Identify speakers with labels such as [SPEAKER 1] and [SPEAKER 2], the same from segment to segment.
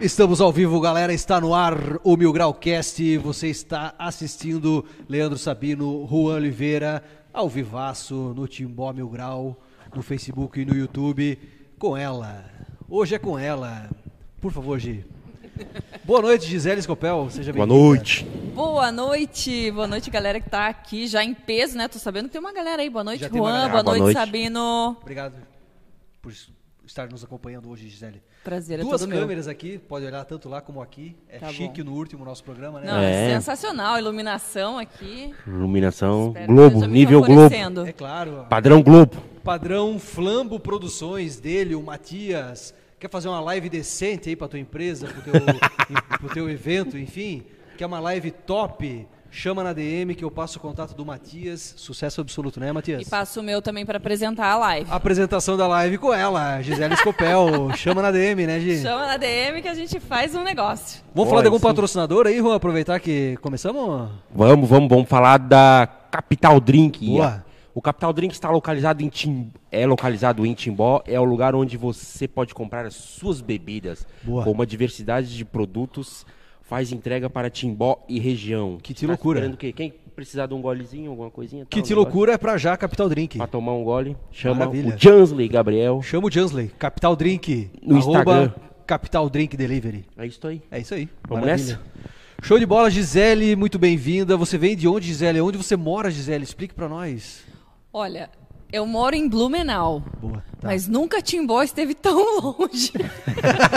[SPEAKER 1] Estamos ao vivo, galera. Está no ar o Mil Grau Cast. Você está assistindo Leandro Sabino, Juan Oliveira, ao vivaço no Timbó Mil Grau, no Facebook e no YouTube. Com ela. Hoje é com ela. Por favor, Gi. Boa noite, Gisele Escopel. Seja
[SPEAKER 2] Boa
[SPEAKER 1] bem-vinda.
[SPEAKER 2] noite.
[SPEAKER 3] Boa noite, boa noite, galera que tá aqui já em peso, né? Tô sabendo que tem uma galera aí. Boa noite,
[SPEAKER 1] Já tem uma
[SPEAKER 3] Juan.
[SPEAKER 1] galera.
[SPEAKER 3] Boa,
[SPEAKER 2] Ah, boa
[SPEAKER 3] noite,
[SPEAKER 2] noite.
[SPEAKER 3] Sabino.
[SPEAKER 1] Obrigado por estar nos acompanhando hoje, Gisele.
[SPEAKER 3] Prazer, é
[SPEAKER 1] Duas
[SPEAKER 3] todo meu.
[SPEAKER 1] câmeras aqui, pode olhar tanto lá como aqui. É
[SPEAKER 3] Tá
[SPEAKER 1] chique
[SPEAKER 3] bom.
[SPEAKER 1] no último nosso programa, né?
[SPEAKER 3] Não,
[SPEAKER 2] É.
[SPEAKER 3] é. sensacional, a iluminação aqui.
[SPEAKER 2] Iluminação.
[SPEAKER 3] Espero que
[SPEAKER 2] Globo,
[SPEAKER 3] esteja me
[SPEAKER 2] nível Globo.
[SPEAKER 3] favorecendo.
[SPEAKER 1] É claro.
[SPEAKER 2] Padrão Globo.
[SPEAKER 1] Padrão Flambo Produções dele, o Matias. Quer fazer uma live decente aí pra tua empresa, pro teu, em- pro teu evento, enfim? Quer uma live top? Chama na DM que eu passo o contato do Matias. Sucesso absoluto, né, Matias?
[SPEAKER 3] E passo o meu também para apresentar a live.
[SPEAKER 1] Apresentação da live com ela, Gisele Escopel. Chama na DM, né, Gi?
[SPEAKER 3] Chama na DM que a gente faz um negócio.
[SPEAKER 1] Vamos falar de algum
[SPEAKER 2] Pode, sim.
[SPEAKER 1] patrocinador aí, Juan? Aproveitar que começamos?
[SPEAKER 2] Vamos, vamos, vamos falar da Capital Drink.
[SPEAKER 1] Boa.
[SPEAKER 2] O Capital Drink está localizado em Tim... é localizado em Timbó, é o lugar onde você pode comprar as suas bebidas
[SPEAKER 1] Boa.
[SPEAKER 2] com uma diversidade de produtos, faz entrega para Timbó e região. Tá
[SPEAKER 1] Que te loucura.
[SPEAKER 2] esperando o quê? Quem precisar de um golezinho, alguma coisinha?
[SPEAKER 1] Que
[SPEAKER 2] tal,
[SPEAKER 1] te
[SPEAKER 2] um negócio,
[SPEAKER 1] loucura é pra já, Capital Drink.
[SPEAKER 2] Pra tomar um gole, chama
[SPEAKER 1] Maravilha.
[SPEAKER 2] o Jansley Gabriel.
[SPEAKER 1] Chama o Jansley, Capital Drink.
[SPEAKER 2] No
[SPEAKER 1] arroba
[SPEAKER 2] Instagram.
[SPEAKER 1] Capital Drink Delivery.
[SPEAKER 2] É isso aí.
[SPEAKER 1] É isso aí.
[SPEAKER 2] Vamos
[SPEAKER 1] Maravilha.
[SPEAKER 2] nessa?
[SPEAKER 1] Show de bola, Gisele, muito bem-vinda. Você vem de onde, Gisele? Onde você mora, Gisele? Explique pra nós.
[SPEAKER 3] Olha, eu moro em Blumenau.
[SPEAKER 1] Boa.
[SPEAKER 3] Mas nunca Timbó esteve tão longe.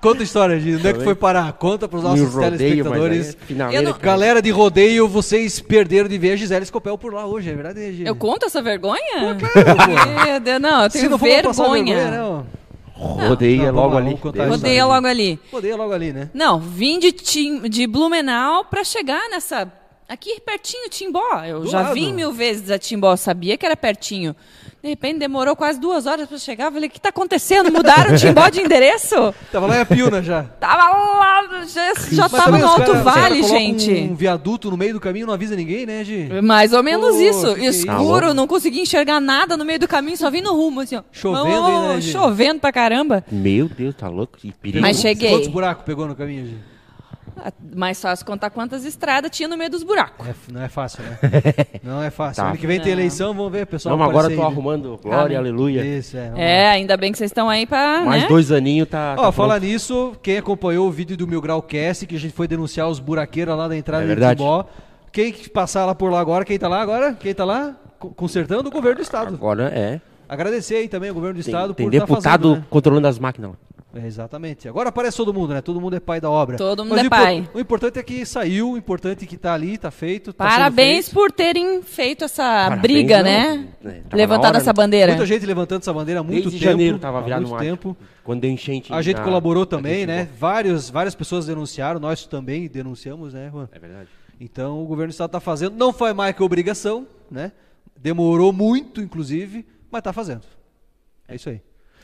[SPEAKER 1] Conta a história, Gisele. Onde é que foi parar? Conta pros
[SPEAKER 2] Me
[SPEAKER 1] nossos
[SPEAKER 2] rodeio, mas aí é
[SPEAKER 1] telespectadores.
[SPEAKER 2] finaleira,
[SPEAKER 3] Eu não-
[SPEAKER 2] cara.
[SPEAKER 1] Galera de rodeio, vocês perderam de ver a Gisele Escopel por lá hoje, é verdade, Gisele?
[SPEAKER 3] Eu conto essa vergonha?
[SPEAKER 1] claro,
[SPEAKER 3] Meu Deus, não, eu
[SPEAKER 1] Se
[SPEAKER 3] tenho
[SPEAKER 1] não for pra passar vergonha, né?
[SPEAKER 3] vergonha.
[SPEAKER 1] não.
[SPEAKER 2] Rodeia
[SPEAKER 1] Não, vamos
[SPEAKER 2] é logo
[SPEAKER 1] lá,
[SPEAKER 2] ali.
[SPEAKER 1] vamos contar
[SPEAKER 2] Deus
[SPEAKER 1] isso.
[SPEAKER 2] sabe.
[SPEAKER 3] Rodeia logo ali.
[SPEAKER 1] Rodeia logo ali, né?
[SPEAKER 3] Não, vim de, Tim- de Blumenau para chegar nessa. Aqui pertinho, Timbó. Eu
[SPEAKER 1] Do
[SPEAKER 3] já
[SPEAKER 1] lado.
[SPEAKER 3] vim mil vezes a Timbó, sabia que era pertinho. De repente demorou quase duas horas para chegar. Falei, o que tá acontecendo? Mudaram o Timbó de endereço?
[SPEAKER 1] Tava lá em Apiúna já.
[SPEAKER 3] Tava lá, já, já
[SPEAKER 1] Mas
[SPEAKER 3] tava
[SPEAKER 1] também
[SPEAKER 3] no
[SPEAKER 1] os
[SPEAKER 3] Alto
[SPEAKER 1] cara- os cara
[SPEAKER 3] Vale,
[SPEAKER 1] colocam
[SPEAKER 3] gente.
[SPEAKER 1] um viaduto no meio do caminho não avisa ninguém, né, Gi?
[SPEAKER 3] um- Mais ou menos
[SPEAKER 1] Pô,
[SPEAKER 3] isso.
[SPEAKER 1] que que é isso?
[SPEAKER 3] Escuro,
[SPEAKER 2] Alô?
[SPEAKER 3] não consegui enxergar nada no meio do caminho, só vim no rumo, assim, ó.
[SPEAKER 1] Chovendo,
[SPEAKER 3] Não,
[SPEAKER 1] hein, né, gente?
[SPEAKER 3] Chovendo pra caramba.
[SPEAKER 2] Meu Deus, tá louco? Que perigo.
[SPEAKER 3] Mas cheguei.
[SPEAKER 1] Quantos buracos pegou no caminho, Gi?
[SPEAKER 3] Ah, Mais fácil contar quantas estradas tinha no meio dos buracos.
[SPEAKER 1] É, não é fácil, né? não é fácil.
[SPEAKER 2] Tá.
[SPEAKER 1] Ano que vem tem
[SPEAKER 3] Não.
[SPEAKER 1] eleição, vamos ver, pessoal.
[SPEAKER 2] Vamos,
[SPEAKER 1] vai
[SPEAKER 2] agora eu tô
[SPEAKER 1] aparecer aí,
[SPEAKER 2] arrumando. Glória,
[SPEAKER 3] Ah,
[SPEAKER 2] aleluia.
[SPEAKER 1] né? Isso, é. vamos lá.
[SPEAKER 3] É, ainda bem que vocês estão aí pra.
[SPEAKER 2] Mais
[SPEAKER 3] né?
[SPEAKER 2] dois aninhos tá.
[SPEAKER 1] Ó,
[SPEAKER 2] tá
[SPEAKER 1] falar
[SPEAKER 2] pronto.
[SPEAKER 1] nisso, quem acompanhou o vídeo do Mil Grau Cast, que a gente foi denunciar os buraqueiros lá da entrada
[SPEAKER 2] É
[SPEAKER 1] de
[SPEAKER 2] verdade.
[SPEAKER 1] Timbó. Quem que passar lá por lá agora, quem tá lá agora? Quem tá lá? Co- Consertando o governo do estado.
[SPEAKER 2] Agora é.
[SPEAKER 1] Agradecer aí também ao governo do
[SPEAKER 2] Tem,
[SPEAKER 1] estado
[SPEAKER 2] tem
[SPEAKER 1] por estar
[SPEAKER 2] deputado
[SPEAKER 1] fazendo, né?
[SPEAKER 2] controlando as máquinas lá.
[SPEAKER 1] É, exatamente. Agora aparece todo mundo, né? Todo mundo é pai da obra.
[SPEAKER 3] Todo mundo
[SPEAKER 1] Mas
[SPEAKER 3] é
[SPEAKER 1] o impor-
[SPEAKER 3] pai.
[SPEAKER 1] O importante é que saiu, o importante é que tá ali, tá feito. tá sendo
[SPEAKER 3] Parabéns
[SPEAKER 1] feito.
[SPEAKER 3] por terem feito essa
[SPEAKER 2] Parabéns,
[SPEAKER 3] briga,
[SPEAKER 2] não.
[SPEAKER 3] né?
[SPEAKER 2] É, tava na
[SPEAKER 3] Levantado
[SPEAKER 2] hora, né?
[SPEAKER 3] essa bandeira.
[SPEAKER 1] Muita gente levantando essa bandeira há muito
[SPEAKER 2] Desde
[SPEAKER 1] tempo.
[SPEAKER 2] janeiro tava
[SPEAKER 1] há
[SPEAKER 2] virado
[SPEAKER 1] muito
[SPEAKER 2] no
[SPEAKER 1] tempo.
[SPEAKER 2] Quando deu enchente.
[SPEAKER 1] A gente
[SPEAKER 2] na-
[SPEAKER 1] colaborou
[SPEAKER 2] aqui em
[SPEAKER 1] também, né?
[SPEAKER 2] Timbó.
[SPEAKER 1] Vários, várias pessoas denunciaram, nós também denunciamos, né, Juan?
[SPEAKER 2] É verdade.
[SPEAKER 1] Então o governo do estado está fazendo, não foi mais que obrigação, né? Demorou muito, inclusive, mas está fazendo. É isso aí.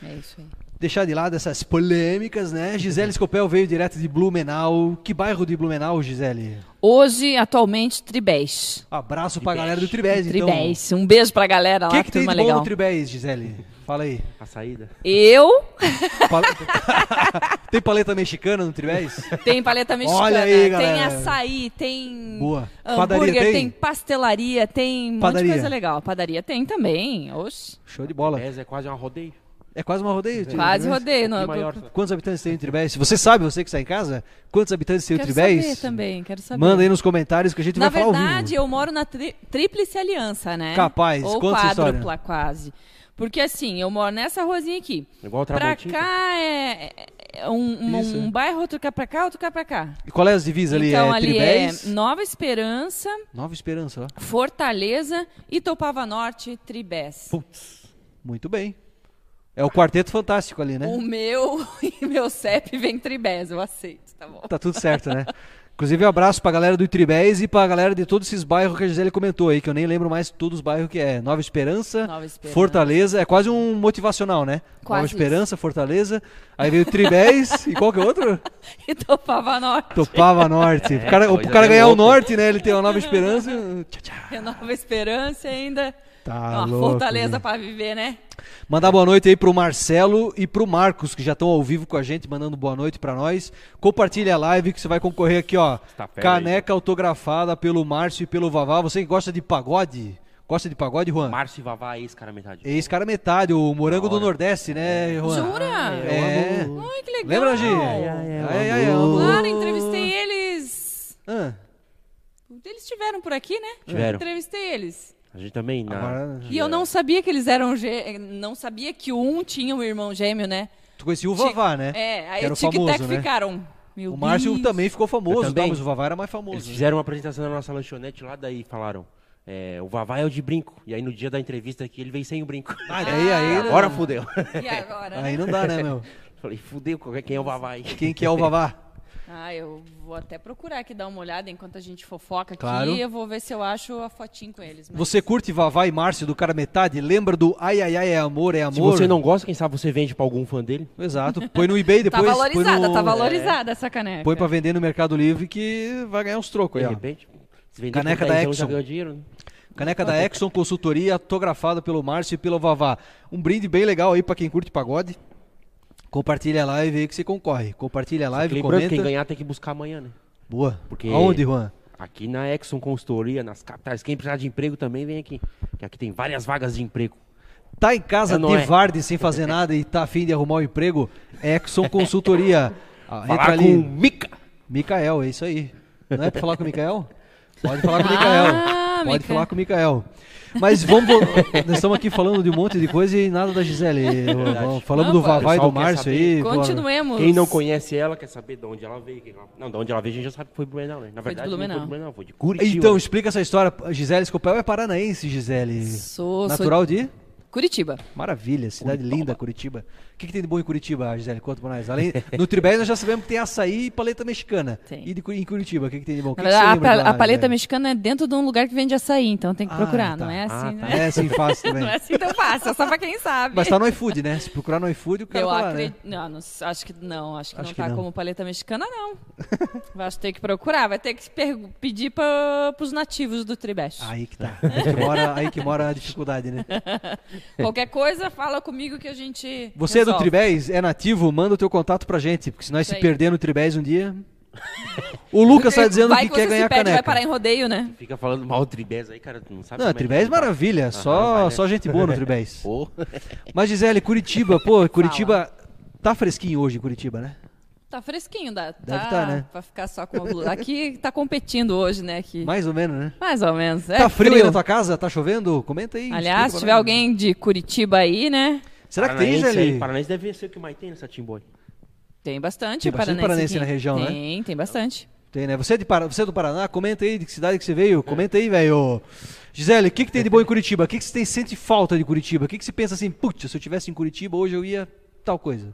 [SPEAKER 3] É isso aí.
[SPEAKER 1] Deixar de lado essas polêmicas, né? Gisele Scopel veio direto de Blumenau. Que bairro de Blumenau, Gisele?
[SPEAKER 3] Hoje, atualmente, Tribés.
[SPEAKER 1] Abraço pra galera do Tribés, então.
[SPEAKER 3] Tribés. Um beijo pra galera
[SPEAKER 1] O que,
[SPEAKER 3] lá, que
[SPEAKER 1] que tem de
[SPEAKER 3] turma
[SPEAKER 1] bom
[SPEAKER 3] legal.
[SPEAKER 1] no Tribés, Gisele? Fala aí.
[SPEAKER 2] A saída.
[SPEAKER 3] Eu
[SPEAKER 1] Pal- tem paleta mexicana no Tribés?
[SPEAKER 3] tem paleta mexicana,
[SPEAKER 1] Olha aí,
[SPEAKER 3] tem
[SPEAKER 1] galera.
[SPEAKER 3] açaí, tem
[SPEAKER 1] Boa.
[SPEAKER 3] Hum. hambúrguer,
[SPEAKER 1] Padaria tem?
[SPEAKER 3] tem? pastelaria, tem um monte de
[SPEAKER 1] Padaria.
[SPEAKER 3] coisa legal. Padaria tem também. Oxe,
[SPEAKER 1] Show de bola.
[SPEAKER 2] Pés é quase um rodeio.
[SPEAKER 1] É quase uma rodeio. Tia,
[SPEAKER 3] quase
[SPEAKER 1] né?
[SPEAKER 3] rodeio. Não,
[SPEAKER 2] E maior.
[SPEAKER 1] Quantos habitantes tem o Tribés? Você sabe, você que está em casa, quantos habitantes tem o
[SPEAKER 3] quero
[SPEAKER 1] Tribés?
[SPEAKER 3] saber também, quero saber.
[SPEAKER 1] Manda aí nos comentários que a gente
[SPEAKER 3] Na
[SPEAKER 1] vai falar ao
[SPEAKER 3] verdade,
[SPEAKER 1] vivo.
[SPEAKER 3] eu moro na tri Tríplice Aliança, né?
[SPEAKER 1] Capaz,
[SPEAKER 3] Ou
[SPEAKER 1] conta essa história.
[SPEAKER 3] quádrupla, quase. Porque assim, eu moro nessa ruazinha aqui.
[SPEAKER 2] Igual o
[SPEAKER 3] pra
[SPEAKER 2] Tramontina.
[SPEAKER 3] cá é, é um, um-
[SPEAKER 1] Isso,
[SPEAKER 3] um
[SPEAKER 1] é.
[SPEAKER 3] bairro, outro cá pra cá, outro cá pra cá.
[SPEAKER 1] E qual é as divisas ali?
[SPEAKER 3] então
[SPEAKER 1] é
[SPEAKER 3] ali
[SPEAKER 1] Tribés,
[SPEAKER 3] é Nova Esperança,
[SPEAKER 1] Nova Esperança, ó.
[SPEAKER 3] Fortaleza, Itopava Norte, Tribés.
[SPEAKER 1] Putz. Muito bem. É o quarteto fantástico ali, né?
[SPEAKER 3] O meu e meu CEP vem Tribés, eu aceito, tá bom.
[SPEAKER 1] Tá tudo certo, né? Inclusive, um abraço pra galera do Tribés e pra galera de todos esses bairros que a Gisele comentou aí, que eu nem lembro mais todos os bairros que é. Nova Esperança,
[SPEAKER 3] Nova Esperança.
[SPEAKER 1] Fortaleza, é quase um motivacional, né?
[SPEAKER 3] Quase
[SPEAKER 1] Nova
[SPEAKER 3] isso.
[SPEAKER 1] Esperança, Fortaleza, aí veio Tribés e qual que é o outro?
[SPEAKER 3] Itopava Norte,
[SPEAKER 1] Topava Norte. o cara, o
[SPEAKER 2] coisa
[SPEAKER 1] cara
[SPEAKER 2] de
[SPEAKER 1] ganhar o
[SPEAKER 2] louco.
[SPEAKER 1] Norte, né? Ele tem uma Nova Esperança. Tchau, tchau.
[SPEAKER 3] Nova é Esperança ainda. É
[SPEAKER 4] Tá
[SPEAKER 3] uma
[SPEAKER 4] louco.
[SPEAKER 3] fortaleza
[SPEAKER 4] né?
[SPEAKER 3] pra viver, né?
[SPEAKER 1] Mandar boa noite aí pro Marcelo e pro Marcos, que já estão ao vivo com a gente, mandando boa noite pra nós. Compartilha a live que você vai concorrer aqui, ó.
[SPEAKER 2] Tá fera
[SPEAKER 1] Caneca autografada pelo Márcio e pelo Vavá. Você que gosta de pagode? Gosta de pagode, Juan?
[SPEAKER 2] Márcio e Vavá, ex-cara metade.
[SPEAKER 1] Ex-cara metade, o morango
[SPEAKER 2] Da
[SPEAKER 1] do
[SPEAKER 2] hora.
[SPEAKER 1] Nordeste, né, Juan?
[SPEAKER 3] Jura?
[SPEAKER 1] É.
[SPEAKER 3] Ai, que legal.
[SPEAKER 1] Lembra, Gi?
[SPEAKER 4] ai,
[SPEAKER 1] Ai, ai,
[SPEAKER 4] amo.
[SPEAKER 1] amo.
[SPEAKER 3] Claro, entrevistei eles.
[SPEAKER 1] Ah,
[SPEAKER 3] Eles estiveram por aqui, né?
[SPEAKER 2] Tiveram.
[SPEAKER 3] Entrevistei eles.
[SPEAKER 2] A gente também, na...
[SPEAKER 1] Agora- né?
[SPEAKER 3] E eu não sabia que eles eram gê... Não sabia que um tinha um irmão gêmeo, né?
[SPEAKER 1] tu conhecia o Vavá, né?
[SPEAKER 3] É, aí
[SPEAKER 1] Que era o
[SPEAKER 3] Tic Tac
[SPEAKER 1] famoso, né?
[SPEAKER 3] ficaram. Meu
[SPEAKER 1] O Márcio
[SPEAKER 3] Deus.
[SPEAKER 1] também ficou famoso,
[SPEAKER 2] Eu também.
[SPEAKER 1] tá? mas o Vavá era mais famoso.
[SPEAKER 2] Eles
[SPEAKER 1] né?
[SPEAKER 2] fizeram uma apresentação na nossa lanchonete lá, daí falaram, é, o Vavá é o de brinco. E aí no dia da entrevista aqui, ele veio sem o brinco.
[SPEAKER 1] Ah, daí, aí, né?
[SPEAKER 2] Agora fudeu.
[SPEAKER 3] E agora? né?
[SPEAKER 1] aí não dá, né, meu?
[SPEAKER 2] Falei, fudeu, qual é- quem é o Vavá aí?
[SPEAKER 1] Quem que é o Vavá?
[SPEAKER 3] Ah, eu vou até procurar aqui dar uma olhada enquanto a gente fofoca aqui.
[SPEAKER 1] Claro.
[SPEAKER 3] Eu vou ver se eu acho a fotinho com eles. mas-
[SPEAKER 1] Você curte Vavá e Márcio do cara metade? Lembra do ai ai ai é amor, é
[SPEAKER 2] Se
[SPEAKER 1] amor?
[SPEAKER 2] você não gosta, quem sabe você vende pra algum fã dele?
[SPEAKER 1] Exato. Põe no eBay
[SPEAKER 3] Tá
[SPEAKER 1] depois.
[SPEAKER 3] valorizada,
[SPEAKER 1] põe no...
[SPEAKER 3] tá valorizada essa caneca.
[SPEAKER 1] Põe pra vender no Mercado Livre que vai ganhar uns trocos
[SPEAKER 2] De
[SPEAKER 1] aí, ó.
[SPEAKER 2] repente, se vender
[SPEAKER 1] é? Caneca
[SPEAKER 2] por
[SPEAKER 1] da
[SPEAKER 2] 10 anos,
[SPEAKER 1] Exxon.
[SPEAKER 2] já ganhou dinheiro, né?
[SPEAKER 1] Caneca da Exxon Consultoria, autografada pelo Márcio e pelo Vavá. Um brinde bem legal aí pra quem curte pagode. Compartilha a live aí que você concorre. Compartilha a live,
[SPEAKER 2] Lembrando,
[SPEAKER 1] comenta.
[SPEAKER 2] quem ganhar tem que buscar amanhã, né?
[SPEAKER 1] Boa.
[SPEAKER 2] Porque-
[SPEAKER 1] Aonde, Juan?
[SPEAKER 2] Aqui na Exxon Consultoria, nas capitais. Quem precisar de emprego também vem aqui. Que aqui tem várias vagas de emprego.
[SPEAKER 1] Tá em casa
[SPEAKER 2] É, não
[SPEAKER 1] de
[SPEAKER 2] é?
[SPEAKER 1] Varde sem fazer nada e tá afim de arrumar um emprego? Exxon Consultoria. Ah,
[SPEAKER 2] Falar com o Mica.
[SPEAKER 1] Mikael, é isso aí. Não é pra falar com o Mikael? Pode falar com o Mikael.
[SPEAKER 3] Ah,
[SPEAKER 1] Pode
[SPEAKER 3] Mica-
[SPEAKER 1] falar com o Mikael. Mas vamos. vo- Nós estamos aqui falando de um monte de coisa e nada da Gisele.
[SPEAKER 2] É
[SPEAKER 1] Vamos- Falamos do
[SPEAKER 3] Não,
[SPEAKER 1] Vavá e
[SPEAKER 2] pessoal
[SPEAKER 1] do
[SPEAKER 2] quer
[SPEAKER 1] Márcio
[SPEAKER 2] saber.
[SPEAKER 1] aí. pô.
[SPEAKER 3] Continuemos.
[SPEAKER 2] Quem não conhece ela quer saber de onde ela veio. quem ela- Não, de onde ela veio a gente já sabe que foi Blumenau, né? Na
[SPEAKER 3] Foi de
[SPEAKER 2] verdade, não
[SPEAKER 3] Blumenau.
[SPEAKER 2] foi Blumenau, foi de Curitiba. né?
[SPEAKER 1] Então, explica essa história. Gisele Scopel é paranaense, Gisele.
[SPEAKER 3] Sou,
[SPEAKER 1] Natural de?
[SPEAKER 3] sou Curitiba.
[SPEAKER 1] Maravilha, cidade linda, Curitiba. O que, que tem de bom em Curitiba, Gisele? Conta pra nós. Além, no Tribé nós já sabemos que tem açaí e paleta mexicana.
[SPEAKER 3] Tem.
[SPEAKER 1] E de Cu- em Curitiba, o que, que tem de bom? O que
[SPEAKER 3] Na
[SPEAKER 1] que você
[SPEAKER 3] verdade, a,
[SPEAKER 1] lembra de
[SPEAKER 3] pa-
[SPEAKER 1] lá,
[SPEAKER 3] a paleta
[SPEAKER 1] Gisele?
[SPEAKER 3] mexicana é dentro de um lugar que vende açaí, então tem que
[SPEAKER 1] Ah,
[SPEAKER 3] procurar,
[SPEAKER 1] tá.
[SPEAKER 3] não é assim,
[SPEAKER 1] Ah, tá.
[SPEAKER 3] né?
[SPEAKER 1] É assim fácil também.
[SPEAKER 3] Não é assim tão fácil, é só pra quem sabe.
[SPEAKER 1] Mas tá no iFood, né? Se procurar no iFood, o cara
[SPEAKER 3] Eu
[SPEAKER 1] tá lá, né?
[SPEAKER 3] acredito. Não, não s- acho que não. Acho que
[SPEAKER 1] Acho
[SPEAKER 3] não
[SPEAKER 1] que
[SPEAKER 3] tá
[SPEAKER 1] não.
[SPEAKER 3] como paleta mexicana, não. Vai ter que procurar, vai ter que se pergu- pedir pra, pros nativos do Tribeste.
[SPEAKER 1] Aí que tá. Aí que, mora, aí que mora a dificuldade, né?
[SPEAKER 3] Qualquer coisa, fala comigo que a gente.
[SPEAKER 1] Você é do
[SPEAKER 3] resolve.
[SPEAKER 1] Tribéis? É nativo? Manda o teu contato pra gente, porque se nós
[SPEAKER 3] Isso
[SPEAKER 1] se
[SPEAKER 3] aí.
[SPEAKER 1] perder no Tribéis um dia... O Lucas tá dizendo
[SPEAKER 3] vai
[SPEAKER 1] que quer
[SPEAKER 3] você se
[SPEAKER 1] ganhar
[SPEAKER 3] perde, Vai
[SPEAKER 1] caneca.
[SPEAKER 3] parar em rodeio, né?
[SPEAKER 2] Fica falando mal do Tribés aí, cara. Tu não sabe
[SPEAKER 1] Não,
[SPEAKER 2] como é né? que
[SPEAKER 1] Tribéis
[SPEAKER 2] tá.
[SPEAKER 1] maravilha, só,
[SPEAKER 2] vai, né?
[SPEAKER 1] só gente boa no Tribéis.
[SPEAKER 2] Pô.
[SPEAKER 1] Mas Gisele, Curitiba, pô, Curitiba tá fresquinho hoje, Curitiba, né?
[SPEAKER 3] Tá fresquinho, dá.
[SPEAKER 1] Deve
[SPEAKER 3] tá,
[SPEAKER 1] tá, né?
[SPEAKER 3] Pra ficar só com a blusa. Aqui tá competindo hoje, né? Aqui.
[SPEAKER 1] Mais ou menos, né?
[SPEAKER 3] Mais ou menos. É
[SPEAKER 1] tá frio, aí na tua casa? Tá chovendo? Comenta aí. explica
[SPEAKER 3] Aliás,
[SPEAKER 1] pra
[SPEAKER 3] se tiver
[SPEAKER 1] nós.
[SPEAKER 3] alguém de Curitiba aí, né?
[SPEAKER 1] Será que tem,
[SPEAKER 2] Paranaense aí,
[SPEAKER 1] Gisele?
[SPEAKER 2] Paranaense deve ser o que mais tem nessa Timboi.
[SPEAKER 3] Tem bastante
[SPEAKER 1] Tem bastante
[SPEAKER 3] paranense
[SPEAKER 1] paranense na
[SPEAKER 3] aqui.
[SPEAKER 1] região, né?
[SPEAKER 3] Tem, tem bastante.
[SPEAKER 1] Tem, né? Você é, de Par- você é do Paraná? Comenta aí de que cidade que você veio. Comenta aí, velho. Gisele, o que, que tem de bom em Curitiba? O que, que você tem- sente falta de Curitiba? O que, que você pensa assim, putz, se eu tivesse em Curitiba hoje eu ia tal coisa?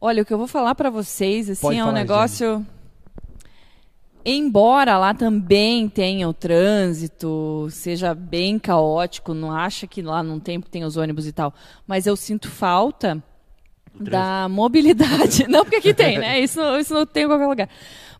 [SPEAKER 3] Olha, o que eu vou falar pra vocês, assim,
[SPEAKER 1] Pode
[SPEAKER 3] é um
[SPEAKER 1] falar,
[SPEAKER 3] negócio. Embora lá também tenha o trânsito, seja bem caótico, não acha que lá não tem, porque tem os ônibus e tal, mas eu sinto falta da mobilidade. Não, porque aqui tem, né? Isso, não- isso não tem em qualquer lugar.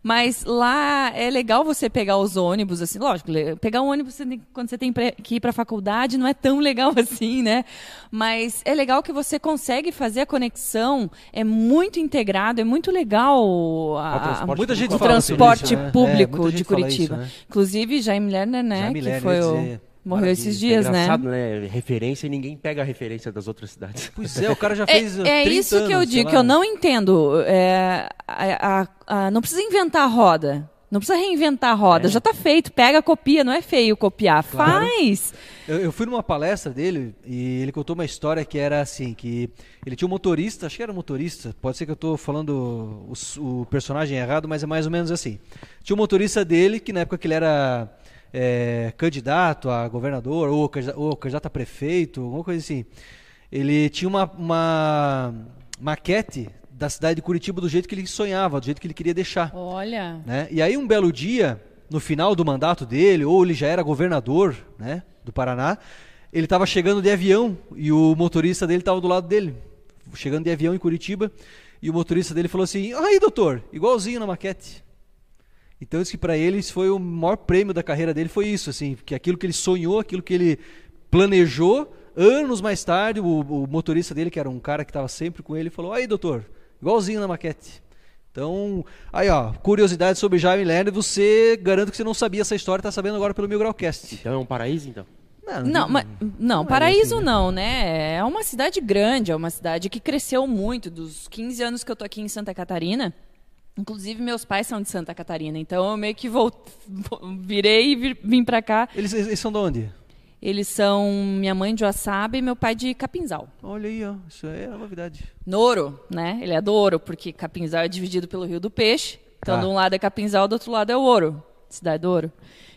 [SPEAKER 3] Mas lá é legal você pegar os ônibus, assim, lógico, le- pegar um ônibus você tem- quando você tem pre- que ir para a faculdade não é tão legal assim, né? Mas é legal que você consegue fazer a conexão, é muito integrado, é muito legal a-
[SPEAKER 2] Ah, o transporte
[SPEAKER 1] muita gente
[SPEAKER 2] público
[SPEAKER 3] o
[SPEAKER 1] fala sobre
[SPEAKER 3] transporte
[SPEAKER 1] isso, né? É,
[SPEAKER 3] público
[SPEAKER 1] muita
[SPEAKER 3] de
[SPEAKER 1] gente fala
[SPEAKER 3] Curitiba.
[SPEAKER 1] isso, né?
[SPEAKER 3] Inclusive, Jaime Lerner, né?
[SPEAKER 1] Jaime
[SPEAKER 3] que
[SPEAKER 1] Lerner,
[SPEAKER 3] foi
[SPEAKER 1] eu ia
[SPEAKER 3] o-
[SPEAKER 1] dizer,
[SPEAKER 3] Morreu esses dias,
[SPEAKER 2] é
[SPEAKER 3] né?
[SPEAKER 2] engraçado, né? Referência e ninguém pega a referência das outras cidades.
[SPEAKER 1] Pois é, o cara já
[SPEAKER 3] É,
[SPEAKER 1] fez.
[SPEAKER 3] é isso que eu digo, que eu não entendo. É, a- a- a- não precisa inventar a roda. Não precisa reinventar a roda. Já tá feito. Pega, copia. Não é feio copiar. Faz.
[SPEAKER 1] Eu, eu fui numa palestra dele e ele contou uma história que era assim, que ele tinha um motorista, acho que era um motorista, pode ser que eu tô falando o, s- o personagem errado, mas é mais ou menos assim. Tinha um motorista dele que na época que ele era é, candidato a governador ou candida- ou candidato a prefeito, alguma coisa assim, ele tinha uma, uma maquete da cidade de Curitiba do jeito que ele sonhava, do jeito que ele queria deixar
[SPEAKER 3] Olha.
[SPEAKER 1] né? E aí um belo dia, no final do mandato dele, ou ele já era governador, né, do Paraná, ele estava chegando de avião e o motorista dele estava do lado dele, chegando de avião em Curitiba, e o motorista dele falou assim: "Aí, doutor, igualzinho na maquete". Então isso que para ele isso foi o maior prêmio da carreira dele foi isso, assim, que aquilo que ele sonhou, aquilo que ele planejou. Anos mais tarde, o, o motorista dele, que era um cara que estava sempre com ele, falou: Aí, doutor, igualzinho na maquete. Então, aí ó, curiosidade sobre Jaime Lerner, você garanto que você não sabia essa história, tá sabendo agora pelo Mil Graucast.
[SPEAKER 2] Então é um paraíso, então?
[SPEAKER 3] Não, mas, não, Paraíso não, né? É uma cidade grande, é uma cidade que cresceu muito. Dos 15 anos que eu tô aqui em Santa Catarina, inclusive meus pais são de Santa Catarina, então eu meio que vou, virei e vir- vim pra cá.
[SPEAKER 1] Eles, eles são de onde?
[SPEAKER 3] Eles são minha mãe de Joaçaba e meu pai de Capinzal.
[SPEAKER 1] Olha aí, ó, isso é uma novidade.
[SPEAKER 3] Nouro, né? Ele é do ouro, porque Capinzal é dividido pelo Rio do Peixe. Então,
[SPEAKER 1] Tá.
[SPEAKER 3] de um lado é Capinzal, do outro lado é o ouro. Cidade do ouro.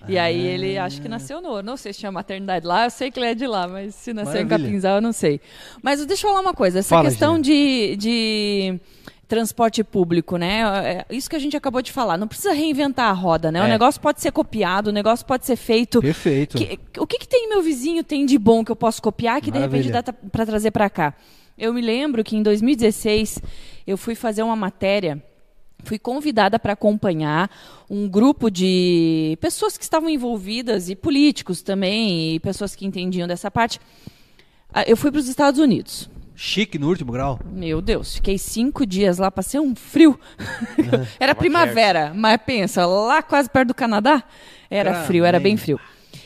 [SPEAKER 3] E aí
[SPEAKER 1] Ah.
[SPEAKER 3] ele acho que nasceu no ouro. Não sei se tinha maternidade lá, eu sei que ele é de lá, mas se nasceu em
[SPEAKER 1] Maravilha.
[SPEAKER 3] Capinzal, eu não sei. Mas deixa eu falar uma coisa: essa
[SPEAKER 1] Fala,
[SPEAKER 3] questão de. de Transporte público, né? É Isso que a gente acabou de falar. Não precisa reinventar a roda, né? O
[SPEAKER 2] É.
[SPEAKER 3] negócio pode ser copiado, o negócio pode ser feito.
[SPEAKER 1] Perfeito.
[SPEAKER 3] Que- o que, que tem meu vizinho tem de bom que eu posso copiar que de repente
[SPEAKER 1] Maravilha.
[SPEAKER 3] dá ta- pra trazer pra cá? Eu me lembro que em 2016 eu fui fazer uma matéria, fui convidada para acompanhar um grupo de pessoas que estavam envolvidas e políticos também e pessoas que entendiam dessa parte. Ah, Eu fui para os Estados Unidos.
[SPEAKER 1] Chique no último grau.
[SPEAKER 3] Meu Deus, fiquei cinco dias lá, passei um frio. era primavera, mas pensa, lá quase perto do Canadá, era
[SPEAKER 1] Caramba.
[SPEAKER 3] frio, era bem frio.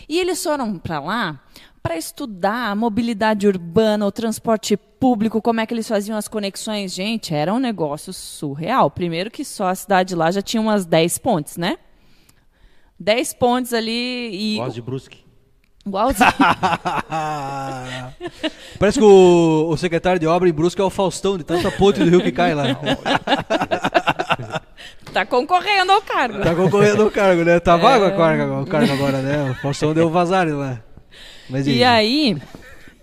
[SPEAKER 3] E eles foram para lá para estudar a mobilidade urbana, o transporte público, como é que eles faziam as conexões. Gente, era um negócio surreal. Primeiro que só a cidade lá já tinha umas 10 pontes, né? 10 pontes ali e
[SPEAKER 2] Gosto de Brusque.
[SPEAKER 3] igualzinho.
[SPEAKER 1] Parece que o, o secretário de obra em Brusque é o Faustão, de tanta ponte do rio que cai lá.
[SPEAKER 3] tá concorrendo ao cargo.
[SPEAKER 1] tá concorrendo o cargo, né? Tá
[SPEAKER 3] É.
[SPEAKER 1] vago a carga- o cargo agora, né? O Faustão deu vazar lá. Mas
[SPEAKER 3] E aí,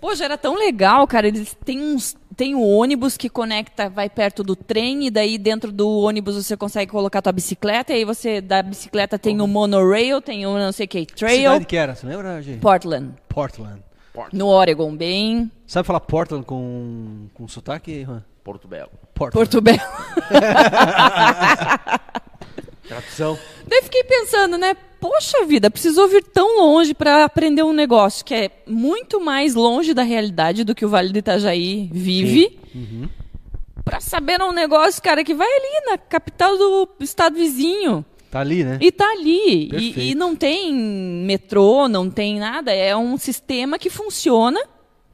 [SPEAKER 3] poxa, era tão legal, cara. Eles têm uns. Tem o ônibus que conecta, vai perto do trem, e daí dentro do ônibus você consegue colocar tua bicicleta, e aí você, da bicicleta, tem o monorail, tem o não sei o que,
[SPEAKER 1] que cidade
[SPEAKER 3] trail,
[SPEAKER 1] que era? Você lembra, gente?
[SPEAKER 3] Portland,
[SPEAKER 1] Portland.
[SPEAKER 3] no Oregon, bem
[SPEAKER 1] Sabe falar Portland com, com sotaque, Juan?
[SPEAKER 2] Porto Belo.
[SPEAKER 1] Portland.
[SPEAKER 3] Porto Belo.
[SPEAKER 2] Tradução.
[SPEAKER 3] Daí fiquei pensando, né? Poxa vida, precisou vir tão longe para aprender um negócio que é muito mais longe da realidade do que o Vale do Itajaí vive.
[SPEAKER 1] Uhum.
[SPEAKER 3] Pra saber um negócio, cara, que vai ali na capital do estado vizinho.
[SPEAKER 1] Tá ali, né?
[SPEAKER 3] E tá ali.
[SPEAKER 1] Perfeito.
[SPEAKER 3] E, e não tem metrô, não tem nada. É um sistema que funciona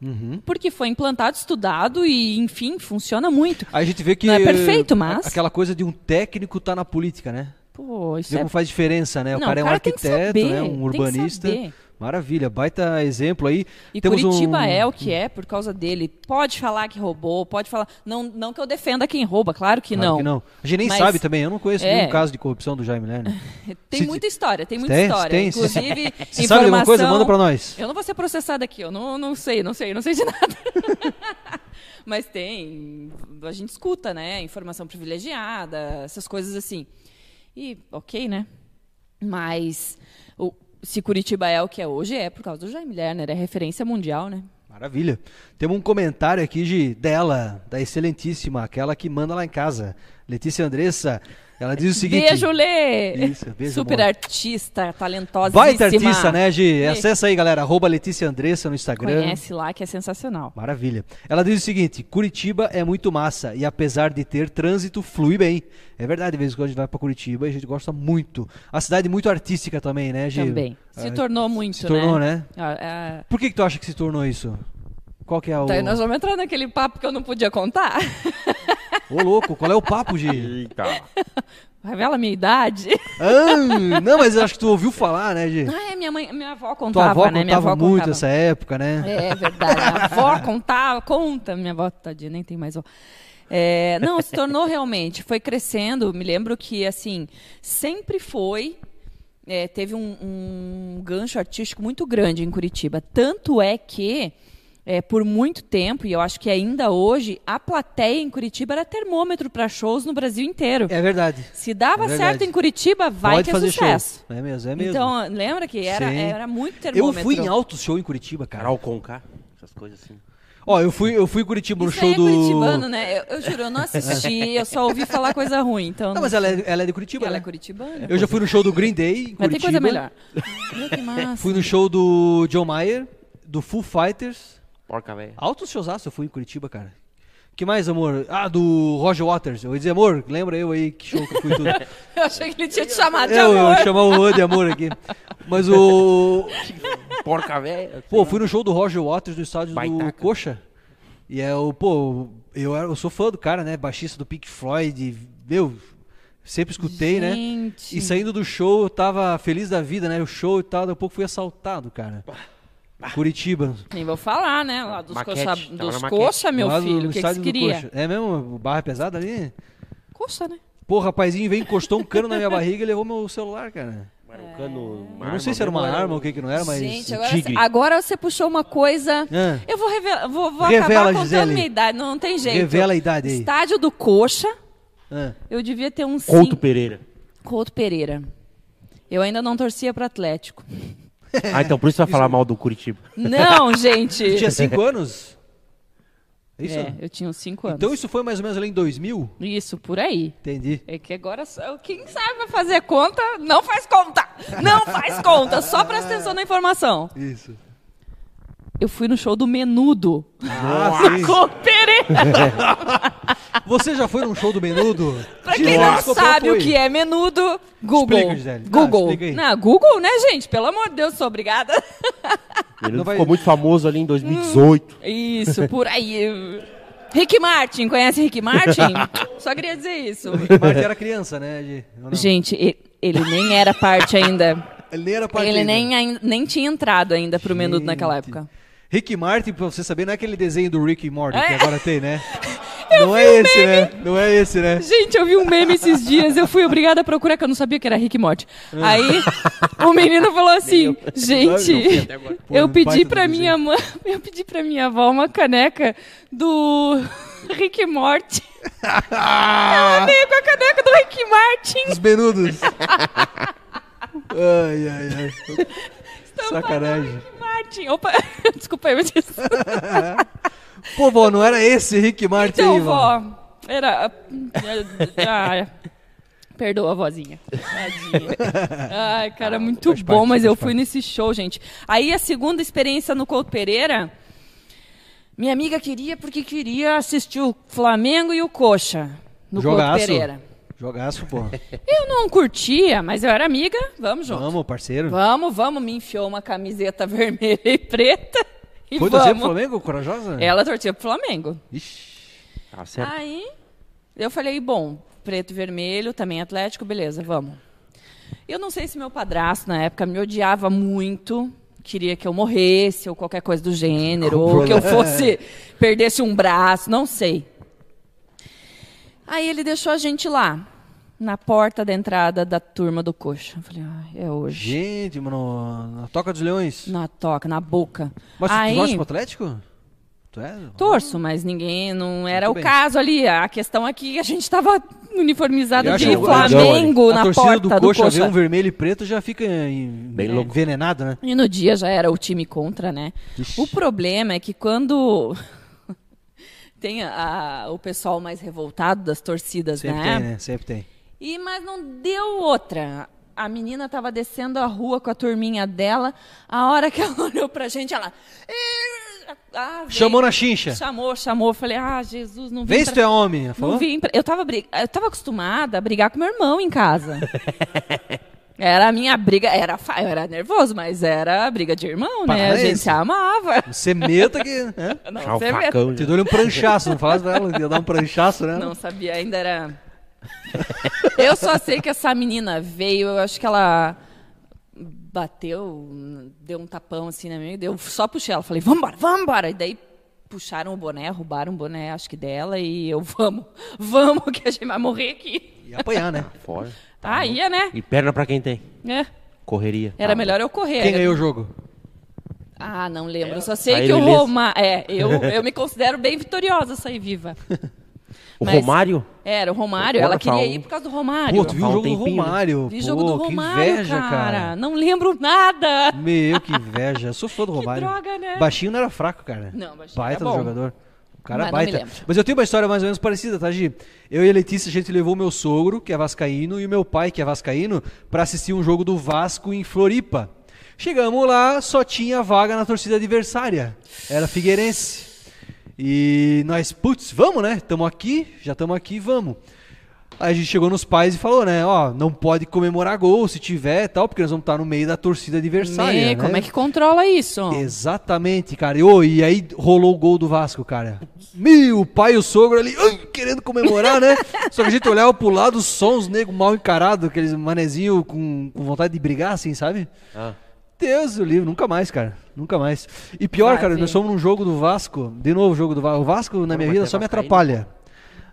[SPEAKER 1] Uhum.
[SPEAKER 3] porque foi implantado, estudado e, enfim, funciona muito.
[SPEAKER 1] Aí a gente vê que.
[SPEAKER 3] Não é perfeito,
[SPEAKER 1] eh,
[SPEAKER 3] mas-
[SPEAKER 1] a- Aquela coisa de um técnico tá na política, né?
[SPEAKER 3] Pô, isso
[SPEAKER 1] Vê
[SPEAKER 3] é
[SPEAKER 1] como faz diferença, né? O
[SPEAKER 3] Não,
[SPEAKER 1] cara é
[SPEAKER 3] o
[SPEAKER 1] um
[SPEAKER 3] cara tem que
[SPEAKER 1] arquiteto,
[SPEAKER 3] saber,
[SPEAKER 1] né?
[SPEAKER 3] tem
[SPEAKER 1] Um
[SPEAKER 3] que
[SPEAKER 1] urbanista.
[SPEAKER 3] saber.
[SPEAKER 1] Maravilha, baita exemplo aí.
[SPEAKER 3] E
[SPEAKER 1] Temos um-
[SPEAKER 3] Curitiba é o que é por causa dele. Pode falar que roubou, pode falar. Não, não que eu defenda quem rouba, claro que
[SPEAKER 1] Claro
[SPEAKER 3] não.
[SPEAKER 1] que não. A gente nem
[SPEAKER 3] Mas-
[SPEAKER 1] sabe também, eu não conheço
[SPEAKER 3] É.
[SPEAKER 1] nenhum caso de corrupção do Jaime Lerner.
[SPEAKER 3] Tem
[SPEAKER 1] Se-
[SPEAKER 3] muita história, tem muita
[SPEAKER 1] Tem?
[SPEAKER 3] história.
[SPEAKER 1] Tem? Se-
[SPEAKER 3] Inclusive,
[SPEAKER 1] Se sabe alguma coisa,
[SPEAKER 3] informação-
[SPEAKER 1] manda pra nós.
[SPEAKER 3] Eu não vou ser processada aqui, eu não, não sei, não sei, não sei de nada. Mas tem, a gente escuta, né? Informação privilegiada, essas coisas assim. E ok, né? Mas o- se Curitiba é o que é hoje, é por causa do Jaime Lerner, é referência mundial, né?
[SPEAKER 1] Maravilha. Temos um comentário aqui de dela, da excelentíssima, aquela que manda lá em casa, Letícia Andressa. Ela diz o seguinte:
[SPEAKER 3] Beijo, Lê!
[SPEAKER 1] Isso, beijo,
[SPEAKER 3] Super
[SPEAKER 1] amor.
[SPEAKER 3] artista, talentosa.
[SPEAKER 1] Baita artista, né, Gi? Acessa aí, galera. Arroba Letícia Andressa no Instagram.
[SPEAKER 3] Conhece lá que é sensacional.
[SPEAKER 1] Maravilha. Ela diz o seguinte: Curitiba é muito massa e apesar de ter trânsito, flui bem. É verdade, de vez em quando a gente vai pra Curitiba e a gente gosta muito. A cidade é muito artística também, né, Gi?
[SPEAKER 3] Também. Se
[SPEAKER 1] Ah,
[SPEAKER 3] tornou muito,
[SPEAKER 1] se tornou, né?
[SPEAKER 3] Ah, ah,
[SPEAKER 1] Por que, que tu acha que se tornou isso? Qual que é o.
[SPEAKER 3] Tá, nós vamos entrar naquele papo que eu não podia contar.
[SPEAKER 1] Ô, louco, qual é o papo, Gi?
[SPEAKER 2] Eita.
[SPEAKER 3] Revela a minha idade.
[SPEAKER 1] Ah, não, mas eu acho que tu ouviu falar, né, Gi?
[SPEAKER 3] Ah, é, minha mãe, minha avó contava,
[SPEAKER 1] Tua avó
[SPEAKER 3] né?
[SPEAKER 1] contava
[SPEAKER 3] Minha avó
[SPEAKER 1] muito
[SPEAKER 3] contava.
[SPEAKER 1] essa época, né?
[SPEAKER 3] É verdade. Minha avó contava, conta. Minha avó, tadinha, nem tem mais avó. É, não, se tornou realmente. Foi crescendo. Me lembro que, assim, sempre foi. é, teve um, um gancho artístico muito grande em Curitiba. Tanto é que, é, por muito tempo, e eu acho que ainda hoje, a plateia em Curitiba era termômetro para shows no Brasil inteiro.
[SPEAKER 1] É verdade.
[SPEAKER 3] Se dava
[SPEAKER 1] É verdade.
[SPEAKER 3] certo em Curitiba, vai
[SPEAKER 1] Pode
[SPEAKER 3] que é
[SPEAKER 1] fazer
[SPEAKER 3] sucesso.
[SPEAKER 1] show. É mesmo, é mesmo.
[SPEAKER 3] Então, lembra que era,
[SPEAKER 1] Sim.
[SPEAKER 3] era muito
[SPEAKER 1] eu
[SPEAKER 3] termômetro.
[SPEAKER 1] fui em alto show em Curitiba, cara.
[SPEAKER 2] Carol Conká. Essas coisas assim.
[SPEAKER 1] Ó, eu fui, eu fui em Curitiba no
[SPEAKER 3] Isso
[SPEAKER 1] show
[SPEAKER 3] aí é
[SPEAKER 1] do.
[SPEAKER 3] curitibano, né? Eu, eu juro, eu não assisti, eu só ouvi falar coisa ruim. Então,
[SPEAKER 1] Não, mas ela é, ela é de Curitiba,
[SPEAKER 3] ela é
[SPEAKER 1] né?
[SPEAKER 3] curitibana.
[SPEAKER 1] Eu já fui no show do Green Day em
[SPEAKER 3] Mas
[SPEAKER 1] Curitiba.
[SPEAKER 3] tem coisa melhor. Meu, que massa.
[SPEAKER 1] Fui no show do John Mayer. do Full Fighters.
[SPEAKER 2] Porca, velho.
[SPEAKER 1] Altos showzaço eu fui em Curitiba, cara. Que mais, amor? Ah, do Roger Waters. Eu ia dizer, amor, lembra eu aí que show que eu fui tudo.
[SPEAKER 3] Eu achei que ele tinha te chamado de
[SPEAKER 1] eu, eu
[SPEAKER 3] amor.
[SPEAKER 1] ia chamar o Juan de amor aqui. Mas o.
[SPEAKER 2] Ah, Porca, velho.
[SPEAKER 1] Pô, eu fui no show do Roger Waters no estádio do
[SPEAKER 2] Baitaca.
[SPEAKER 1] Coxa. E é o, pô, eu, era- eu sou fã do cara, né? Baixista do Pink Floyd. Meu, sempre escutei, né?
[SPEAKER 3] Gente.
[SPEAKER 1] E saindo do show, eu tava feliz da vida, né? O show e tal, daqui a pouco fui assaltado, cara. Curitiba.
[SPEAKER 3] Nem vou falar, né? Lá dos
[SPEAKER 2] Maquete,
[SPEAKER 3] coxa,
[SPEAKER 2] tava
[SPEAKER 3] dos
[SPEAKER 2] na maquete.
[SPEAKER 3] coxa meu
[SPEAKER 1] Lá no
[SPEAKER 3] filho. O que, que
[SPEAKER 1] estádio
[SPEAKER 3] você
[SPEAKER 1] do
[SPEAKER 3] queria?
[SPEAKER 1] Coxa. É mesmo? O barra pesada ali?
[SPEAKER 3] Coxa, né?
[SPEAKER 1] Pô, o rapazinho veio, encostou um cano na minha barriga e levou meu celular, cara.
[SPEAKER 2] Era um cano, uma
[SPEAKER 1] eu não
[SPEAKER 2] arma
[SPEAKER 1] sei se era uma
[SPEAKER 2] mesmo,
[SPEAKER 1] arma ou o que que não era, mas...
[SPEAKER 3] Gente, agora,
[SPEAKER 2] tigre.
[SPEAKER 3] você- agora você puxou uma coisa.
[SPEAKER 1] Ah.
[SPEAKER 3] Eu vou revelar. Vou, vou
[SPEAKER 1] Revela,
[SPEAKER 3] acabar contando
[SPEAKER 1] Gisele.
[SPEAKER 3] minha idade. Não, não tem jeito.
[SPEAKER 1] Revela a idade aí.
[SPEAKER 3] Estádio do Coxa.
[SPEAKER 1] Ah,
[SPEAKER 3] Eu devia ter uns.
[SPEAKER 2] Couto
[SPEAKER 3] cinco-
[SPEAKER 2] Pereira.
[SPEAKER 3] Couto Pereira. Eu ainda não torcia para Atlético.
[SPEAKER 2] Ah, então por isso vai falar mal do Curitiba.
[SPEAKER 3] Não, gente.
[SPEAKER 1] tinha cinco anos? É Isso?
[SPEAKER 3] É, eu tinha uns 5 anos.
[SPEAKER 1] Então isso foi mais ou menos ali em 2000?
[SPEAKER 3] Isso, por aí.
[SPEAKER 1] Entendi.
[SPEAKER 3] É que agora, só- quem sabe fazer conta, não faz conta! Não faz conta! Só presta atenção na informação.
[SPEAKER 1] Isso.
[SPEAKER 3] Eu fui no show do Menudo.
[SPEAKER 1] Ah, sim.
[SPEAKER 3] Com Pereira.
[SPEAKER 1] Você já foi num show do Menudo?
[SPEAKER 3] Pra quem não sabe o que é Menudo, Google.
[SPEAKER 1] Explica, Gisele. Ah,
[SPEAKER 3] Google.
[SPEAKER 1] explica aí.
[SPEAKER 3] não, Google, né, gente? Pelo amor de Deus, sou obrigada.
[SPEAKER 2] Ele
[SPEAKER 1] Não vai-
[SPEAKER 2] ficou muito famoso ali em 2018.
[SPEAKER 3] Isso, por aí. Rick Martin, conhece Rick Martin? Só queria dizer isso.
[SPEAKER 1] Marte era criança, né? Gi? Ou não?
[SPEAKER 3] Gente, e- ele nem era parte ainda.
[SPEAKER 1] Ele nem era parte
[SPEAKER 3] Ele
[SPEAKER 1] ainda.
[SPEAKER 3] nem, ain- nem tinha entrado ainda pro Menudo naquela
[SPEAKER 1] Gente.
[SPEAKER 3] época.
[SPEAKER 1] Rick Martin, pra você saber, não é aquele desenho do Rick e Morty que
[SPEAKER 3] É.
[SPEAKER 1] agora tem, né? não é esse, né? Não é esse, né?
[SPEAKER 3] Gente, eu vi um meme esses dias, eu fui obrigada a procurar, que eu não sabia que era Rick e Morty.
[SPEAKER 1] Ah.
[SPEAKER 3] Aí o menino falou assim, gente,
[SPEAKER 1] Pô, um
[SPEAKER 3] eu
[SPEAKER 1] baita
[SPEAKER 3] pedi
[SPEAKER 1] do
[SPEAKER 3] pra
[SPEAKER 1] desenho.
[SPEAKER 3] minha mãe, eu pedi pra minha avó uma caneca do Rick e Morty. Ela veio com a caneca do Rick e Martin.
[SPEAKER 1] Os menudos. ai, ai, ai. Sacanagem.
[SPEAKER 3] Rick e Martin. Opa, desculpa aí, mas isso.
[SPEAKER 1] Pô, vó, não era esse Rick Martin
[SPEAKER 3] Então,
[SPEAKER 1] aí, vó.
[SPEAKER 3] vó, era... ah, Perdoa a vozinha. Tadinha. Ai, cara, muito
[SPEAKER 1] Ah, faz
[SPEAKER 3] bom,
[SPEAKER 1] parte,
[SPEAKER 3] mas
[SPEAKER 1] faz
[SPEAKER 3] eu
[SPEAKER 1] parte.
[SPEAKER 3] fui nesse show, gente. Aí a segunda experiência no Couto Pereira, minha amiga queria porque queria assistir o Flamengo e o Coxa no
[SPEAKER 1] Jogaço.
[SPEAKER 3] Couto Pereira.
[SPEAKER 1] Jogaço, pô.
[SPEAKER 3] Eu não curtia, mas eu era amiga, vamos junto.
[SPEAKER 1] Vamos, parceiro.
[SPEAKER 3] Vamos, vamos, me enfiou uma camiseta vermelha e preta e
[SPEAKER 1] Foi torcer pro
[SPEAKER 3] vamos.
[SPEAKER 1] Flamengo, corajosa?
[SPEAKER 3] Ela torcia pro Flamengo.
[SPEAKER 1] Ixi.
[SPEAKER 2] Tá certo.
[SPEAKER 3] Aí eu falei, bom, preto e vermelho, também atlético, beleza, vamos. Eu não sei se meu padrasto na época me odiava muito, queria que eu morresse ou qualquer coisa do gênero, ou que eu fosse perdesse um braço, não sei. Aí ele deixou a gente lá, na porta da entrada da turma do coxa. Eu falei, ah, é hoje.
[SPEAKER 1] Gente, mano, na Toca dos Leões.
[SPEAKER 3] Na toca, na boca.
[SPEAKER 1] Mas tu-
[SPEAKER 3] Aí,
[SPEAKER 1] tu torce pro Atlético? Tu é?
[SPEAKER 3] Torço, mas ninguém. Não era
[SPEAKER 1] Muito bem.
[SPEAKER 3] o caso ali. A questão é que a gente estava uniformizado
[SPEAKER 1] Eu acho
[SPEAKER 3] de
[SPEAKER 1] que o-
[SPEAKER 3] Flamengo
[SPEAKER 1] a
[SPEAKER 3] na
[SPEAKER 1] torcida
[SPEAKER 3] porta
[SPEAKER 1] do
[SPEAKER 3] do
[SPEAKER 1] Coxa, vê
[SPEAKER 3] Coxa.
[SPEAKER 1] um vermelho e preto já fica em-
[SPEAKER 2] Bem louco.
[SPEAKER 1] envenenado, né?
[SPEAKER 3] E no dia já era o time contra, né?
[SPEAKER 1] Ixi.
[SPEAKER 3] O problema é que quando tem a- a- o pessoal mais revoltado das torcidas,
[SPEAKER 1] Sempre
[SPEAKER 3] né?
[SPEAKER 1] tem, né? Sempre tem.
[SPEAKER 3] E mas não deu outra. A menina tava descendo a rua com a turminha dela. A hora que ela olhou pra gente, ela Ah, veio.
[SPEAKER 1] Chamou na chincha.
[SPEAKER 3] Chamou, chamou. Eu Falei: "Ah, Jesus, não vem
[SPEAKER 1] Vê se tu é homem, ela falou.
[SPEAKER 3] Não vim pra- Eu tava, bri- eu tava acostumada a brigar com meu irmão em casa. Era a minha briga, era fa- eu era nervoso, mas era briga de irmão, né? A
[SPEAKER 1] Parece.
[SPEAKER 3] gente se amava.
[SPEAKER 1] "Ah, Você meta que. né?
[SPEAKER 3] Não,
[SPEAKER 2] Puxar o
[SPEAKER 3] você vê-
[SPEAKER 2] facão, né?
[SPEAKER 1] Te
[SPEAKER 2] já.
[SPEAKER 1] dou um pranchaço, não falasse pra ela que ia dar um pranchaço, né?
[SPEAKER 3] não sabia, ainda era. Eu só sei que essa menina veio, eu acho que ela bateu, deu um tapão assim na minha, e eu só puxei ela, falei, vambora, vambora. E daí puxaram o boné, roubaram o boné, acho que dela, e eu, vamos, vamos, que a gente vai morrer aqui.
[SPEAKER 1] Ia apanhar, né?
[SPEAKER 2] Fora.
[SPEAKER 3] Ah, ia, né?
[SPEAKER 2] E perna pra quem tem.
[SPEAKER 3] É.
[SPEAKER 2] Correria.
[SPEAKER 3] Era
[SPEAKER 2] Tá.
[SPEAKER 3] melhor É, eu correr.
[SPEAKER 1] Ah. Quem ganhou o jogo?
[SPEAKER 3] Ah, não lembro. Só sei
[SPEAKER 2] Saíram
[SPEAKER 3] que o
[SPEAKER 2] ileso.
[SPEAKER 3] Roma. É, eu, eu me considero bem vitoriosa sair viva.
[SPEAKER 2] O
[SPEAKER 3] Mas-
[SPEAKER 2] Romário?
[SPEAKER 3] Era, o Romário.
[SPEAKER 2] Agora
[SPEAKER 3] Ela
[SPEAKER 2] tá
[SPEAKER 3] queria
[SPEAKER 2] um-
[SPEAKER 3] ir por causa do Romário.
[SPEAKER 1] Pô, tu viu o
[SPEAKER 2] Fala um
[SPEAKER 1] jogo do
[SPEAKER 2] tempinho, né?
[SPEAKER 1] Romário?
[SPEAKER 3] Vi
[SPEAKER 1] Pô,
[SPEAKER 3] jogo do
[SPEAKER 1] que
[SPEAKER 3] Romário,
[SPEAKER 1] inveja,
[SPEAKER 3] cara.
[SPEAKER 1] cara.
[SPEAKER 3] Não lembro nada.
[SPEAKER 1] Meu, que inveja. Eu sou fã do Romário.
[SPEAKER 3] droga, né?
[SPEAKER 1] Baixinho não era fraco, cara.
[SPEAKER 3] Não, baixinho
[SPEAKER 1] Baita
[SPEAKER 3] era
[SPEAKER 1] do
[SPEAKER 3] bom.
[SPEAKER 1] jogador. O cara
[SPEAKER 3] Mas não me
[SPEAKER 1] baita.
[SPEAKER 3] lembro.
[SPEAKER 1] Mas eu tenho uma história mais ou menos parecida, tá, Gi? Eu e a Letícia, a gente levou meu sogro, que é vascaíno, e o meu pai, que é vascaíno, pra assistir um jogo do Vasco em Floripa. Chegamos lá, só tinha vaga na torcida adversária. Era Figueirense. E nós, putz, vamos, né? Estamos aqui, já estamos aqui, vamos. Aí a gente chegou nos pais e falou, né? Ó, não pode comemorar gol se tiver e tal, porque nós vamos estar no meio da torcida adversária.
[SPEAKER 3] Né?
[SPEAKER 1] né?
[SPEAKER 3] Como é que controla isso?
[SPEAKER 1] Exatamente, cara. E, ô, e aí rolou o gol do Vasco, cara. Meu pai e o sogro ali ai, querendo comemorar, né? Só que a gente olhava pro lado, só uns nego mal encarado, aqueles manezinho com, com vontade de brigar, assim, sabe?
[SPEAKER 2] Ah.
[SPEAKER 1] Deus do livro, nunca mais, cara. Nunca mais. E pior,
[SPEAKER 3] Vai
[SPEAKER 1] cara,
[SPEAKER 3] ver.
[SPEAKER 1] nós fomos num jogo do Vasco, de novo jogo do Vasco. O Vasco, na minha
[SPEAKER 2] mas
[SPEAKER 1] vida,
[SPEAKER 2] tu é
[SPEAKER 1] só me
[SPEAKER 2] vascaíno?
[SPEAKER 1] atrapalha.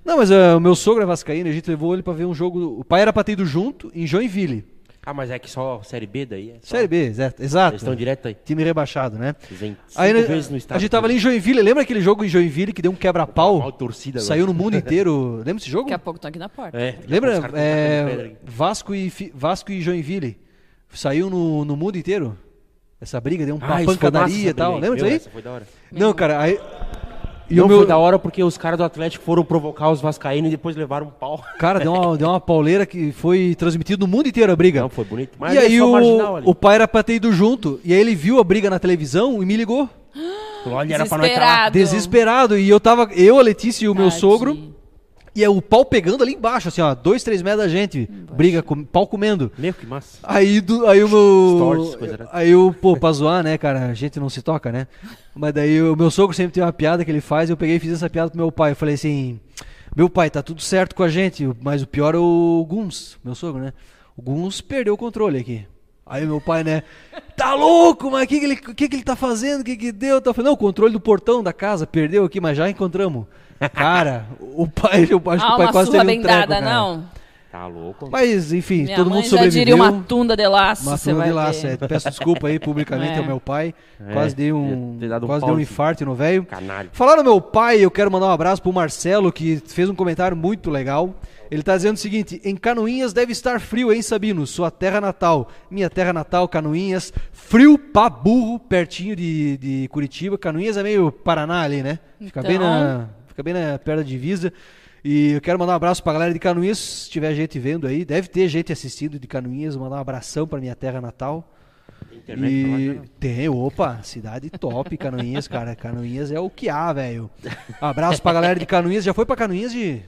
[SPEAKER 1] Não, mas ah, o meu sogro é vascaíno, a gente levou ele pra ver um jogo. O pai era pra ter ido junto em Joinville.
[SPEAKER 2] Ah, mas é que só Série B daí? É só-
[SPEAKER 1] Série B, exato. exato.
[SPEAKER 2] Eles estão direto aí.
[SPEAKER 1] Time rebaixado, né?
[SPEAKER 2] Cinco
[SPEAKER 1] Aí, né,
[SPEAKER 2] vezes no
[SPEAKER 1] a
[SPEAKER 2] estádio.
[SPEAKER 1] gente tava ali em Joinville, lembra aquele jogo em Joinville que deu um
[SPEAKER 2] Mal
[SPEAKER 1] quebra-pau?
[SPEAKER 2] torcida agora.
[SPEAKER 1] Saiu no mundo inteiro. Lembra esse jogo?
[SPEAKER 3] Daqui a pouco estão aqui na porta.
[SPEAKER 2] É, daqui a pouco os
[SPEAKER 1] Lembra?
[SPEAKER 2] caras tão tacando pedra
[SPEAKER 1] É,
[SPEAKER 2] aqui.
[SPEAKER 1] Vasco, e, Fi- Vasco e Joinville. Saiu no, no mundo inteiro. Essa briga deu um-
[SPEAKER 2] Ah,
[SPEAKER 1] uma
[SPEAKER 2] isso foi massa
[SPEAKER 1] pancadaria
[SPEAKER 2] essa
[SPEAKER 1] e tal.
[SPEAKER 2] briga aí.
[SPEAKER 1] Lembra disso
[SPEAKER 2] Meu,
[SPEAKER 1] aí?
[SPEAKER 2] essa foi da hora.
[SPEAKER 1] Não, cara, aí. E
[SPEAKER 2] E não
[SPEAKER 1] o meu.
[SPEAKER 2] foi da hora porque os caras do Atlético foram provocar os vascaínos e depois levaram um pau.
[SPEAKER 1] Cara, deu uma, deu uma pauleira que foi transmitido no mundo inteiro a briga.
[SPEAKER 2] Não, foi bonito. Mas
[SPEAKER 1] e
[SPEAKER 2] ali é
[SPEAKER 1] aí
[SPEAKER 2] só
[SPEAKER 1] o,
[SPEAKER 2] marginal ali.
[SPEAKER 1] o pai era pra ter ido junto. E aí ele viu a briga na televisão e me ligou.
[SPEAKER 2] Olha, era pra nós estar lá.
[SPEAKER 3] Desesperado.
[SPEAKER 1] Desesperado. E eu tava. Eu, a Letícia e o meu
[SPEAKER 3] Ah, Tadinho.
[SPEAKER 1] sogro. E é o pau pegando ali embaixo, assim, ó. Dois, três metros da gente. Briga, com, pau comendo.
[SPEAKER 2] Meu, que massa.
[SPEAKER 1] Aí, do, aí o meu.
[SPEAKER 2] Stories, coisa era-
[SPEAKER 1] aí eu, pô, pra zoar, né, cara? A gente não se toca, né? Mas daí o meu sogro sempre tem uma piada que ele faz. Eu peguei e fiz essa piada pro meu pai. Eu falei assim: Meu pai, tá tudo certo com a gente, mas o pior é o Guns, meu sogro, né? O Guns perdeu o controle aqui. Aí meu pai, né? Tá louco, mas o que, que, ele- que, que ele tá fazendo? O que, que deu? Tá falando, não, o controle do portão da casa perdeu aqui, mas já encontramos. Cara, o pai, eu acho que
[SPEAKER 3] ah,
[SPEAKER 1] o pai
[SPEAKER 3] uma
[SPEAKER 1] quase
[SPEAKER 3] surra
[SPEAKER 1] teve
[SPEAKER 3] bem
[SPEAKER 1] um treco,
[SPEAKER 3] dada,
[SPEAKER 1] cara.
[SPEAKER 3] não.
[SPEAKER 2] Tá louco.
[SPEAKER 1] Mas, enfim,
[SPEAKER 3] Minha
[SPEAKER 1] todo
[SPEAKER 3] mãe
[SPEAKER 1] mundo
[SPEAKER 3] já diria
[SPEAKER 1] sobreviveu.
[SPEAKER 3] uma tunda de laço,
[SPEAKER 1] Uma
[SPEAKER 3] você
[SPEAKER 1] turma
[SPEAKER 3] vai
[SPEAKER 1] de laço,
[SPEAKER 3] ver.
[SPEAKER 1] é. Peço desculpa aí publicamente
[SPEAKER 3] É.
[SPEAKER 1] ao meu pai.
[SPEAKER 2] É,
[SPEAKER 1] Quase dei um,
[SPEAKER 2] devia ter dado um
[SPEAKER 1] quase dei um
[SPEAKER 2] pause.
[SPEAKER 1] infarto no velho.
[SPEAKER 2] Canalho.
[SPEAKER 1] Falaram meu pai, eu quero mandar um abraço pro Marcelo, que fez um comentário muito legal. Ele tá dizendo o seguinte: em Canoinhas deve estar frio, hein, Sabino? Sua terra natal. Minha terra natal, Canoinhas. Frio pra burro, pertinho de, de Curitiba. Canoinhas é meio Paraná ali, né? Fica bem
[SPEAKER 3] Então.
[SPEAKER 1] na. Fica bem na perna da divisa. E eu quero mandar um abraço pra galera de Canoinhas, se tiver gente vendo aí. Deve ter gente assistindo de Canoinhas. Mandar um abração pra minha terra natal.
[SPEAKER 2] Internet pra lá, né?
[SPEAKER 1] e
[SPEAKER 2] cara.
[SPEAKER 1] tem, opa, cidade top, Canoinhas, cara. Canoinhas é o que há, velho. Um Abraço pra galera de Canoinhas. Já foi pra Canoinhas de.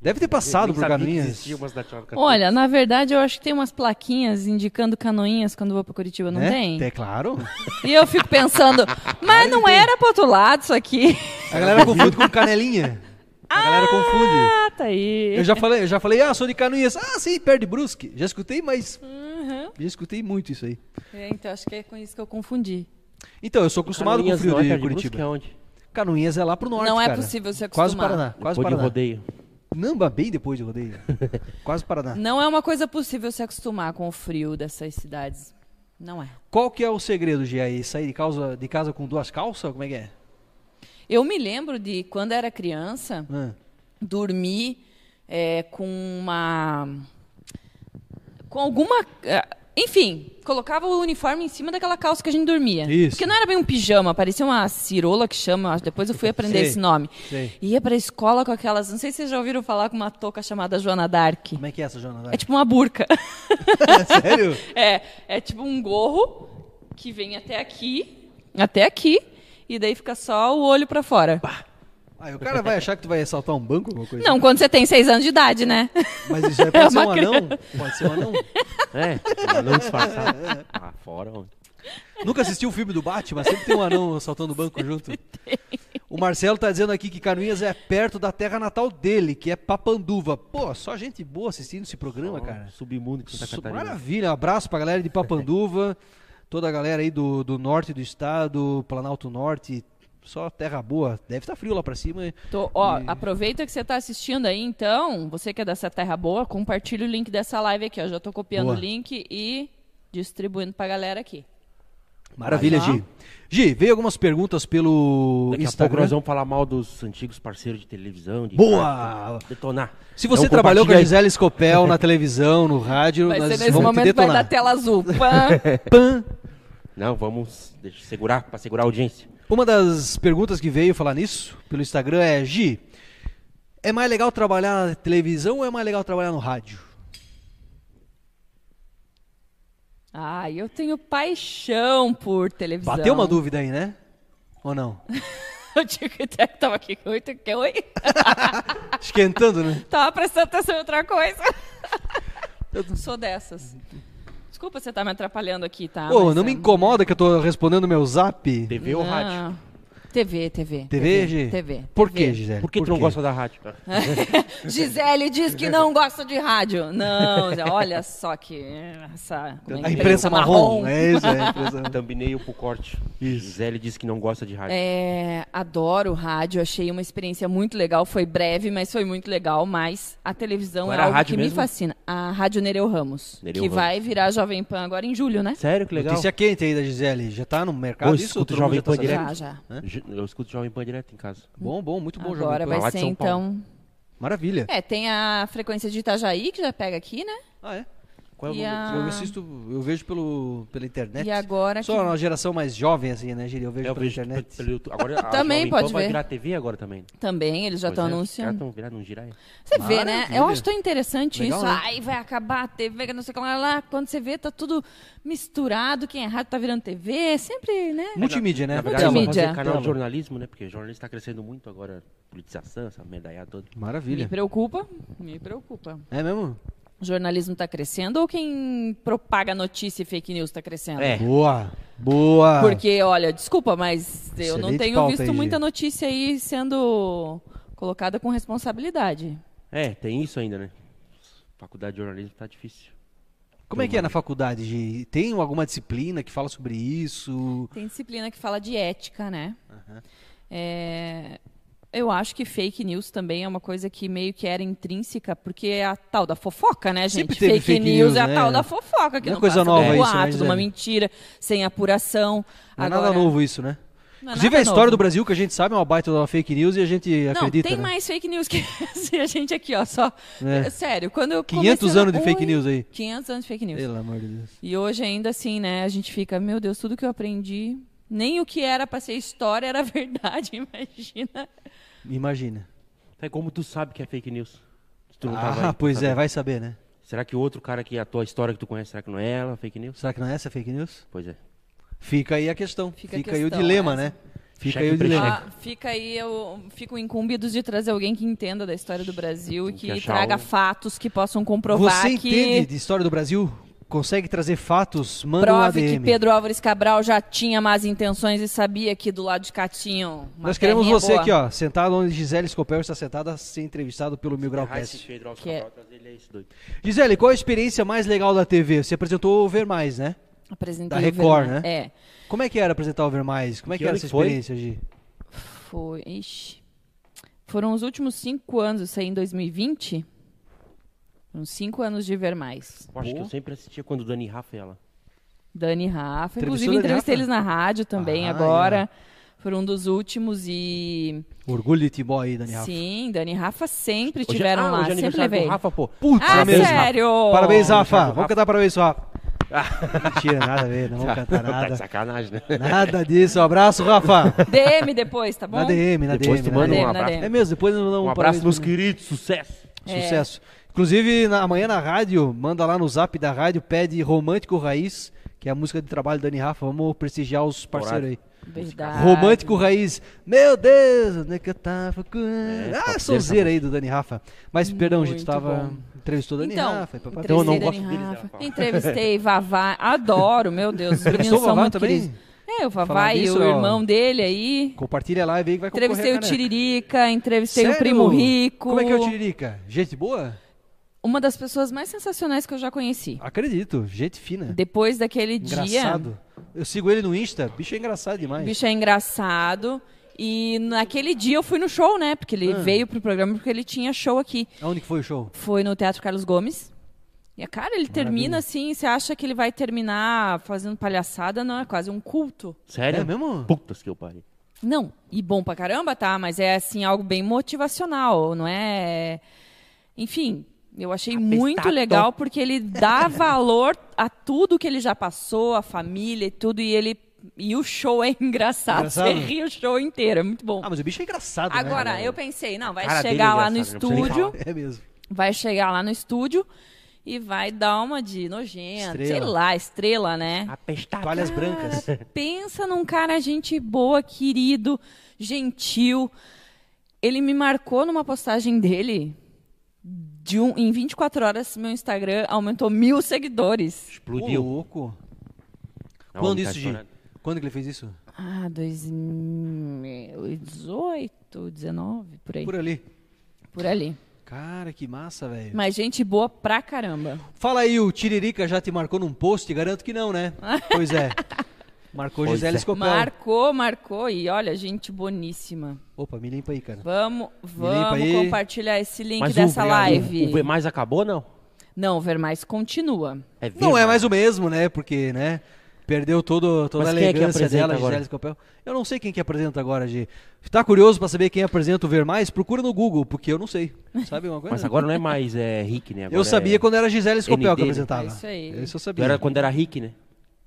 [SPEAKER 1] Deve ter passado
[SPEAKER 2] Nem
[SPEAKER 1] por
[SPEAKER 2] sabia que
[SPEAKER 1] Canoinhas.
[SPEAKER 2] existia umas da Tchauca.
[SPEAKER 3] Olha, na verdade, eu acho que tem umas plaquinhas indicando canoinhas quando eu vou pra Curitiba, não
[SPEAKER 1] né?
[SPEAKER 3] tem?
[SPEAKER 1] É claro.
[SPEAKER 3] E eu fico pensando, mas não era pro outro lado isso aqui.
[SPEAKER 1] A galera confunde com canelinha. A galera confunde.
[SPEAKER 3] Ah, tá aí.
[SPEAKER 1] Eu já falei, eu já falei, ah, sou de Canoinhas. Ah, sim, perde Brusque. Já escutei, mas
[SPEAKER 3] Uhum.
[SPEAKER 1] já escutei muito isso aí.
[SPEAKER 3] É, Então, acho que é com isso que eu confundi.
[SPEAKER 1] Então, eu sou acostumado
[SPEAKER 2] Canoinhas
[SPEAKER 1] com o
[SPEAKER 2] não é
[SPEAKER 1] frio de
[SPEAKER 2] perto de
[SPEAKER 1] Curitiba.
[SPEAKER 2] Brusque, é onde?
[SPEAKER 1] Canoinhas é lá pro norte,
[SPEAKER 3] Não é
[SPEAKER 1] cara.
[SPEAKER 3] possível se
[SPEAKER 1] Quase
[SPEAKER 3] acostumar.
[SPEAKER 1] Paraná, quase
[SPEAKER 2] Depois de
[SPEAKER 1] Paraná.
[SPEAKER 2] rodeio.
[SPEAKER 1] Não, mas bem depois de rodeio. quase Paraná.
[SPEAKER 3] Não é uma coisa possível se acostumar com o frio dessas cidades. Não é.
[SPEAKER 1] Qual que é o segredo, Gia? aí? Sair de, causa, de casa com duas calças? Como é que é?
[SPEAKER 3] Eu me lembro de quando era criança,
[SPEAKER 1] Hã?
[SPEAKER 3] dormir é, com uma. com alguma. eh, Enfim, colocava o uniforme em cima daquela calça que a gente dormia.
[SPEAKER 1] Isso.
[SPEAKER 3] Porque não era bem um pijama, parecia uma cirola que chama, depois eu fui aprender
[SPEAKER 1] Sei,
[SPEAKER 3] esse nome.
[SPEAKER 1] sei.
[SPEAKER 3] Ia pra escola com aquelas. Não sei se vocês já ouviram falar com uma touca chamada Joana Dark.
[SPEAKER 1] Como é que é essa, Joana?
[SPEAKER 3] É tipo uma burca.
[SPEAKER 1] Sério?
[SPEAKER 3] É, é tipo um gorro que vem até aqui, até aqui, e daí fica só o olho pra fora.
[SPEAKER 1] Aí o cara vai achar que tu vai assaltar um banco ou alguma coisa?
[SPEAKER 3] Não, quando você tem seis anos de idade, né?
[SPEAKER 1] Mas isso aí pode
[SPEAKER 3] É
[SPEAKER 1] ser
[SPEAKER 3] uma
[SPEAKER 1] um anão? Pode ser um anão?
[SPEAKER 2] É, não disfarçar. Ah, fora, homem.
[SPEAKER 1] Nunca assistiu o filme do Batman? Sempre tem um anão assaltando o banco junto. O Marcelo tá dizendo aqui que Canoinhas é perto da terra natal dele, que é Papanduva. Pô, só gente boa assistindo esse programa, cara.
[SPEAKER 2] Submundo de Santa
[SPEAKER 1] Su-
[SPEAKER 2] Catarina.
[SPEAKER 1] Maravilha, um abraço pra galera de Papanduva, toda a galera aí do, do norte do estado, Planalto Norte, só terra boa. Deve estar frio lá pra cima. hein?
[SPEAKER 3] Tô- ó, aproveita que você tá assistindo aí, então, você que é dessa terra boa, compartilha o link dessa live aqui, ó. Já tô copiando
[SPEAKER 1] Boa.
[SPEAKER 3] o link e distribuindo pra galera aqui.
[SPEAKER 1] Maravilha,
[SPEAKER 3] Vai lá.
[SPEAKER 1] Gi. Gi, veio algumas perguntas pelo
[SPEAKER 2] Daqui a pouco
[SPEAKER 1] Instagram.
[SPEAKER 2] nós vamos falar mal dos antigos parceiros de televisão. De
[SPEAKER 1] Boa!
[SPEAKER 2] Detonar.
[SPEAKER 1] Se você
[SPEAKER 2] Então,
[SPEAKER 1] trabalhou com a
[SPEAKER 2] compartilha aí.
[SPEAKER 1] Gisele Scopel na televisão, no rádio,
[SPEAKER 3] Vai
[SPEAKER 1] nós
[SPEAKER 3] ser nesse
[SPEAKER 1] vamos te
[SPEAKER 3] momento que vai dar
[SPEAKER 1] detonar.
[SPEAKER 3] tela azul. Pã.
[SPEAKER 1] Pam!
[SPEAKER 2] Não, vamos deixa eu segurar, pra segurar a audiência.
[SPEAKER 1] Uma das perguntas que veio falar nisso pelo Instagram é: Gi, é mais legal trabalhar na televisão ou é mais legal trabalhar no rádio?
[SPEAKER 3] Ah, eu tenho paixão por televisão.
[SPEAKER 1] Bateu uma dúvida aí, né? Ou não?
[SPEAKER 3] O Tico e Teco tava aqui com oito, que é oi?
[SPEAKER 1] Esquentando, né?
[SPEAKER 3] Tava prestando atenção em outra coisa. Sou dessas. Desculpa você tá me atrapalhando aqui, tá?
[SPEAKER 1] Pô,
[SPEAKER 3] Mas,
[SPEAKER 1] não me
[SPEAKER 3] é, Ah.
[SPEAKER 1] incomoda que eu tô respondendo meu zap?
[SPEAKER 2] TV ou
[SPEAKER 3] não.
[SPEAKER 2] rádio?
[SPEAKER 3] TV, TV.
[SPEAKER 1] TV, Gi?
[SPEAKER 3] TV.
[SPEAKER 1] É, Por quê,
[SPEAKER 3] TV.
[SPEAKER 1] Gisele?
[SPEAKER 2] Por que tu não gosta da rádio?
[SPEAKER 3] É. Gisele diz que não gosta de rádio. Não, olha só que essa. como é que
[SPEAKER 1] A
[SPEAKER 3] é?
[SPEAKER 1] imprensa
[SPEAKER 3] Essa
[SPEAKER 1] marrom.
[SPEAKER 2] né?
[SPEAKER 1] É isso, é a imprensa
[SPEAKER 2] Thumbnail pro corte.
[SPEAKER 1] Isso.
[SPEAKER 2] Gisele disse que não gosta de rádio.
[SPEAKER 3] É, adoro rádio, achei uma experiência muito legal. Foi breve, mas foi muito legal. Mas a televisão
[SPEAKER 2] Qual
[SPEAKER 3] é
[SPEAKER 2] era a
[SPEAKER 3] algo
[SPEAKER 2] rádio
[SPEAKER 3] que me
[SPEAKER 2] mesmo?
[SPEAKER 3] fascina. A Rádio Nereu Ramos,
[SPEAKER 2] Nereu
[SPEAKER 3] que
[SPEAKER 2] Ramos.
[SPEAKER 3] vai virar Jovem Pan agora em julho, né?
[SPEAKER 2] Sério, que legal.
[SPEAKER 1] Notícia quente aí da Gisele. Já tá no mercado
[SPEAKER 2] Ô,
[SPEAKER 1] isso?
[SPEAKER 2] escuta o
[SPEAKER 1] Todo mundo
[SPEAKER 2] Jovem
[SPEAKER 1] já tá
[SPEAKER 2] Pan
[SPEAKER 1] sabendo?
[SPEAKER 2] direto.
[SPEAKER 3] Já, já.
[SPEAKER 2] Gi- Eu escuto Jovem Pan direto em casa.
[SPEAKER 1] Bom, bom, muito bom Jovem
[SPEAKER 3] Agora
[SPEAKER 1] Pan.
[SPEAKER 3] vai
[SPEAKER 2] lá de
[SPEAKER 3] ser
[SPEAKER 2] São Paulo.
[SPEAKER 3] então.
[SPEAKER 1] Maravilha.
[SPEAKER 3] É, tem a frequência de Itajaí que já pega aqui, né?
[SPEAKER 1] Ah, é?
[SPEAKER 2] Qual
[SPEAKER 3] E a-
[SPEAKER 1] Eu assisto, eu vejo pelo, pela internet.
[SPEAKER 3] E agora
[SPEAKER 1] Sou
[SPEAKER 3] que-
[SPEAKER 1] uma geração mais jovem, assim, né, Giri? Eu vejo
[SPEAKER 2] É, Eu
[SPEAKER 1] pela
[SPEAKER 2] vejo
[SPEAKER 1] internet.
[SPEAKER 2] pelo YouTube. Agora a
[SPEAKER 3] Também
[SPEAKER 2] Jovem
[SPEAKER 3] pode
[SPEAKER 2] Pan vai
[SPEAKER 3] ver.
[SPEAKER 2] virar TV agora também.
[SPEAKER 3] Também, eles já
[SPEAKER 2] Pois
[SPEAKER 3] estão
[SPEAKER 2] é, Os caras
[SPEAKER 3] anunciando.
[SPEAKER 2] estão virando um giraia.
[SPEAKER 3] Você vê, né?
[SPEAKER 1] Maravilha.
[SPEAKER 3] Eu acho tão interessante
[SPEAKER 1] Legal,
[SPEAKER 3] isso.
[SPEAKER 1] né?
[SPEAKER 3] Ai, vai acabar a TV, que não sei o que lá, lá. Quando você vê, tá tudo misturado. Quem é rádio tá virando TV. Sempre, né?
[SPEAKER 1] Multimídia, né?
[SPEAKER 2] Na verdade,
[SPEAKER 1] Tela.
[SPEAKER 2] vão
[SPEAKER 3] Multimídia.
[SPEAKER 2] fazer canal
[SPEAKER 1] Tela.
[SPEAKER 2] de jornalismo, né? Porque jornalismo tá crescendo muito agora. Politização, essa medalha toda.
[SPEAKER 3] Me
[SPEAKER 1] Maravilha.
[SPEAKER 3] preocupa, me preocupa.
[SPEAKER 1] É mesmo?
[SPEAKER 3] O jornalismo está crescendo ou quem propaga notícia e fake news está crescendo?
[SPEAKER 2] É.
[SPEAKER 1] Boa. Boa.
[SPEAKER 3] Porque, olha, desculpa, mas eu não
[SPEAKER 1] Excelente
[SPEAKER 3] tenho
[SPEAKER 1] pauta,
[SPEAKER 3] visto
[SPEAKER 1] hein, Gi?
[SPEAKER 3] muita notícia aí sendo colocada com responsabilidade.
[SPEAKER 2] É, tem isso ainda, né? Faculdade de jornalismo tá difícil.
[SPEAKER 1] Como é que é na faculdade, Giri? Tem alguma disciplina que fala sobre isso?
[SPEAKER 3] Tem disciplina que fala de ética, né? É, eu acho que fake news também é uma coisa que meio que era intrínseca, porque é a tal da fofoca, né, gente?
[SPEAKER 1] Sempre teve fake news,
[SPEAKER 3] é a
[SPEAKER 1] né?
[SPEAKER 3] tal da fofoca, que
[SPEAKER 1] Não é
[SPEAKER 3] não,
[SPEAKER 1] coisa
[SPEAKER 3] passa de
[SPEAKER 1] nova
[SPEAKER 3] um
[SPEAKER 1] isso, né,
[SPEAKER 3] boato, de uma
[SPEAKER 1] Gisele?
[SPEAKER 3] mentira, sem apuração.
[SPEAKER 1] Não é
[SPEAKER 3] Agora,
[SPEAKER 1] nada novo isso, né?
[SPEAKER 3] não é
[SPEAKER 1] Inclusive,
[SPEAKER 3] nada
[SPEAKER 1] a história
[SPEAKER 3] novo.
[SPEAKER 1] do Brasil, que a gente sabe, é uma baita da fake news e a gente
[SPEAKER 3] Não,
[SPEAKER 1] acredita,
[SPEAKER 3] tem
[SPEAKER 1] né?
[SPEAKER 3] mais fake news que esse. a gente aqui, ó, só.
[SPEAKER 1] É.
[SPEAKER 3] Sério, quando eu
[SPEAKER 1] 500
[SPEAKER 3] comecei a-
[SPEAKER 1] anos de fake
[SPEAKER 3] Oi,
[SPEAKER 1] news aí.
[SPEAKER 3] 500 anos de fake news.
[SPEAKER 1] Pelo amor de Deus.
[SPEAKER 3] E hoje ainda assim, né, a gente fica, meu Deus, tudo que eu aprendi, nem o que era pra ser história era verdade, imagina.
[SPEAKER 1] Imagina.
[SPEAKER 2] Sabe como tu sabe que é fake news? Se tu não tá tava
[SPEAKER 1] Ah,
[SPEAKER 2] aí,
[SPEAKER 1] pois
[SPEAKER 2] sabe?
[SPEAKER 1] é, vai saber, né?
[SPEAKER 2] Será que o outro cara que a tua história que tu conhece, será que não é ela, fake news?
[SPEAKER 1] Será que não é essa a fake news?
[SPEAKER 2] Pois é.
[SPEAKER 1] Fica aí a questão. Fica,
[SPEAKER 3] Fica a
[SPEAKER 1] aí o
[SPEAKER 3] questão, é
[SPEAKER 1] dilema,
[SPEAKER 3] essa.
[SPEAKER 1] né? Fica
[SPEAKER 2] Cheque
[SPEAKER 1] aí o
[SPEAKER 2] pra
[SPEAKER 1] dilema.
[SPEAKER 2] cheque.
[SPEAKER 3] Ah, fica aí, eu fico incumbidos de trazer alguém que entenda da história do Brasil e
[SPEAKER 2] Tem
[SPEAKER 3] que,
[SPEAKER 2] que achar
[SPEAKER 3] traga
[SPEAKER 2] o-
[SPEAKER 3] fatos que possam comprovar
[SPEAKER 1] um- Você
[SPEAKER 3] que
[SPEAKER 1] entende de história do Brasil? Consegue trazer fatos? Manda um
[SPEAKER 3] prove que
[SPEAKER 1] ADM.
[SPEAKER 3] Pedro Álvares Cabral já tinha más intenções e sabia que do lado de cá tinham uma
[SPEAKER 1] Nós queremos
[SPEAKER 3] terrinha
[SPEAKER 1] você
[SPEAKER 3] é boa.
[SPEAKER 1] aqui, ó, sentado onde Gisele Scopel está sentada, ser entrevistado pelo Mil Grau
[SPEAKER 2] Ah, esse
[SPEAKER 1] Cast.
[SPEAKER 2] Pedro Alves
[SPEAKER 3] Que é-
[SPEAKER 2] Cabral, trazer ele é esse doido.
[SPEAKER 1] Gisele, qual a experiência mais legal da TV? Você apresentou o Ver Mais, né?
[SPEAKER 3] Apresentei
[SPEAKER 1] Da
[SPEAKER 3] o
[SPEAKER 1] Record,
[SPEAKER 3] Vermelho.
[SPEAKER 1] né?
[SPEAKER 3] É.
[SPEAKER 1] Como é que era apresentar o Ver Mais? Como é que,
[SPEAKER 2] Que
[SPEAKER 1] era
[SPEAKER 2] ano
[SPEAKER 1] essa
[SPEAKER 2] que foi?
[SPEAKER 1] experiência, Gi?
[SPEAKER 3] Foi. Ixi. Foram os últimos cinco anos, isso aí em 2020. Foram cinco anos de ver mais.
[SPEAKER 2] Eu acho que eu sempre assistia quando o Dani Rafa ela.
[SPEAKER 3] Dani e Rafa.
[SPEAKER 1] Entrevistou
[SPEAKER 3] Inclusive,
[SPEAKER 1] Dani
[SPEAKER 3] entrevistei
[SPEAKER 1] Rafa?
[SPEAKER 3] eles na rádio também
[SPEAKER 1] Ah, é.
[SPEAKER 3] agora. Foram um dos últimos e.
[SPEAKER 1] Orgulho de Timbó aí, Dani Rafa.
[SPEAKER 3] Sim, Dani e Rafa sempre
[SPEAKER 2] Hoje-
[SPEAKER 3] tiveram
[SPEAKER 2] ah,
[SPEAKER 3] lá.
[SPEAKER 2] hoje é
[SPEAKER 3] sempre
[SPEAKER 2] aniversário
[SPEAKER 3] levei.
[SPEAKER 2] do Rafa, pô.
[SPEAKER 1] Putz,
[SPEAKER 3] Ah,
[SPEAKER 1] é mesmo.
[SPEAKER 3] sério?
[SPEAKER 1] Parabéns, Rafa.
[SPEAKER 2] Rafa.
[SPEAKER 1] Vamos cantar parabéns, pro Rafa. Mentira, nada a ver, não vamos cantar
[SPEAKER 2] tá de
[SPEAKER 1] nada.
[SPEAKER 2] sacanagem, né?
[SPEAKER 1] Nada disso. Um abraço, Rafa.
[SPEAKER 3] DM depois, tá bom?
[SPEAKER 1] Na DM, na
[SPEAKER 2] Depois
[SPEAKER 1] DM.
[SPEAKER 2] tu
[SPEAKER 1] na
[SPEAKER 2] manda
[SPEAKER 1] DM.
[SPEAKER 2] um
[SPEAKER 3] na É.
[SPEAKER 2] abraço.
[SPEAKER 3] DM.
[SPEAKER 1] É mesmo, depois nós mandamos
[SPEAKER 2] Um
[SPEAKER 1] parabéns
[SPEAKER 2] abraço, meus
[SPEAKER 1] pra-
[SPEAKER 2] queridos, sucesso.
[SPEAKER 1] Sucesso. Inclusive, na, amanhã na rádio, manda lá no zap da rádio, pede Romântico Raiz, que é a música de trabalho da Dani Rafa. Vamos prestigiar os parceiros aí.
[SPEAKER 3] Verdade.
[SPEAKER 1] Romântico Raiz. Meu Deus, onde é que eu tava? É, ah,
[SPEAKER 2] top
[SPEAKER 1] sonzeira aí do Dani Rafa. Mas, perdão, gente,
[SPEAKER 3] tá Muito
[SPEAKER 1] tava.
[SPEAKER 3] bom.
[SPEAKER 1] Entrevistou o Dani
[SPEAKER 3] então,
[SPEAKER 1] Rafa. é papapá.
[SPEAKER 3] entrevistei
[SPEAKER 2] Eu não
[SPEAKER 3] Dani
[SPEAKER 2] gosto deles,
[SPEAKER 3] Rafa,
[SPEAKER 2] Rafa.
[SPEAKER 3] entrevistei Vavá, adoro, meu Deus, os meninos
[SPEAKER 1] Entrevistou o
[SPEAKER 3] são
[SPEAKER 1] Vavá
[SPEAKER 3] muito
[SPEAKER 1] também?
[SPEAKER 3] queridos. É, o
[SPEAKER 1] Falar
[SPEAKER 3] Vavá e
[SPEAKER 1] nisso,
[SPEAKER 3] o
[SPEAKER 1] ó.
[SPEAKER 3] irmão dele aí.
[SPEAKER 1] Compartilha a live aí que vai concorrer
[SPEAKER 3] Entrevistei
[SPEAKER 1] a
[SPEAKER 3] o
[SPEAKER 1] caneca.
[SPEAKER 3] Tiririca, entrevistei
[SPEAKER 1] Sério?
[SPEAKER 3] o Primo Rico.
[SPEAKER 1] Como é que é o Tiririca? Gente boa?
[SPEAKER 3] Uma das pessoas mais sensacionais que eu já conheci.
[SPEAKER 1] Acredito, gente fina.
[SPEAKER 3] Depois daquele dia,
[SPEAKER 1] Ah. Engraçado. Eu sigo ele no Insta, bicho é engraçado
[SPEAKER 3] o
[SPEAKER 1] demais.
[SPEAKER 3] bicho é engraçado. E naquele dia eu fui no show, né? Porque ele veio pro programa porque ele tinha show aqui.
[SPEAKER 1] Onde que foi o show?
[SPEAKER 3] Foi no Teatro Carlos Gomes. E, a cara, ele termina assim, você acha que ele vai terminar fazendo palhaçada? Não, é quase um culto.
[SPEAKER 2] Sério?
[SPEAKER 1] É mesmo?
[SPEAKER 2] Putas que eu parei.
[SPEAKER 3] Não, e bom pra caramba, tá? Mas é assim, algo bem motivacional, não é? Enfim, eu achei muito legal porque ele dá valor a tudo que ele já passou, a família e tudo, e ele. E o show é engraçado. Você
[SPEAKER 1] Engraçado.
[SPEAKER 3] ri o show inteiro, é muito bom.
[SPEAKER 1] Ah, mas o bicho é engraçado, né?
[SPEAKER 3] Agora, eu pensei, não, vai
[SPEAKER 2] cara dele é
[SPEAKER 3] chegar lá no
[SPEAKER 2] engraçado, não precisa nem
[SPEAKER 3] estúdio
[SPEAKER 1] É mesmo.
[SPEAKER 3] vai chegar lá no estúdio e vai dar uma de nojento, sei
[SPEAKER 1] Estrela.
[SPEAKER 3] lá, estrela, né?
[SPEAKER 2] A pestada.
[SPEAKER 1] Palhas brancas.
[SPEAKER 3] Pensa num cara gente boa, querido, gentil. Ele me marcou numa postagem dele. De um, em 24 horas, meu Instagram aumentou mil seguidores.
[SPEAKER 1] Ô,
[SPEAKER 2] Explodiu.
[SPEAKER 1] louco.
[SPEAKER 2] Não,
[SPEAKER 1] Quando
[SPEAKER 2] tá
[SPEAKER 1] isso, Gi?
[SPEAKER 2] chorando.
[SPEAKER 1] Quando que ele fez isso?
[SPEAKER 3] Ah, 2018, 19, por aí.
[SPEAKER 1] Por ali.
[SPEAKER 3] Por ali.
[SPEAKER 1] Cara, que massa, velho.
[SPEAKER 3] Mas gente boa pra caramba.
[SPEAKER 1] Fala aí, o Tiririca já te marcou num post? Garanto que não, né? Pois é. Marcou
[SPEAKER 2] Pois
[SPEAKER 1] Gisele
[SPEAKER 2] é.
[SPEAKER 1] Escopel.
[SPEAKER 3] Marcou, marcou. E olha, gente boníssima.
[SPEAKER 1] Opa, me limpa aí, cara.
[SPEAKER 3] Vamos,
[SPEAKER 1] limpa
[SPEAKER 3] vamos
[SPEAKER 1] aí.
[SPEAKER 3] compartilhar esse link
[SPEAKER 2] Mas
[SPEAKER 3] dessa
[SPEAKER 2] o,
[SPEAKER 3] live.
[SPEAKER 2] O, o V mais acabou, não?
[SPEAKER 3] Não, o Vermais continua.
[SPEAKER 2] É
[SPEAKER 1] Não é
[SPEAKER 2] V+.
[SPEAKER 1] mais o mesmo, né? Porque, né? Perdeu todo, toda
[SPEAKER 2] Mas
[SPEAKER 1] a
[SPEAKER 2] quem é que
[SPEAKER 1] elegância
[SPEAKER 2] apresenta
[SPEAKER 1] dela,
[SPEAKER 2] agora?
[SPEAKER 1] Gisele Escopel. Eu não sei quem que apresenta agora, Gi. Tá curioso pra saber quem apresenta o Ver Mais? Procura no Google, porque eu não sei. Sabe uma coisa?
[SPEAKER 2] Mas agora não é mais é, Rick, né? Agora
[SPEAKER 1] eu sabia
[SPEAKER 2] é...
[SPEAKER 1] quando era Gisele Escopel
[SPEAKER 2] ND,
[SPEAKER 1] que
[SPEAKER 2] né?
[SPEAKER 1] apresentava.
[SPEAKER 3] É isso aí.
[SPEAKER 1] Isso eu
[SPEAKER 2] Tu
[SPEAKER 1] sabia.
[SPEAKER 2] Era quando era Rick, né?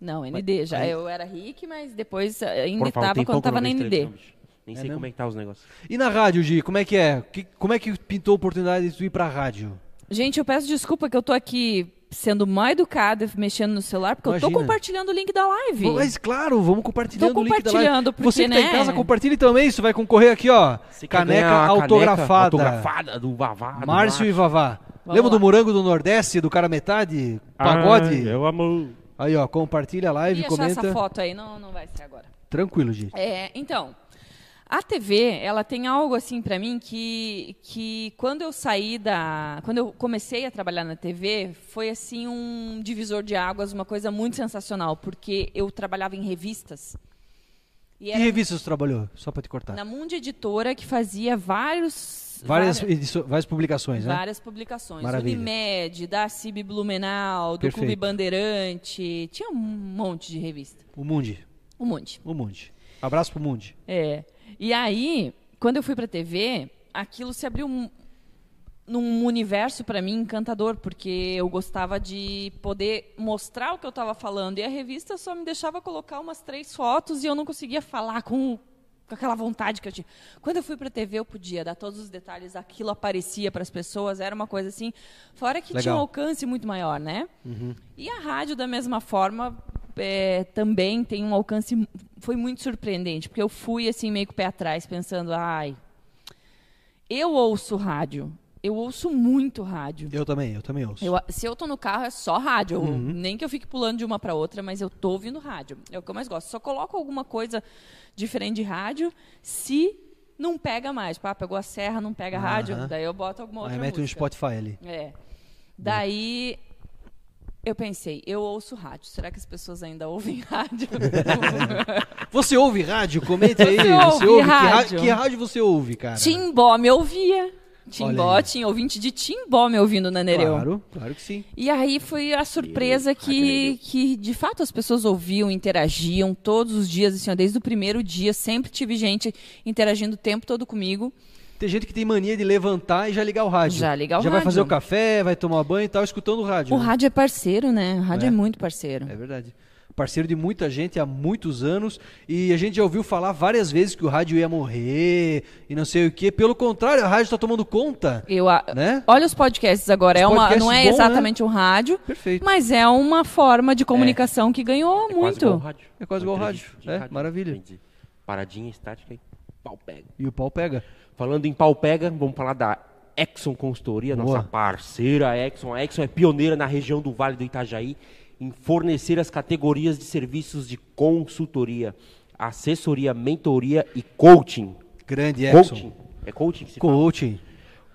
[SPEAKER 3] Não, ND já. Eu era Rick, mas depois eh, ainda
[SPEAKER 2] Porra, fala um
[SPEAKER 3] estava
[SPEAKER 2] tempão
[SPEAKER 3] quando
[SPEAKER 2] que eu
[SPEAKER 3] estava
[SPEAKER 2] não
[SPEAKER 3] na
[SPEAKER 2] vejo
[SPEAKER 3] ND.
[SPEAKER 2] televisão, bicho. Nem
[SPEAKER 1] É
[SPEAKER 2] sei
[SPEAKER 1] mesmo?
[SPEAKER 2] como é que tá os negócios.
[SPEAKER 1] E na rádio, Gi, como é que é? Que- como é que pintou a oportunidade de tu ir pra rádio?
[SPEAKER 3] Gente, eu peço desculpa que eu tô aqui sendo mal educada, e mexendo no celular, porque eu tô
[SPEAKER 1] Imagina.
[SPEAKER 3] compartilhando o link da live.
[SPEAKER 1] Mas claro, vamos compartilhando
[SPEAKER 3] Tô
[SPEAKER 1] o link da live.
[SPEAKER 3] compartilhando, porque,
[SPEAKER 1] Você que tá em
[SPEAKER 3] né?
[SPEAKER 1] casa, compartilhe também. Isso vai concorrer aqui, ó.
[SPEAKER 2] Você quer
[SPEAKER 1] Caneca
[SPEAKER 2] ganhar a
[SPEAKER 1] autografada.
[SPEAKER 2] autografada do Vavá. do
[SPEAKER 1] Márcio e
[SPEAKER 2] Márcio.
[SPEAKER 1] Vavá. Lembra do Morango do Nordeste, do cara metade? Pagode?
[SPEAKER 2] Ai, Ah, eu amo.
[SPEAKER 1] Aí, ó, compartilha a é, live,
[SPEAKER 3] E achar essa
[SPEAKER 1] comenta.
[SPEAKER 3] foto aí, não, não vai ser agora.
[SPEAKER 1] Tranquilo, gente.
[SPEAKER 3] É, então, a TV, ela tem algo assim pra mim que, que quando eu saí da, quando eu comecei a trabalhar na TV, foi assim um divisor de águas, uma coisa muito sensacional, porque eu trabalhava em revistas. E
[SPEAKER 1] Que
[SPEAKER 3] era
[SPEAKER 1] revista você trabalhou? Só pra te cortar.
[SPEAKER 3] na Mundo Editora que fazia vários
[SPEAKER 1] Várias,
[SPEAKER 3] várias,
[SPEAKER 1] ediço- várias publicações, né?
[SPEAKER 3] várias publicações,
[SPEAKER 1] Maravilha.
[SPEAKER 3] do Unimed, da CIB Blumenau, do
[SPEAKER 1] Perfeito.
[SPEAKER 3] Clube Bandeirante, tinha um monte de revista,
[SPEAKER 1] O Mundi.
[SPEAKER 3] um monte.
[SPEAKER 1] O Mundi. Abraço pro Mundi.
[SPEAKER 3] É. E aí, quando eu fui pra TV, aquilo se abriu um- num universo pra mim encantador, porque eu gostava de poder mostrar o que eu estava falando. E a revista só me deixava colocar umas três fotos e eu não conseguia falar com, com aquela vontade que eu tinha. Quando eu fui pra TV, eu podia dar todos os detalhes, aquilo aparecia para as pessoas, era uma coisa assim. Fora que tinha
[SPEAKER 1] Legal.
[SPEAKER 3] um alcance muito maior, né? E a rádio, da mesma forma, é, também tem um alcance. mu- Foi muito surpreendente, porque eu fui assim, meio com o pé atrás, pensando, ai. Eu ouço rádio. Eu ouço muito rádio.
[SPEAKER 1] Eu também, eu também ouço.
[SPEAKER 3] Eu a- se eu tô no carro, é só rádio. Eu-
[SPEAKER 1] Uhum.
[SPEAKER 3] Nem que eu fique pulando de uma para outra, mas eu tô ouvindo rádio. É o que eu mais gosto. Só coloco alguma coisa diferente de rádio se não pega mais. Pá, pegou a serra, não pega rádio.
[SPEAKER 1] Aham.
[SPEAKER 3] Daí eu boto alguma outra
[SPEAKER 1] Aí mete um
[SPEAKER 3] música.
[SPEAKER 1] Spotify ali.
[SPEAKER 3] É. Daí eu pensei, eu ouço rádio. Será que as pessoas ainda ouvem rádio?
[SPEAKER 1] Você ouve rádio? Comenta aí.
[SPEAKER 3] Você ouve
[SPEAKER 1] Que, ra-
[SPEAKER 3] rádio?
[SPEAKER 1] que rádio você ouve, cara?
[SPEAKER 3] Timbó me ouvia. Timbó
[SPEAKER 1] aí.
[SPEAKER 3] tinha ouvinte de Timbó me ouvindo na Nereu.
[SPEAKER 1] Claro, claro que sim.
[SPEAKER 3] E aí foi a surpresa que, que, de fato, as pessoas ouviam, interagiam todos os dias, assim, ó, desde o primeiro dia. Sempre tive gente interagindo o tempo todo comigo.
[SPEAKER 1] Tem gente que tem mania de levantar e já ligar o rádio.
[SPEAKER 3] Já ligar o
[SPEAKER 1] Já vai
[SPEAKER 3] rádio.
[SPEAKER 1] fazer o café, vai tomar banho e tal, escutando o rádio.
[SPEAKER 3] O
[SPEAKER 1] né?
[SPEAKER 3] rádio é parceiro, né? O rádio
[SPEAKER 1] É.
[SPEAKER 3] é, muito parceiro.
[SPEAKER 1] É verdade. Parceiro de muita gente há muitos anos e a gente já ouviu falar várias vezes que o rádio ia morrer e não sei o quê. Pelo contrário, a rádio tá tomando conta,
[SPEAKER 3] Eu, a-
[SPEAKER 1] né?
[SPEAKER 3] Olha os podcasts agora.
[SPEAKER 1] Os
[SPEAKER 3] é uma,
[SPEAKER 1] podcasts
[SPEAKER 3] não é
[SPEAKER 1] bom, né?
[SPEAKER 3] exatamente um rádio,
[SPEAKER 1] Perfeito.
[SPEAKER 3] mas é uma forma de comunicação que ganhou
[SPEAKER 2] É quase igual ao
[SPEAKER 3] muito.
[SPEAKER 2] rádio.
[SPEAKER 1] É quase igual ao rádio.
[SPEAKER 2] Entrevista
[SPEAKER 1] É,
[SPEAKER 2] de
[SPEAKER 1] maravilha.
[SPEAKER 2] Entendi. Paradinha estática e pau pega.
[SPEAKER 1] E o pau pega.
[SPEAKER 2] Falando em pau pega, vamos falar da Exxon Consultoria,
[SPEAKER 1] Boa.
[SPEAKER 2] nossa parceira Exxon. A Exxon é pioneira na região do Vale do Itajaí em fornecer as categorias de serviços de consultoria, assessoria, mentoria e coaching.
[SPEAKER 1] Grande Exxon.
[SPEAKER 2] Coaching. É coaching que se fala?
[SPEAKER 1] Coaching.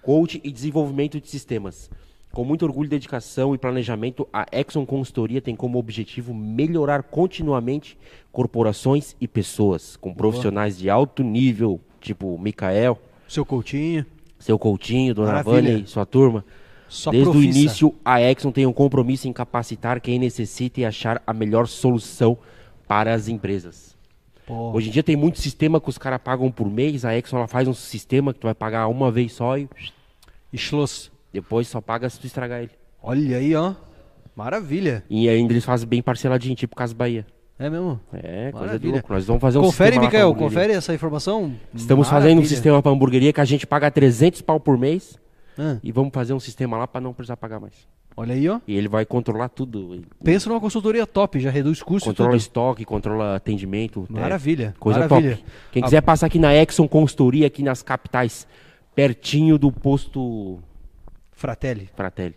[SPEAKER 2] coach e desenvolvimento de sistemas. Com muito orgulho, dedicação e planejamento, a Exxon Consultoria tem como objetivo melhorar continuamente corporações e pessoas com profissionais de alto nível, tipo Mikael,
[SPEAKER 1] Seu coachinho.
[SPEAKER 2] seu Coutinho, Dona
[SPEAKER 1] Maravilha.
[SPEAKER 2] Vânia e sua turma.
[SPEAKER 1] Só
[SPEAKER 2] Desde o
[SPEAKER 1] profissa.
[SPEAKER 2] início, a Exxon tem um compromisso em capacitar quem necessita e achar a melhor solução para as empresas.
[SPEAKER 1] Pô,
[SPEAKER 2] Hoje em dia tem muito sistema que os caras pagam por mês, a Exxon ela faz um sistema que tu vai pagar uma vez só e
[SPEAKER 1] e Schloss.
[SPEAKER 2] depois só paga se tu estragar ele.
[SPEAKER 1] Olha aí, ó. Maravilha.
[SPEAKER 2] E ainda eles fazem bem parceladinho, tipo Casa Bahia.
[SPEAKER 1] É mesmo?
[SPEAKER 2] É, coisa de
[SPEAKER 1] Maravilha.
[SPEAKER 2] louco. Nós vamos fazer um
[SPEAKER 1] confere,
[SPEAKER 2] sistema é. lá pra
[SPEAKER 1] Mikael,
[SPEAKER 2] hamburgueria.
[SPEAKER 1] confere essa informação.
[SPEAKER 2] Estamos
[SPEAKER 1] Maravilha.
[SPEAKER 2] fazendo um sistema pra hamburgueria que a gente paga 300 pau por mês
[SPEAKER 1] Ah,
[SPEAKER 2] e vamos fazer um sistema lá pra não precisar pagar mais.
[SPEAKER 1] Olha aí, ó.
[SPEAKER 2] E ele vai controlar tudo. Ele
[SPEAKER 1] Pensa numa consultoria top, já reduz custo. e
[SPEAKER 2] Controla
[SPEAKER 1] tudo.
[SPEAKER 2] estoque, controla atendimento. é,
[SPEAKER 1] Maravilha,
[SPEAKER 2] coisa
[SPEAKER 1] maravilha.
[SPEAKER 2] top. Quem quiser passar aqui na Exxon Consultoria, aqui nas capitais, pertinho do posto
[SPEAKER 1] Fratelli.
[SPEAKER 2] Fratelli.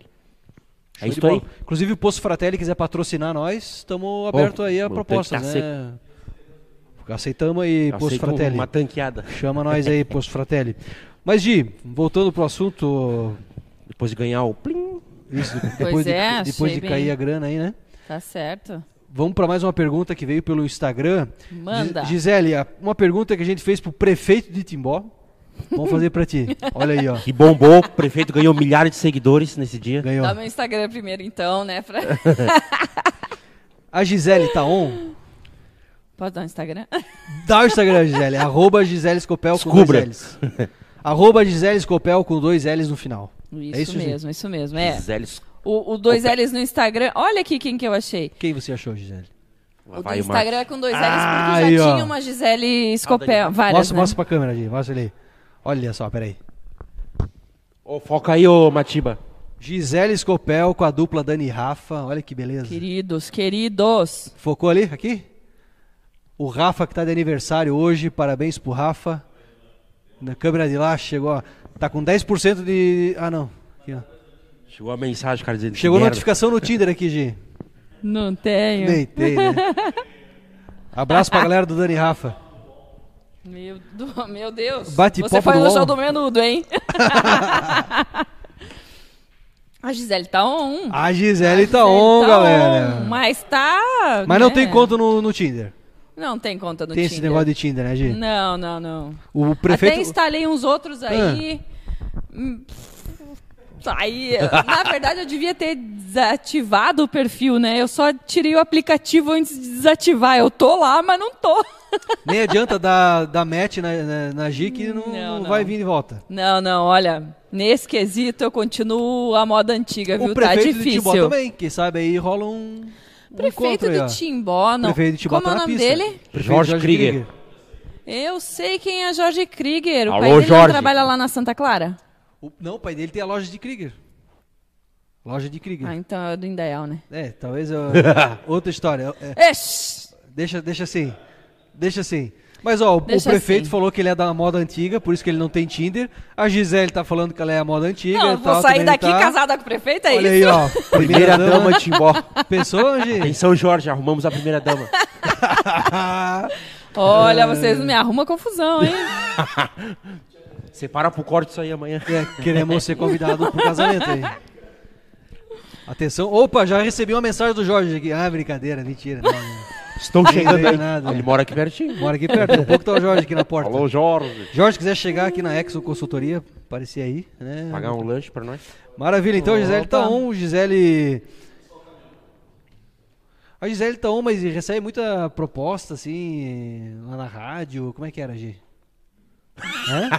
[SPEAKER 1] Show
[SPEAKER 2] é
[SPEAKER 1] de
[SPEAKER 2] isso aí.
[SPEAKER 1] bola. Inclusive, o Poço Fratelli quiser patrocinar nós, estamos aberto aí a
[SPEAKER 2] meu
[SPEAKER 1] propostas,
[SPEAKER 2] tanque tá
[SPEAKER 1] né? Aceitamos aí,
[SPEAKER 2] Eu
[SPEAKER 1] Poço
[SPEAKER 2] aceito
[SPEAKER 1] Fratelli.
[SPEAKER 2] Uma tanqueada.
[SPEAKER 1] Chama nós aí, Poço Fratelli. Mas, Gi, voltando pro assunto,
[SPEAKER 2] Depois de ganhar o plim.
[SPEAKER 1] isso, depois,
[SPEAKER 3] Pois
[SPEAKER 1] de,
[SPEAKER 3] é,
[SPEAKER 1] depois de
[SPEAKER 3] achei
[SPEAKER 1] cair
[SPEAKER 3] bem.
[SPEAKER 1] a grana aí, né?
[SPEAKER 3] Tá certo.
[SPEAKER 1] Vamos para mais uma pergunta que veio pelo Instagram.
[SPEAKER 3] Manda.
[SPEAKER 1] Gi- Gisele, a- uma pergunta que a gente fez pro prefeito de Timbó. Vamos fazer para ti. Olha aí, ó.
[SPEAKER 2] Que bombou. O prefeito ganhou milhares de seguidores nesse dia.
[SPEAKER 1] Ganhou.
[SPEAKER 3] Dá meu Instagram primeiro, então, né? pra-
[SPEAKER 1] A Gisele tá on?
[SPEAKER 3] Pode dar um Instagram?
[SPEAKER 1] Dá o Instagram, Gisele. Arroba Gisele Scopel com
[SPEAKER 2] Descubra.
[SPEAKER 1] dois L's. Arroba Gisele Scopel com dois L's no final.
[SPEAKER 3] Isso,
[SPEAKER 1] é isso Gi?
[SPEAKER 3] mesmo, isso mesmo. É.
[SPEAKER 2] Gisele,
[SPEAKER 3] O, o dois L's no Instagram. Olha aqui quem que eu achei.
[SPEAKER 1] Quem você achou, Gisele?
[SPEAKER 2] lá
[SPEAKER 3] O do
[SPEAKER 2] vai uma-
[SPEAKER 3] Instagram é com dois L's, porque
[SPEAKER 1] Ah,
[SPEAKER 3] já
[SPEAKER 1] aí, ó.
[SPEAKER 3] tinha uma Gisele Scopel. Várias,
[SPEAKER 1] mostra,
[SPEAKER 3] né?
[SPEAKER 1] mostra pra câmera, Gi. Mostra ali. Olha só, peraí.
[SPEAKER 2] Ô, foca aí, ô Matiba.
[SPEAKER 1] Gisele Scopel com a dupla Dani e Rafa. Olha que beleza.
[SPEAKER 3] Queridos, queridos.
[SPEAKER 1] Focou ali? Aqui? O Rafa que tá de aniversário hoje, parabéns pro Rafa. Na câmera de lá chegou, ó, tá com 10% de. Ah, não. Aqui, ó.
[SPEAKER 2] Chegou a mensagem, cara, dizendo
[SPEAKER 1] Chegou
[SPEAKER 2] que merda.
[SPEAKER 1] notificação no Tinder aqui, Gi.
[SPEAKER 3] Não tenho.
[SPEAKER 1] Deitei, né? Abraço pra galera do Dani e Rafa.
[SPEAKER 3] Meu, do- meu Deus.
[SPEAKER 1] Bate-papo
[SPEAKER 3] Você foi
[SPEAKER 1] do
[SPEAKER 3] no show
[SPEAKER 1] UOL.
[SPEAKER 3] do menudo, hein? A Gisele tá on.
[SPEAKER 1] A Gisele tá on, galera.
[SPEAKER 3] Mas tá.
[SPEAKER 1] Mas não
[SPEAKER 3] né?
[SPEAKER 1] tem conta no, no Tinder.
[SPEAKER 3] Não tem conta no
[SPEAKER 1] tem
[SPEAKER 3] Tinder.
[SPEAKER 1] esse negócio de Tinder, né, Gi?
[SPEAKER 3] Não, não, não.
[SPEAKER 1] O
[SPEAKER 3] Até
[SPEAKER 1] prefeito. Ah.
[SPEAKER 3] instalei uns outros aí. Hum, Aí, na verdade, eu devia ter desativado o perfil, né? Eu só tirei o aplicativo antes de desativar. Eu tô lá, mas não tô.
[SPEAKER 1] Nem adianta dar, dar match na, na, na Gi que não,
[SPEAKER 3] Não,
[SPEAKER 1] não vai
[SPEAKER 3] não.
[SPEAKER 1] vir de volta.
[SPEAKER 3] Não, não, olha. Nesse quesito, eu continuo a moda antiga, viu?
[SPEAKER 1] o
[SPEAKER 3] Tá
[SPEAKER 1] prefeito de Timbó
[SPEAKER 3] difícil.
[SPEAKER 1] também, quem sabe aí rola um. um
[SPEAKER 3] Prefeito
[SPEAKER 1] encontro aí, ó.
[SPEAKER 3] de Timbó, não.
[SPEAKER 1] Prefeito de Timbó
[SPEAKER 3] Como é
[SPEAKER 1] tá
[SPEAKER 3] o
[SPEAKER 1] na
[SPEAKER 3] nome
[SPEAKER 1] pista.
[SPEAKER 3] dele?
[SPEAKER 1] Prefeito
[SPEAKER 2] Jorge Krieger.
[SPEAKER 3] Eu sei quem é Jorge Krieger. O
[SPEAKER 2] Alô,
[SPEAKER 3] pai dele não
[SPEAKER 2] Jorge.
[SPEAKER 3] trabalha lá na Santa Clara?
[SPEAKER 1] O- não, o pai dele tem a loja de Krieger. Loja de Krieger.
[SPEAKER 3] Ah, então é do Indaial, né?
[SPEAKER 1] É, talvez eu- outra história. É,
[SPEAKER 3] Ixi!
[SPEAKER 1] deixa, deixa assim. Deixa assim. Mas ó, o- o
[SPEAKER 3] Deixa
[SPEAKER 1] prefeito
[SPEAKER 3] assim.
[SPEAKER 1] falou que ele é da moda antiga, por isso que ele não tem Tinder. A Gisele tá falando que ela é a moda antiga.
[SPEAKER 3] Não,
[SPEAKER 1] e
[SPEAKER 3] eu
[SPEAKER 1] tal,
[SPEAKER 3] vou sair
[SPEAKER 1] também
[SPEAKER 3] daqui
[SPEAKER 1] tá.
[SPEAKER 3] casada com o prefeito, é
[SPEAKER 1] Olha aí,
[SPEAKER 3] isso?
[SPEAKER 1] ó.
[SPEAKER 2] Primeira dama de Timbó.
[SPEAKER 1] Pensou,
[SPEAKER 2] Em
[SPEAKER 1] gente?
[SPEAKER 2] São Jorge, arrumamos a primeira dama. Ah.
[SPEAKER 1] É.
[SPEAKER 3] Olha, vocês me arrumam confusão, hein?
[SPEAKER 2] Separa pro corte isso aí amanhã.
[SPEAKER 1] É, queremos ser convidados pro casamento aí. Atenção. Opa, já recebi uma mensagem do Jorge aqui. Ah, brincadeira, mentira. Não, não.
[SPEAKER 2] Estão
[SPEAKER 1] Nem
[SPEAKER 2] chegando
[SPEAKER 1] veio
[SPEAKER 2] aí.
[SPEAKER 1] nada.
[SPEAKER 2] Ele mora aqui pertinho.
[SPEAKER 1] Mora aqui perto, daqui a pouco tá o Jorge aqui na porta.
[SPEAKER 2] Alô, Jorge.
[SPEAKER 1] Jorge, quiser chegar aqui na Exo Consultoria, aparecer aí, né?
[SPEAKER 2] Pagar um lanche pra nós.
[SPEAKER 1] Maravilha, então Gisele tá
[SPEAKER 3] Opa.
[SPEAKER 1] on, Gisele... A Gisele tá on, mas recebe muita proposta, assim, lá na rádio, como é que era, Gi? Hã?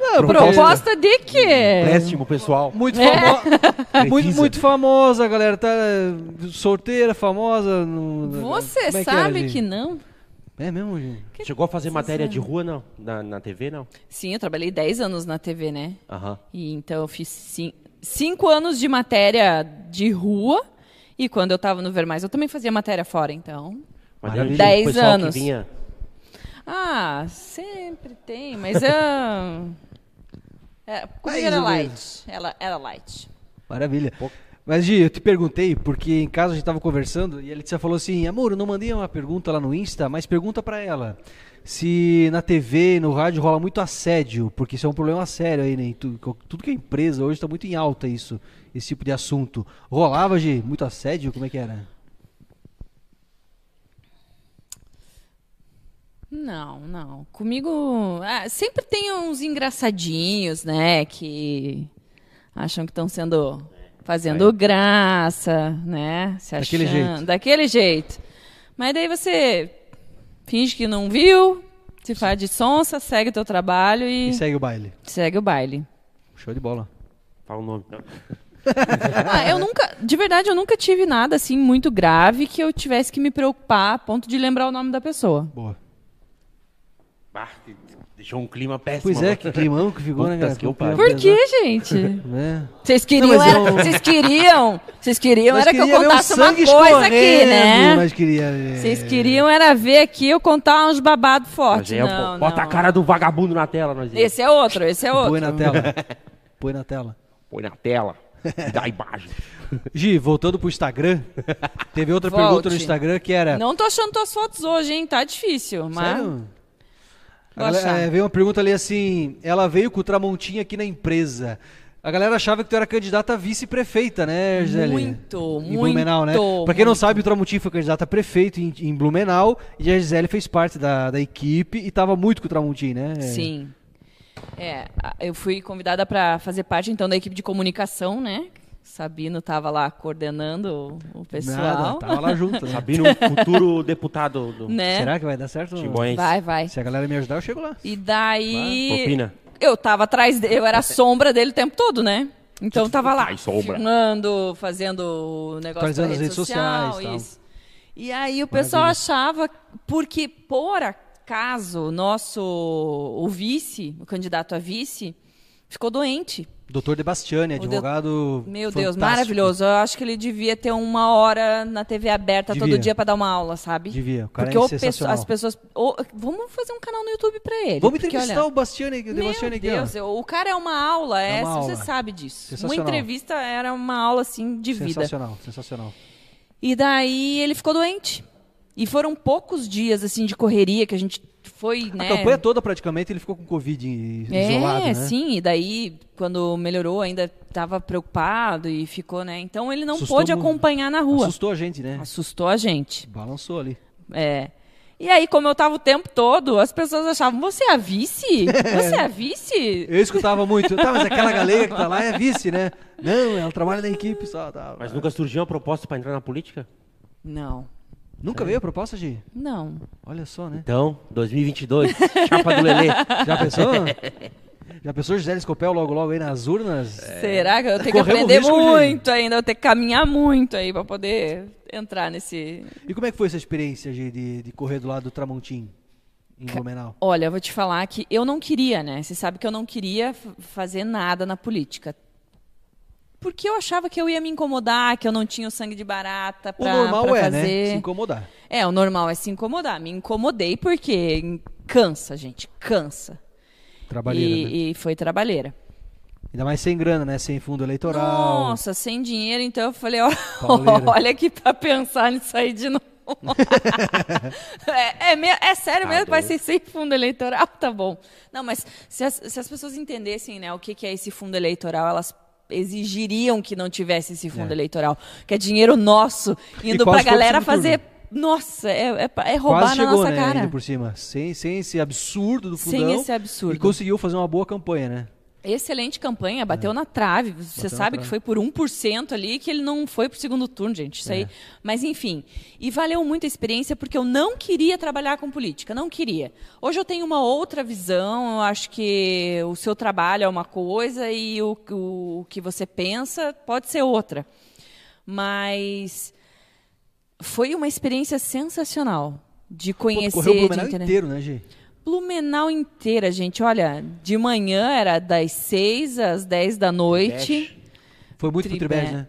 [SPEAKER 1] Não,
[SPEAKER 3] Proposta de
[SPEAKER 1] É.
[SPEAKER 3] quê?
[SPEAKER 2] Péssimo, pessoal.
[SPEAKER 1] Muito,
[SPEAKER 3] É.
[SPEAKER 1] famo... muito,
[SPEAKER 2] Precisa.
[SPEAKER 1] muito famosa, galera, tá solteira, famosa... no-
[SPEAKER 3] Você
[SPEAKER 1] Como é era,
[SPEAKER 3] sabe
[SPEAKER 1] Gi?
[SPEAKER 3] que não?
[SPEAKER 1] É mesmo, Gi?
[SPEAKER 2] Chegou a fazer matéria de rua, não? Na, na TV, não?
[SPEAKER 3] Sim, eu trabalhei 10 anos na TV, né?
[SPEAKER 2] Aham.
[SPEAKER 3] E então eu fiz 5 anos de matéria de rua. E quando eu tava no Vermais, eu também fazia matéria fora, então.
[SPEAKER 2] Mas era
[SPEAKER 1] Maravilha.
[SPEAKER 2] o
[SPEAKER 3] Dez
[SPEAKER 2] pessoal que
[SPEAKER 3] anos.
[SPEAKER 2] vinha-
[SPEAKER 3] Ah, sempre tem, mas ah, é, comigo
[SPEAKER 1] Mais
[SPEAKER 3] era
[SPEAKER 1] ou
[SPEAKER 3] light. Ela era light.
[SPEAKER 1] Maravilha. Mas, Gi, eu te perguntei, porque em casa a gente tava conversando e a Letícia falou assim: amor, eu não mandei uma pergunta lá no Insta, mas pergunta pra ela se na TV e no rádio rola muito assédio, porque isso é um problema sério aí, né? em tu- co- Tudo que é empresa hoje tá muito em alta isso, esse tipo de assunto. Rolava, Gi, muito assédio? Como é que era?
[SPEAKER 3] Não, não. Comigo ah, sempre tem uns engraçadinhos, né? Que acham que estão sendo fazendo graça, né? Se
[SPEAKER 1] Daquele
[SPEAKER 3] achando-
[SPEAKER 1] jeito.
[SPEAKER 3] Daquele jeito. Mas daí você finge que não viu, se faz de sonsa, segue o teu trabalho e,
[SPEAKER 1] E segue o baile.
[SPEAKER 3] segue o baile.
[SPEAKER 1] Show de bola.
[SPEAKER 2] Fala o nome.
[SPEAKER 3] Ah, eu nunca, de verdade, eu nunca tive nada assim muito grave que eu tivesse que me preocupar a ponto de lembrar o nome da pessoa.
[SPEAKER 1] Boa.
[SPEAKER 2] Bah, de- de- Deixou um clima péssimo.
[SPEAKER 1] Pois é,
[SPEAKER 2] agora.
[SPEAKER 1] que climão que ficou, né,
[SPEAKER 2] Puta
[SPEAKER 1] cara?
[SPEAKER 2] que eu
[SPEAKER 1] Ficou um
[SPEAKER 2] pariu.
[SPEAKER 3] Por
[SPEAKER 1] clima
[SPEAKER 3] que, gente?
[SPEAKER 1] pesado, né?
[SPEAKER 3] Vocês queriam,
[SPEAKER 1] Não, mas
[SPEAKER 3] era-
[SPEAKER 1] eu-
[SPEAKER 3] vocês queriam, vocês queriam
[SPEAKER 1] Nós
[SPEAKER 3] era que eu
[SPEAKER 1] queria ver o
[SPEAKER 3] contasse uma
[SPEAKER 1] sangue
[SPEAKER 3] coisa aqui,
[SPEAKER 1] escorrendo,
[SPEAKER 3] né?
[SPEAKER 1] Nós queria é, ver.
[SPEAKER 3] Vocês queriam era ver aqui eu contar uns babados
[SPEAKER 2] Mas
[SPEAKER 3] fortes.
[SPEAKER 2] é, pô,
[SPEAKER 3] Não,
[SPEAKER 2] bota
[SPEAKER 3] não.
[SPEAKER 2] a cara do vagabundo na tela, nós ia.
[SPEAKER 3] Esse é outro, esse é
[SPEAKER 1] Põe
[SPEAKER 3] outro.
[SPEAKER 1] na tela. Põe na tela.
[SPEAKER 2] Põe na tela. e Dá imagem.
[SPEAKER 1] Gi, voltando pro Instagram, teve outra
[SPEAKER 3] Volte.
[SPEAKER 1] pergunta no Instagram que era.
[SPEAKER 3] Não tô achando tuas fotos hoje, hein? Tá difícil, mas.
[SPEAKER 1] Sério?
[SPEAKER 3] Vou
[SPEAKER 1] A galera-
[SPEAKER 3] achar.
[SPEAKER 1] é, veio uma pergunta ali assim: ela veio com o Tramontinha aqui na empresa. A galera achava que tu era candidata a vice-prefeita, né, Gisele?
[SPEAKER 3] Muito,
[SPEAKER 1] Em Blumenau, né?
[SPEAKER 3] muito,
[SPEAKER 1] Pra quem não
[SPEAKER 3] muito.
[SPEAKER 1] sabe, o Tramontinho foi candidato a prefeito em, em Blumenau e a Gisele fez parte da, da equipe e tava muito com o Tramontinho, né?
[SPEAKER 3] Sim. É, a- eu fui convidada para fazer parte então da equipe de comunicação, né? Sabino estava lá coordenando o, o pessoal.
[SPEAKER 1] Nada, tava lá junto. Né?
[SPEAKER 2] Sabino, um futuro deputado do
[SPEAKER 3] né?
[SPEAKER 1] Será que vai dar certo?
[SPEAKER 2] Timboense.
[SPEAKER 3] Vai, vai.
[SPEAKER 1] Se a galera me ajudar, eu chego lá.
[SPEAKER 3] E daí
[SPEAKER 2] Propina.
[SPEAKER 3] eu tava atrás dele, eu era a sombra dele o tempo todo, né? Então eu tava lá,
[SPEAKER 2] Ai, sombra.
[SPEAKER 3] filmando, fazendo o negócio
[SPEAKER 1] Atualizando
[SPEAKER 3] da
[SPEAKER 1] as
[SPEAKER 3] rede
[SPEAKER 1] redes
[SPEAKER 3] social,
[SPEAKER 1] sociais, tal.
[SPEAKER 3] isso. E aí o pessoal achava, porque por acaso o nosso, o vice, o candidato a vice, ficou doente.
[SPEAKER 1] Doutor Debastiani,
[SPEAKER 3] Deus-
[SPEAKER 1] advogado.
[SPEAKER 3] Meu Deus,
[SPEAKER 1] fantástico.
[SPEAKER 3] maravilhoso. Eu acho que ele devia ter uma hora na TV aberta
[SPEAKER 1] Devia.
[SPEAKER 3] todo dia pra dar uma aula, sabe?
[SPEAKER 1] Devia, o cara
[SPEAKER 3] Porque
[SPEAKER 1] é
[SPEAKER 3] o pesso-
[SPEAKER 1] sensacional.
[SPEAKER 3] as pessoas. o- vamos fazer um canal no YouTube pra ele.
[SPEAKER 1] Vamos
[SPEAKER 3] porque,
[SPEAKER 1] entrevistar
[SPEAKER 3] olha,
[SPEAKER 1] o Bastiani, o Debastiani
[SPEAKER 3] Meu
[SPEAKER 1] aqui,
[SPEAKER 3] Deus, eu- o cara é uma aula,
[SPEAKER 1] É
[SPEAKER 3] é,
[SPEAKER 1] uma
[SPEAKER 3] você
[SPEAKER 1] aula.
[SPEAKER 3] sabe disso. Uma
[SPEAKER 1] Sensacional.
[SPEAKER 3] entrevista era uma aula assim de
[SPEAKER 1] ó.
[SPEAKER 3] vida.
[SPEAKER 1] Sensacional, sensacional.
[SPEAKER 3] E daí ele ficou doente. E foram poucos dias assim de correria que a gente foi, né?
[SPEAKER 1] A campanha toda, praticamente, ele ficou com Covid i-
[SPEAKER 3] É,
[SPEAKER 1] isolado, né?
[SPEAKER 3] sim, e daí quando melhorou ainda estava preocupado e ficou, né? Então ele não
[SPEAKER 1] Assustou
[SPEAKER 3] pôde
[SPEAKER 1] muito.
[SPEAKER 3] acompanhar na rua.
[SPEAKER 1] Assustou a gente, né?
[SPEAKER 3] Assustou a gente.
[SPEAKER 1] Balançou ali.
[SPEAKER 3] É. E aí, como eu tava o tempo todo, as pessoas achavam, você é a vice? Você é a vice?
[SPEAKER 1] Eu escutava muito. Tá, mas aquela galega que tá lá é vice, né? Não, ela trabalha na equipe só. Tá.
[SPEAKER 2] Mas nunca surgiu uma proposta pra entrar na política?
[SPEAKER 3] Não,
[SPEAKER 1] Nunca veio a proposta, Gi?
[SPEAKER 3] não.
[SPEAKER 1] Olha só, né?
[SPEAKER 2] Então, 2022, chapa do Lelê.
[SPEAKER 1] Já pensou? Já pensou Gisele Scopel logo logo aí nas urnas?
[SPEAKER 3] Será que eu tenho que
[SPEAKER 1] Corremos
[SPEAKER 3] aprender
[SPEAKER 1] um risco de-
[SPEAKER 3] muito ainda? Eu tenho que caminhar muito aí pra poder entrar nesse.
[SPEAKER 1] E como é que foi essa experiência, Gi, de, de correr do lado do Tramontim, em Blumenau?
[SPEAKER 3] Olha, eu vou te falar que eu não queria, né? Você sabe que eu não queria f- fazer nada na política. Porque eu achava que eu ia me incomodar, que eu não tinha o sangue de barata
[SPEAKER 1] O
[SPEAKER 3] pra,
[SPEAKER 1] normal
[SPEAKER 3] pra
[SPEAKER 1] é,
[SPEAKER 3] fazer.
[SPEAKER 1] né? Se incomodar.
[SPEAKER 3] É, o normal é se incomodar. Me incomodei porque em- cansa, gente, cansa.
[SPEAKER 1] Trabalheira,
[SPEAKER 3] e,
[SPEAKER 1] né?
[SPEAKER 3] e foi trabalheira.
[SPEAKER 1] Ainda mais sem grana, né? Sem fundo eleitoral.
[SPEAKER 3] Nossa, sem dinheiro, então eu falei, ó,
[SPEAKER 1] Pauleira.
[SPEAKER 3] olha aqui pra pensar nisso aí de novo. é, é me- é sério
[SPEAKER 2] Tá
[SPEAKER 3] mesmo, vai
[SPEAKER 2] doido.
[SPEAKER 3] ser sem fundo eleitoral, tá bom. Não, mas se as, se as pessoas entendessem, né, o que, que é esse fundo eleitoral, elas exigiriam que não tivesse esse fundo
[SPEAKER 1] É.
[SPEAKER 3] eleitoral, que é dinheiro nosso,
[SPEAKER 1] quase
[SPEAKER 3] indo pra
[SPEAKER 1] foi pro
[SPEAKER 3] galera
[SPEAKER 1] segundo turno.
[SPEAKER 3] fazer... Nossa, é, é, pra- é roubar
[SPEAKER 1] Quase
[SPEAKER 3] na
[SPEAKER 1] chegou,
[SPEAKER 3] nossa
[SPEAKER 1] né?
[SPEAKER 3] cara.
[SPEAKER 1] Ainda por cima. Sem, sem esse absurdo do
[SPEAKER 3] Sem
[SPEAKER 1] fundão.
[SPEAKER 3] esse absurdo.
[SPEAKER 1] E conseguiu fazer uma boa campanha, né?
[SPEAKER 3] Excelente campanha, bateu na trave. Você
[SPEAKER 1] É. Bateu na
[SPEAKER 3] sabe
[SPEAKER 1] trave.
[SPEAKER 3] que foi por 1% ali que ele não foi pro segundo turno, gente. Isso
[SPEAKER 1] É.
[SPEAKER 3] aí. Mas enfim. E valeu muito a experiência porque eu não queria trabalhar com política, não queria. Hoje eu tenho uma outra visão, eu acho que o seu trabalho é uma coisa e o, o, o que você pensa pode ser outra. Mas foi uma experiência sensacional de
[SPEAKER 1] Pô, tu
[SPEAKER 3] conhecer.
[SPEAKER 1] correu o Blumenau
[SPEAKER 3] de entender.
[SPEAKER 1] inteiro, né, Gi?
[SPEAKER 3] Blumenau inteira, gente. Olha, de manhã era das 6 às 10 da noite.
[SPEAKER 1] Foi muito pro
[SPEAKER 3] Tribé.
[SPEAKER 1] Tribés, né?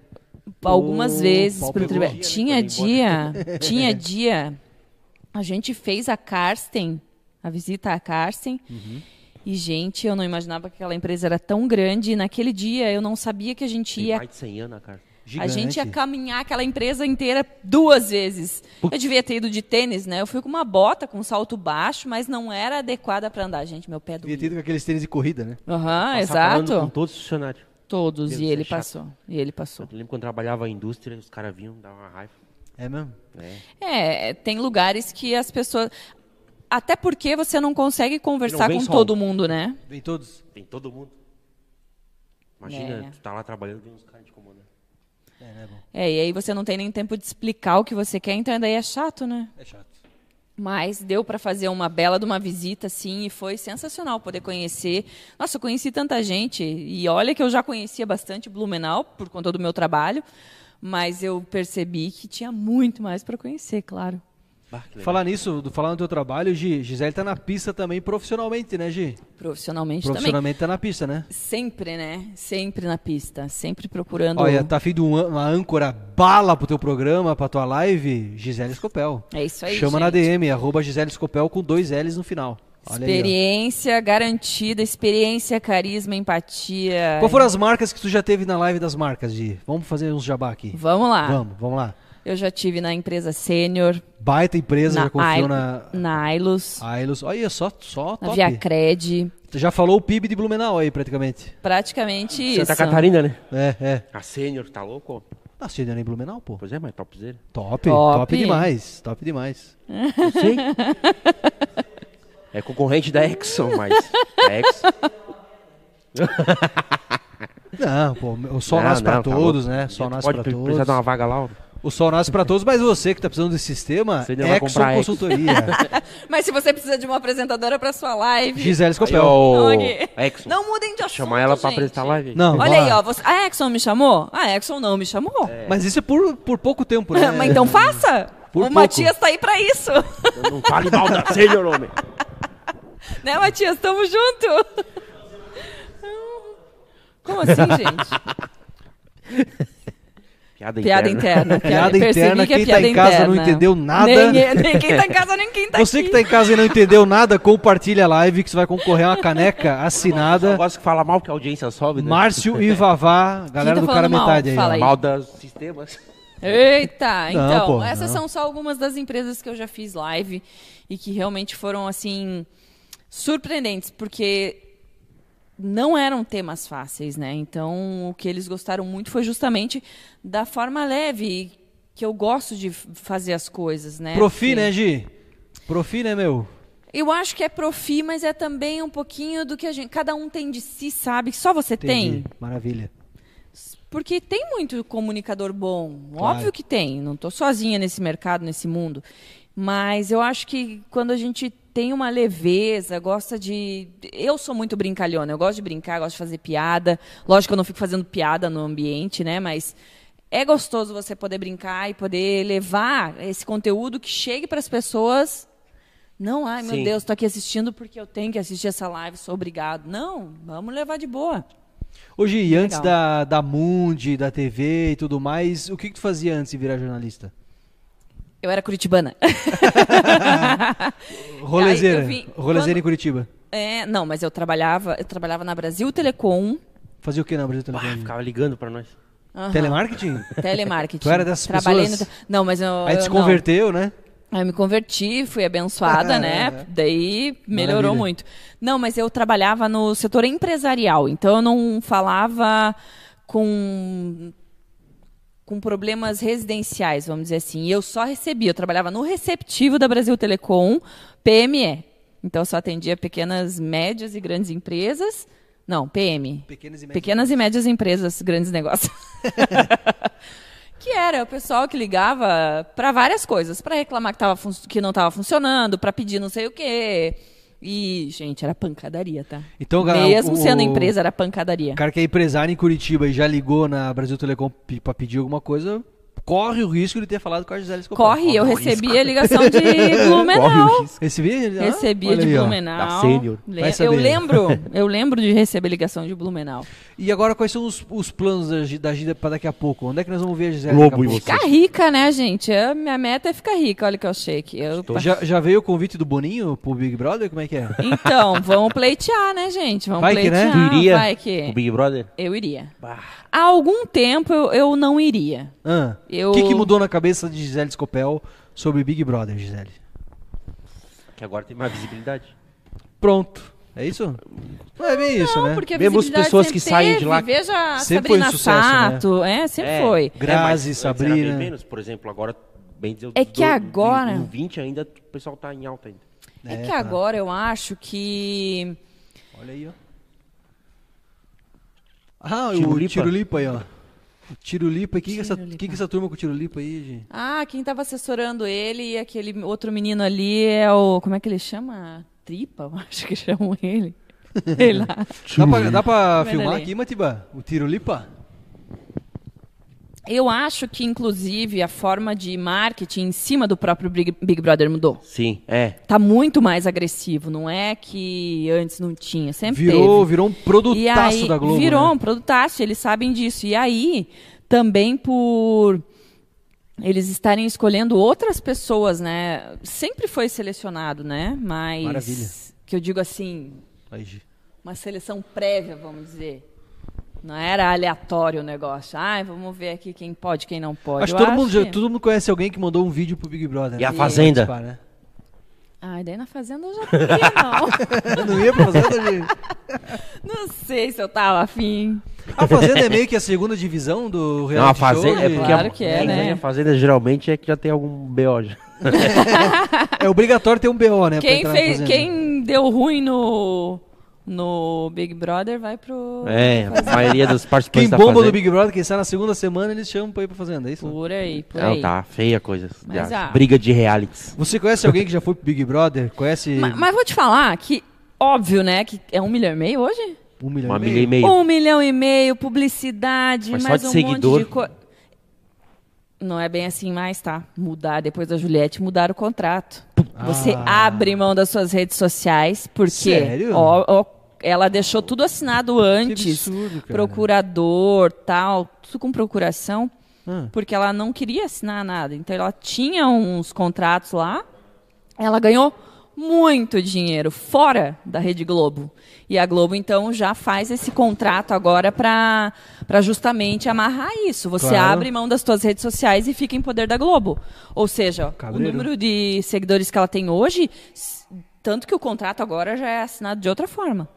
[SPEAKER 3] Algumas
[SPEAKER 1] Pô,
[SPEAKER 3] vezes
[SPEAKER 1] pau
[SPEAKER 3] pro
[SPEAKER 1] pegou.
[SPEAKER 3] tribe- Tinha dia, tinha dia. A gente fez a Karsten, a visita à Karsten. E, gente, eu não imaginava que aquela empresa era tão grande. E naquele dia eu não sabia que a gente
[SPEAKER 2] Tem
[SPEAKER 3] ia.
[SPEAKER 2] mais de 100 anos, cara.
[SPEAKER 3] A gente ia
[SPEAKER 1] Gigante.
[SPEAKER 3] caminhar aquela empresa inteira duas vezes. Eu devia ter ido de tênis, né? Eu fui com uma bota, com salto baixo, mas não era adequada para andar, gente. Meu pé
[SPEAKER 1] Devia
[SPEAKER 3] doía.
[SPEAKER 1] ter ido com aqueles tênis de corrida, né?
[SPEAKER 3] Aham,
[SPEAKER 2] Passar falando Com
[SPEAKER 3] Ah, exato.
[SPEAKER 2] todos os funcionários.
[SPEAKER 3] Todos.
[SPEAKER 2] Deus,
[SPEAKER 3] e
[SPEAKER 2] isso
[SPEAKER 3] ele
[SPEAKER 2] é chato.
[SPEAKER 3] passou. E ele
[SPEAKER 2] Eu
[SPEAKER 3] passou.
[SPEAKER 2] lembro quando eu trabalhava em indústria, os caras vinham, davam uma raiva.
[SPEAKER 1] É mesmo?
[SPEAKER 2] É.
[SPEAKER 3] É, tem lugares que as pessoas. Até porque você não consegue conversar
[SPEAKER 2] vem
[SPEAKER 3] com
[SPEAKER 2] só um.
[SPEAKER 3] todo mundo, né?
[SPEAKER 1] Vem todos.
[SPEAKER 2] Tem todo mundo. Imagina,
[SPEAKER 3] É.
[SPEAKER 2] tu tá lá trabalhando, vem uns caras te comandando.
[SPEAKER 1] É, né, bom.
[SPEAKER 3] É, e aí você não tem nem tempo de explicar o que você quer, então daí é chato, né?
[SPEAKER 1] É chato.
[SPEAKER 3] Mas deu para fazer uma bela de uma visita, sim, e foi sensacional poder conhecer. Nossa, eu conheci tanta gente, e olha que eu já conhecia bastante Blumenau por conta do meu trabalho, mas eu percebi que tinha muito mais para conhecer, claro.
[SPEAKER 2] que legal.
[SPEAKER 1] Falar nisso, do- falar no teu trabalho, Gi, Gisele tá na pista também profissionalmente, né, Gi?
[SPEAKER 3] Profissionalmente também.
[SPEAKER 1] Profissionalmente tá na pista, né?
[SPEAKER 3] Sempre, né? Sempre na pista. Sempre procurando.
[SPEAKER 1] Olha, tá feito um an- uma âncora bala pro teu programa, pra tua live, Gisele Escopel.
[SPEAKER 3] É isso aí.
[SPEAKER 1] Chama na
[SPEAKER 3] gente.
[SPEAKER 1] DM, arroba Gisele Escopel com dois L's no final. Olha aí,
[SPEAKER 3] Experiência garantida, experiência, carisma, empatia.
[SPEAKER 1] ó. Qual foram as marcas que tu já teve na live das marcas, Gi? Vamos fazer uns jabá aqui.
[SPEAKER 3] Vamos lá.
[SPEAKER 1] Vamos, vamos lá.
[SPEAKER 3] Eu já tive na empresa sênior,
[SPEAKER 1] Baita empresa, já
[SPEAKER 3] na,
[SPEAKER 1] confiou
[SPEAKER 3] Ail-
[SPEAKER 1] na
[SPEAKER 3] na Ailus,
[SPEAKER 1] Ailus. Olha só, só
[SPEAKER 3] na
[SPEAKER 1] top.
[SPEAKER 3] Viacred.
[SPEAKER 1] Tu já falou o PIB de Blumenau aí, praticamente.
[SPEAKER 3] Praticamente isso.
[SPEAKER 2] Santa Catarina, né?
[SPEAKER 1] É, é.
[SPEAKER 2] A sênior, tá louco?
[SPEAKER 1] Nascido em Blumenau, pô.
[SPEAKER 2] Pois é, mas topzera.
[SPEAKER 1] Top, top,
[SPEAKER 3] Top.
[SPEAKER 1] demais, top demais.
[SPEAKER 2] Não sei. é concorrente da Exxon, mas... A Exxon...
[SPEAKER 1] Não, pô, o sol
[SPEAKER 2] Não,
[SPEAKER 1] nasce pra
[SPEAKER 2] não, tá
[SPEAKER 1] todos,
[SPEAKER 2] louco.
[SPEAKER 1] né? Sol nasce
[SPEAKER 2] Pode
[SPEAKER 1] pra
[SPEAKER 2] pre-
[SPEAKER 1] todos.
[SPEAKER 2] precisar dar uma vaga lá, ó.
[SPEAKER 1] O sol nasce pra todos, mas você que tá precisando desse sistema,
[SPEAKER 2] Você ainda vai
[SPEAKER 1] Exxon
[SPEAKER 2] comprar Exxon.
[SPEAKER 1] Consultoria.
[SPEAKER 3] Mas se você precisa de uma apresentadora pra sua live,
[SPEAKER 1] Gisele
[SPEAKER 2] Aí,
[SPEAKER 1] Escopel.
[SPEAKER 2] ó,
[SPEAKER 3] Olha.
[SPEAKER 2] a Exxon.
[SPEAKER 3] não mudem de assunto.
[SPEAKER 2] Chamar ela pra
[SPEAKER 3] gente.
[SPEAKER 2] apresentar live. aí.
[SPEAKER 1] Não,
[SPEAKER 3] Olha
[SPEAKER 1] vamos
[SPEAKER 3] aí,
[SPEAKER 1] lá.
[SPEAKER 3] ó. você- A Exxon me chamou? A Exxon não me chamou.
[SPEAKER 1] Mas isso é por, por pouco tempo, né?
[SPEAKER 3] Mas então faça!
[SPEAKER 1] Por
[SPEAKER 3] o
[SPEAKER 1] pouco.
[SPEAKER 3] Matias tá aí pra isso.
[SPEAKER 2] Não- Não fale mal da sênior, homem.
[SPEAKER 3] né, Matias? Tamo junto! Como assim, gente?
[SPEAKER 2] Piada,
[SPEAKER 3] Piada
[SPEAKER 2] interna.
[SPEAKER 3] interna.
[SPEAKER 1] Piada
[SPEAKER 3] Percebi
[SPEAKER 1] interna,
[SPEAKER 3] que é
[SPEAKER 1] quem tá
[SPEAKER 3] piada
[SPEAKER 1] em casa não
[SPEAKER 3] interna.
[SPEAKER 1] entendeu nada.
[SPEAKER 3] Nem, nem quem tá em casa, nem quem tá
[SPEAKER 1] Você
[SPEAKER 3] aqui.
[SPEAKER 1] que tá em casa e não entendeu nada, compartilha a live que você vai concorrer a uma caneca assinada.
[SPEAKER 2] Eu gosto que fala mal que a audiência sobe, né?
[SPEAKER 1] Márcio e Vavá, galera
[SPEAKER 3] tá
[SPEAKER 1] do cara
[SPEAKER 3] falando mal?
[SPEAKER 1] metade aí.
[SPEAKER 3] Fala
[SPEAKER 1] ó.
[SPEAKER 3] aí.
[SPEAKER 2] Mal dos sistemas.
[SPEAKER 3] Eita,
[SPEAKER 1] Não,
[SPEAKER 3] então,
[SPEAKER 1] pô,
[SPEAKER 3] essas
[SPEAKER 1] não.
[SPEAKER 3] são só algumas das empresas que eu já fiz live e que realmente foram, assim, surpreendentes, porque não eram temas fáceis, né? Então, o que eles gostaram muito foi justamente da forma leve que eu gosto de f- fazer as coisas, né?
[SPEAKER 1] Profi,
[SPEAKER 3] Porque-
[SPEAKER 1] né, Gi? Profi, né, meu?
[SPEAKER 3] Eu acho que é profi, mas é também um pouquinho do que a gente, cada um tem de si, sabe? Que só você tem.
[SPEAKER 1] Entendi. Maravilha.
[SPEAKER 3] Porque tem muito comunicador bom,
[SPEAKER 1] Claro.
[SPEAKER 3] óbvio que tem, não estou sozinha nesse mercado, nesse mundo. Mas eu acho que quando a gente tem uma leveza, gosta de. Eu sou muito brincalhona, eu gosto de brincar, gosto de fazer piada. Lógico que eu não fico fazendo piada no ambiente, né? Mas é gostoso você poder brincar e poder levar esse conteúdo que chegue para as pessoas. Não, ai meu
[SPEAKER 2] Sim.
[SPEAKER 3] Deus, estou aqui assistindo porque eu tenho que assistir essa live, sou obrigado. Não, vamos levar de boa.
[SPEAKER 1] Hoje, e antes
[SPEAKER 3] Legal.
[SPEAKER 1] da, da Mundi, da TV e tudo mais, o que, que tu fazia antes de virar jornalista?
[SPEAKER 3] Eu era curitibana.
[SPEAKER 1] Rolezeira.
[SPEAKER 3] eu vim-
[SPEAKER 1] Rolezeira
[SPEAKER 3] quando-
[SPEAKER 1] em Curitiba.
[SPEAKER 3] É, não, mas eu trabalhava, eu trabalhava na Brasil Telecom.
[SPEAKER 1] Fazia o que na Brasil
[SPEAKER 2] Ah,
[SPEAKER 1] Telecom?
[SPEAKER 2] ficava ligando pra nós.
[SPEAKER 3] Aham.
[SPEAKER 1] Telemarketing?
[SPEAKER 3] Telemarketing.
[SPEAKER 1] Tu era dessas
[SPEAKER 3] Trabalhei
[SPEAKER 1] pessoas?
[SPEAKER 3] no te- Não, mas eu.
[SPEAKER 1] Aí
[SPEAKER 3] eu
[SPEAKER 1] te
[SPEAKER 3] não.
[SPEAKER 1] converteu, né?
[SPEAKER 3] Aí eu me converti, fui abençoada, né? Daí melhorou
[SPEAKER 1] Maravilha.
[SPEAKER 3] muito. Não, mas eu trabalhava no setor empresarial, então eu não falava com com problemas residenciais, vamos dizer assim. E eu só recebia, eu trabalhava no receptivo da Brasil Telecom, PME. Então eu só atendia pequenas, médias e grandes empresas. Não, PM.
[SPEAKER 1] Pequenas e médias
[SPEAKER 3] Pequenas e médias empresas, grandes negócios. que era o pessoal que ligava para várias coisas, para reclamar que, tava fun- que não estava funcionando, para pedir não sei o quê. E, gente, era pancadaria, tá?
[SPEAKER 1] Então, galera,
[SPEAKER 3] Mesmo
[SPEAKER 1] o-
[SPEAKER 3] sendo
[SPEAKER 1] o-
[SPEAKER 3] empresa, era pancadaria.
[SPEAKER 1] O cara que é empresário em Curitiba e já ligou na Brasil Telecom pe- pra pedir alguma coisa, corre o risco de ter falado com a Gisele Escobar.
[SPEAKER 3] Corre, eu recebi a ligação de Blumenau.
[SPEAKER 1] Recebia? Ah,
[SPEAKER 3] Recebia
[SPEAKER 1] olha
[SPEAKER 3] de
[SPEAKER 1] aí, ó. Tá
[SPEAKER 3] Blumenau.
[SPEAKER 2] Da sênior.
[SPEAKER 3] Le-
[SPEAKER 1] Vai saber.
[SPEAKER 3] eu lembro, eu lembro de receber ligação de Blumenau.
[SPEAKER 1] E agora, quais são os, os planos da, Gi- da Gida pra daqui a pouco? Onde é que nós vamos ver a Gisele?
[SPEAKER 2] Globo
[SPEAKER 1] daqui a
[SPEAKER 2] e
[SPEAKER 1] pouco?
[SPEAKER 2] você.
[SPEAKER 3] Ficar rica, né, gente? Eu- minha meta é ficar rica, olha que eu achei que eu-
[SPEAKER 1] Já, já veio o convite do Boninho pro Big Brother? Como é que é?
[SPEAKER 3] Então, vamos pleitear, né, gente? Vamos
[SPEAKER 1] Vai que, né?
[SPEAKER 3] pleitear,
[SPEAKER 2] Tu iria?
[SPEAKER 3] Ah, vai
[SPEAKER 2] O
[SPEAKER 3] que
[SPEAKER 2] Big Brother?
[SPEAKER 3] eu iria.
[SPEAKER 2] Bah.
[SPEAKER 3] Há algum tempo eu, eu não iria.
[SPEAKER 1] Ah, O
[SPEAKER 3] Eu-
[SPEAKER 1] que, que mudou na cabeça de Gisele Scopel sobre Big Brother, Gisele?
[SPEAKER 2] Que agora tem mais visibilidade.
[SPEAKER 1] Pronto. É isso? Não é bem isso,
[SPEAKER 3] não,
[SPEAKER 1] né?
[SPEAKER 3] porque a
[SPEAKER 2] Mesmo as
[SPEAKER 3] visibilidade
[SPEAKER 2] pessoas
[SPEAKER 3] sempre
[SPEAKER 2] que saem de lá-
[SPEAKER 3] teve. Veja a
[SPEAKER 1] Sempre foi um
[SPEAKER 3] Sabrina
[SPEAKER 1] sucesso, né?
[SPEAKER 3] Sato, é, sempre foi.
[SPEAKER 1] Grazi,
[SPEAKER 2] mas antes era bem
[SPEAKER 1] Sabrina.
[SPEAKER 2] menos, por exemplo, agora, bem dizer,
[SPEAKER 3] É que
[SPEAKER 2] do- do-
[SPEAKER 3] agora-
[SPEAKER 2] do 20 ainda, o pessoal tá em alta ainda.
[SPEAKER 3] É,
[SPEAKER 1] É,
[SPEAKER 3] que
[SPEAKER 1] tá.
[SPEAKER 3] agora eu acho que
[SPEAKER 1] Olha aí, ó. Ah, o
[SPEAKER 2] Tirulipa.
[SPEAKER 1] Tirulipa aí, ó. O Tirulipa, o que, que, essa, que, que essa turma com o Tirulipa aí, gente?
[SPEAKER 3] Ah, quem tava assessorando ele e aquele outro menino ali é o. Como é que ele chama? Tripa, eu acho que chamam ele. Sei lá.
[SPEAKER 1] Dá pra, dá pra
[SPEAKER 3] Vai
[SPEAKER 1] filmar
[SPEAKER 3] dali.
[SPEAKER 1] aqui, Matiba? O Tirulipa?
[SPEAKER 3] Eu acho que, inclusive, a forma de marketing em cima do próprio Big Big Brother mudou.
[SPEAKER 2] Sim, é.
[SPEAKER 3] Tá muito mais agressivo, não é que antes não tinha, sempre
[SPEAKER 1] virou,
[SPEAKER 3] teve.
[SPEAKER 1] virou um
[SPEAKER 3] E
[SPEAKER 1] produtaço
[SPEAKER 3] aí,
[SPEAKER 1] da Globo.
[SPEAKER 3] Virou
[SPEAKER 1] né?
[SPEAKER 3] um produtaço, eles sabem disso. E aí, também por eles estarem escolhendo outras pessoas, né? Sempre foi selecionado, né? Mas
[SPEAKER 1] Maravilha.
[SPEAKER 3] que eu digo assim,
[SPEAKER 1] Aí, Gi.
[SPEAKER 3] uma seleção prévia, vamos dizer. Não era aleatório o negócio. Ai, vamos ver aqui quem pode, quem não pode.
[SPEAKER 1] Acho
[SPEAKER 3] Eu
[SPEAKER 1] que todo mundo, já-
[SPEAKER 3] que-
[SPEAKER 1] todo mundo conhece alguém que mandou um vídeo pro Big Brother.
[SPEAKER 2] E a
[SPEAKER 1] né?
[SPEAKER 2] Fazenda?
[SPEAKER 1] Participar, né?
[SPEAKER 3] Ai, daí na fazenda eu já não ia,
[SPEAKER 1] Não ia pra Fazenda, Gi?
[SPEAKER 3] não. não sei se eu tava afim.
[SPEAKER 1] A Fazenda é meio que a segunda divisão do reality
[SPEAKER 2] Não, a fazenda
[SPEAKER 1] show,
[SPEAKER 2] é
[SPEAKER 1] Gi?
[SPEAKER 2] porque
[SPEAKER 3] Claro
[SPEAKER 2] a,
[SPEAKER 3] que é,
[SPEAKER 2] quem
[SPEAKER 3] né?
[SPEAKER 2] ganha a fazenda geralmente é que já tem algum BO. já.
[SPEAKER 1] É obrigatório ter um BO, né? pra
[SPEAKER 3] Quem,
[SPEAKER 1] entrar na
[SPEAKER 3] fez,
[SPEAKER 1] Fazenda.
[SPEAKER 3] quem deu ruim no, no Big Brother vai pro.
[SPEAKER 2] É, a maioria dos
[SPEAKER 1] Quem
[SPEAKER 2] participantes da
[SPEAKER 1] bomba do
[SPEAKER 2] fazenda-
[SPEAKER 1] Big Brother, quem sai na segunda semana, eles chamam pra ir pra Fazenda, é isso?
[SPEAKER 3] Por aí, por
[SPEAKER 2] Não,
[SPEAKER 3] aí.
[SPEAKER 2] tá feia a coisa.
[SPEAKER 3] Mas,
[SPEAKER 2] Já.
[SPEAKER 3] ah.
[SPEAKER 2] Briga de realities.
[SPEAKER 1] Você conhece alguém que já foi pro Big Brother? Conhece
[SPEAKER 3] Ma- Mas, vou te falar que, óbvio, né? Que é um milhão e meio hoje?
[SPEAKER 1] um milhão
[SPEAKER 2] Uma
[SPEAKER 1] e meio?
[SPEAKER 2] milha e meio.
[SPEAKER 3] Um milhão e meio, publicidade,
[SPEAKER 2] Mas só
[SPEAKER 3] mais
[SPEAKER 2] de
[SPEAKER 3] um
[SPEAKER 2] seguidor.
[SPEAKER 3] monte de coisa. Não é bem assim mais, tá? Mudar, depois da Juliette, mudar o contrato. Você
[SPEAKER 1] Ah.
[SPEAKER 3] abre mão das suas redes sociais, porque
[SPEAKER 1] Sério?
[SPEAKER 3] ó- ó, ela deixou tudo assinado
[SPEAKER 1] Que
[SPEAKER 3] antes.
[SPEAKER 1] absurdo, cara.
[SPEAKER 3] procurador, tal, tudo com procuração,
[SPEAKER 1] Ah.
[SPEAKER 3] porque ela não queria assinar nada. Então ela tinha uns contratos lá. Ela ganhou muito dinheiro fora da Rede Globo. E a Globo então já faz esse contrato agora para para justamente amarrar isso. Você
[SPEAKER 1] Claro.
[SPEAKER 3] abre mão das suas redes sociais e fica em poder da Globo. Ou seja,
[SPEAKER 1] Cabreiro.
[SPEAKER 3] o número de seguidores que ela tem hoje, s- tanto que o contrato agora já é assinado de outra forma.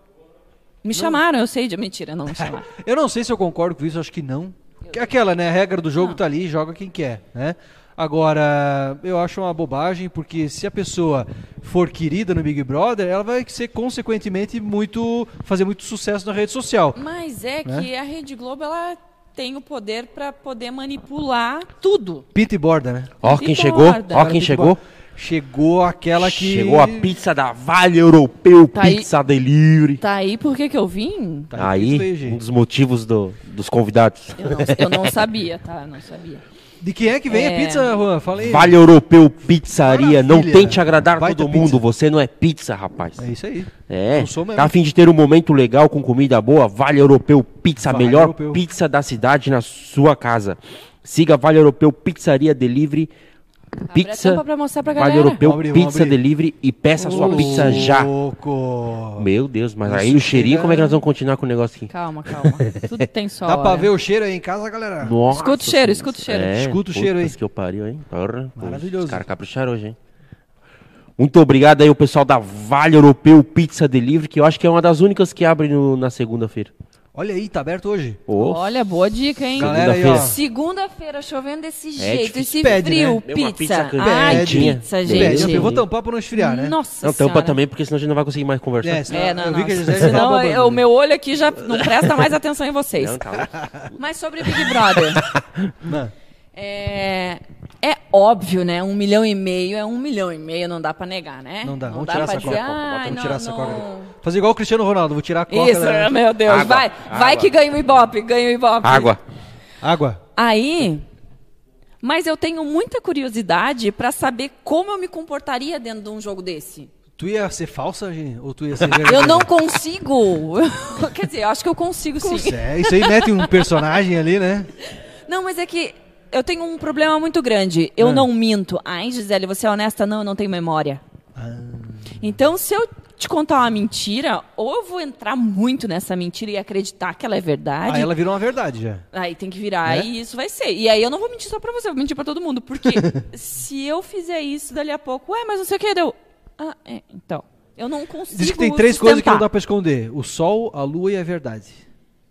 [SPEAKER 3] Me chamaram, eu sei de mentira, não me chamaram.
[SPEAKER 1] Eu não sei se eu concordo com isso, acho que não. Que é Aquela, né? A regra do jogo tá ali, joga quem quer, né? Agora, eu acho uma bobagem, porque se a pessoa for querida no Big Brother, ela vai ser, consequentemente, muito. fazer muito sucesso na rede social.
[SPEAKER 3] Mas é
[SPEAKER 1] Né?
[SPEAKER 3] que a Rede Globo ela tem o poder para poder manipular tudo.
[SPEAKER 1] Pinta e borda, né?
[SPEAKER 2] Ó,
[SPEAKER 3] Que
[SPEAKER 2] quem chegou,
[SPEAKER 3] borda.
[SPEAKER 2] ó,
[SPEAKER 1] Cara,
[SPEAKER 2] quem
[SPEAKER 1] pinta e
[SPEAKER 2] chegou.
[SPEAKER 1] borda. Chegou aquela que.
[SPEAKER 2] Chegou a pizza da Vale Europeu,
[SPEAKER 3] Tá aí.
[SPEAKER 2] pizza delivery.
[SPEAKER 3] Tá aí por que que eu vim?
[SPEAKER 1] Tá aí,
[SPEAKER 2] aí,
[SPEAKER 1] isso aí, gente.
[SPEAKER 2] um dos motivos do- dos convidados.
[SPEAKER 3] Eu não, eu não sabia, tá? Eu Não sabia.
[SPEAKER 1] De quem é que vem a
[SPEAKER 3] É.
[SPEAKER 1] pizza, Juan? Fala aí.
[SPEAKER 2] Vale Europeu Pizzaria, não
[SPEAKER 1] Maravilha.
[SPEAKER 2] tente agradar
[SPEAKER 1] Baita
[SPEAKER 2] todo mundo,
[SPEAKER 1] pizza.
[SPEAKER 2] você não é pizza, rapaz.
[SPEAKER 1] É isso aí.
[SPEAKER 2] É,
[SPEAKER 1] Eu sou mesmo.
[SPEAKER 2] tá a fim de ter um momento legal com comida boa? Vale Europeu Pizza, a
[SPEAKER 1] Vale
[SPEAKER 2] melhor
[SPEAKER 1] Europeu.
[SPEAKER 2] pizza da cidade na sua casa. Siga Vale Europeu Pizzaria Delivery,
[SPEAKER 3] Abre a
[SPEAKER 2] pizza,
[SPEAKER 3] tampa pra mostrar pra
[SPEAKER 2] Vale
[SPEAKER 3] galera.
[SPEAKER 2] Europeu
[SPEAKER 1] Vamos abrir, vamos
[SPEAKER 2] Pizza
[SPEAKER 1] abrir.
[SPEAKER 2] Delivery e peça a sua pizza já.
[SPEAKER 1] Louco.
[SPEAKER 2] Meu Deus, mas aí
[SPEAKER 1] Oh. Isso
[SPEAKER 2] o cheirinho,
[SPEAKER 1] que
[SPEAKER 2] como é que
[SPEAKER 1] dá-
[SPEAKER 2] nós vamos continuar com o negócio aqui?
[SPEAKER 3] Calma, calma. Tudo tem só.
[SPEAKER 1] Dá pra ver o cheiro aí em casa, galera?
[SPEAKER 2] Nossa
[SPEAKER 3] Escuta o cheiro,
[SPEAKER 2] senhora.
[SPEAKER 3] escuta o cheiro.
[SPEAKER 1] Escuta o cheiro aí.
[SPEAKER 2] putz, que eu pariu, hein? Porra, pô,
[SPEAKER 1] Maravilhoso.
[SPEAKER 2] Os caras capricharam hoje, hein? Muito obrigado aí, o pessoal da Vale Europeu Pizza Delivery, que eu acho que é uma das únicas que abre no- na segunda-feira.
[SPEAKER 1] Olha aí, tá aberto hoje.
[SPEAKER 2] Ô,
[SPEAKER 3] Olha, boa dica, hein?
[SPEAKER 1] Galera aí, ó.
[SPEAKER 3] Segunda-feira, chovendo desse jeito,
[SPEAKER 2] É difícil.
[SPEAKER 3] esse
[SPEAKER 1] Pede,
[SPEAKER 3] frio,
[SPEAKER 1] né?
[SPEAKER 2] Meu, uma
[SPEAKER 3] pizza.
[SPEAKER 2] pizza can-
[SPEAKER 3] Ai,
[SPEAKER 1] Pede.
[SPEAKER 3] pizza,
[SPEAKER 2] Pede.
[SPEAKER 1] Bem,
[SPEAKER 3] gente.
[SPEAKER 2] Pede,
[SPEAKER 1] eu vou tampar pra não esfriar, né?
[SPEAKER 3] Nossa
[SPEAKER 2] Não,
[SPEAKER 3] senhora.
[SPEAKER 2] tampa também, porque senão a gente não vai conseguir mais conversar.
[SPEAKER 1] É, senão-
[SPEAKER 3] É, não,
[SPEAKER 1] eu
[SPEAKER 3] não.
[SPEAKER 1] vi que a Gisele já tava
[SPEAKER 3] Senão eu- o
[SPEAKER 1] babando.
[SPEAKER 3] meu olho aqui já não presta mais atenção em vocês.
[SPEAKER 2] Não, tá louco.
[SPEAKER 3] Mas sobre Big Brother.
[SPEAKER 1] Não.
[SPEAKER 3] É, é óbvio, né? Um milhão e meio é um milhão e meio, não dá pra negar, né?
[SPEAKER 1] Não dá, vamos
[SPEAKER 3] dá
[SPEAKER 1] tirar
[SPEAKER 3] pra
[SPEAKER 1] essa
[SPEAKER 3] dizer,
[SPEAKER 1] coca.
[SPEAKER 3] "Ai,
[SPEAKER 1] Vamos
[SPEAKER 3] não,
[SPEAKER 1] tirar essa coca.
[SPEAKER 3] não."
[SPEAKER 1] daqui. Fazer igual o Cristiano Ronaldo, vou tirar a coca.
[SPEAKER 3] Isso,
[SPEAKER 1] da-
[SPEAKER 3] meu Deus,
[SPEAKER 2] Água,
[SPEAKER 3] vai, vai
[SPEAKER 2] água.
[SPEAKER 3] que ganha o Ibope, ganha o Ibope.
[SPEAKER 2] Água.
[SPEAKER 1] Água.
[SPEAKER 3] Aí, mas eu tenho muita curiosidade pra saber como eu me comportaria dentro de um jogo desse.
[SPEAKER 1] Tu ia ser falsa, gente? Ou tu ia ser
[SPEAKER 3] Eu
[SPEAKER 1] verdadeira?
[SPEAKER 3] não consigo. Quer dizer, eu acho que eu consigo sim.
[SPEAKER 1] É, isso aí mete um personagem ali, né?
[SPEAKER 3] Não, mas é que eu tenho um problema muito grande. Eu
[SPEAKER 1] Ah.
[SPEAKER 3] não minto. Ai, Gisele, você é honesta? Não, eu não tenho memória.
[SPEAKER 1] Ah.
[SPEAKER 3] Então, se eu te contar uma mentira, ou eu vou entrar muito nessa mentira e acreditar que ela é verdade.
[SPEAKER 1] Aí Ah, ela virou uma verdade já.
[SPEAKER 3] Aí tem que virar
[SPEAKER 1] Né?
[SPEAKER 3] e isso vai ser. E aí eu não vou mentir só pra você, eu vou mentir pra todo mundo. Porque se eu fizer isso dali a pouco, ué, mas não sei o que deu. Ah, é, então. Eu não consigo.
[SPEAKER 1] Diz que tem três coisas que não dá
[SPEAKER 3] sustentar.
[SPEAKER 1] pra esconder: o sol, a lua e a verdade.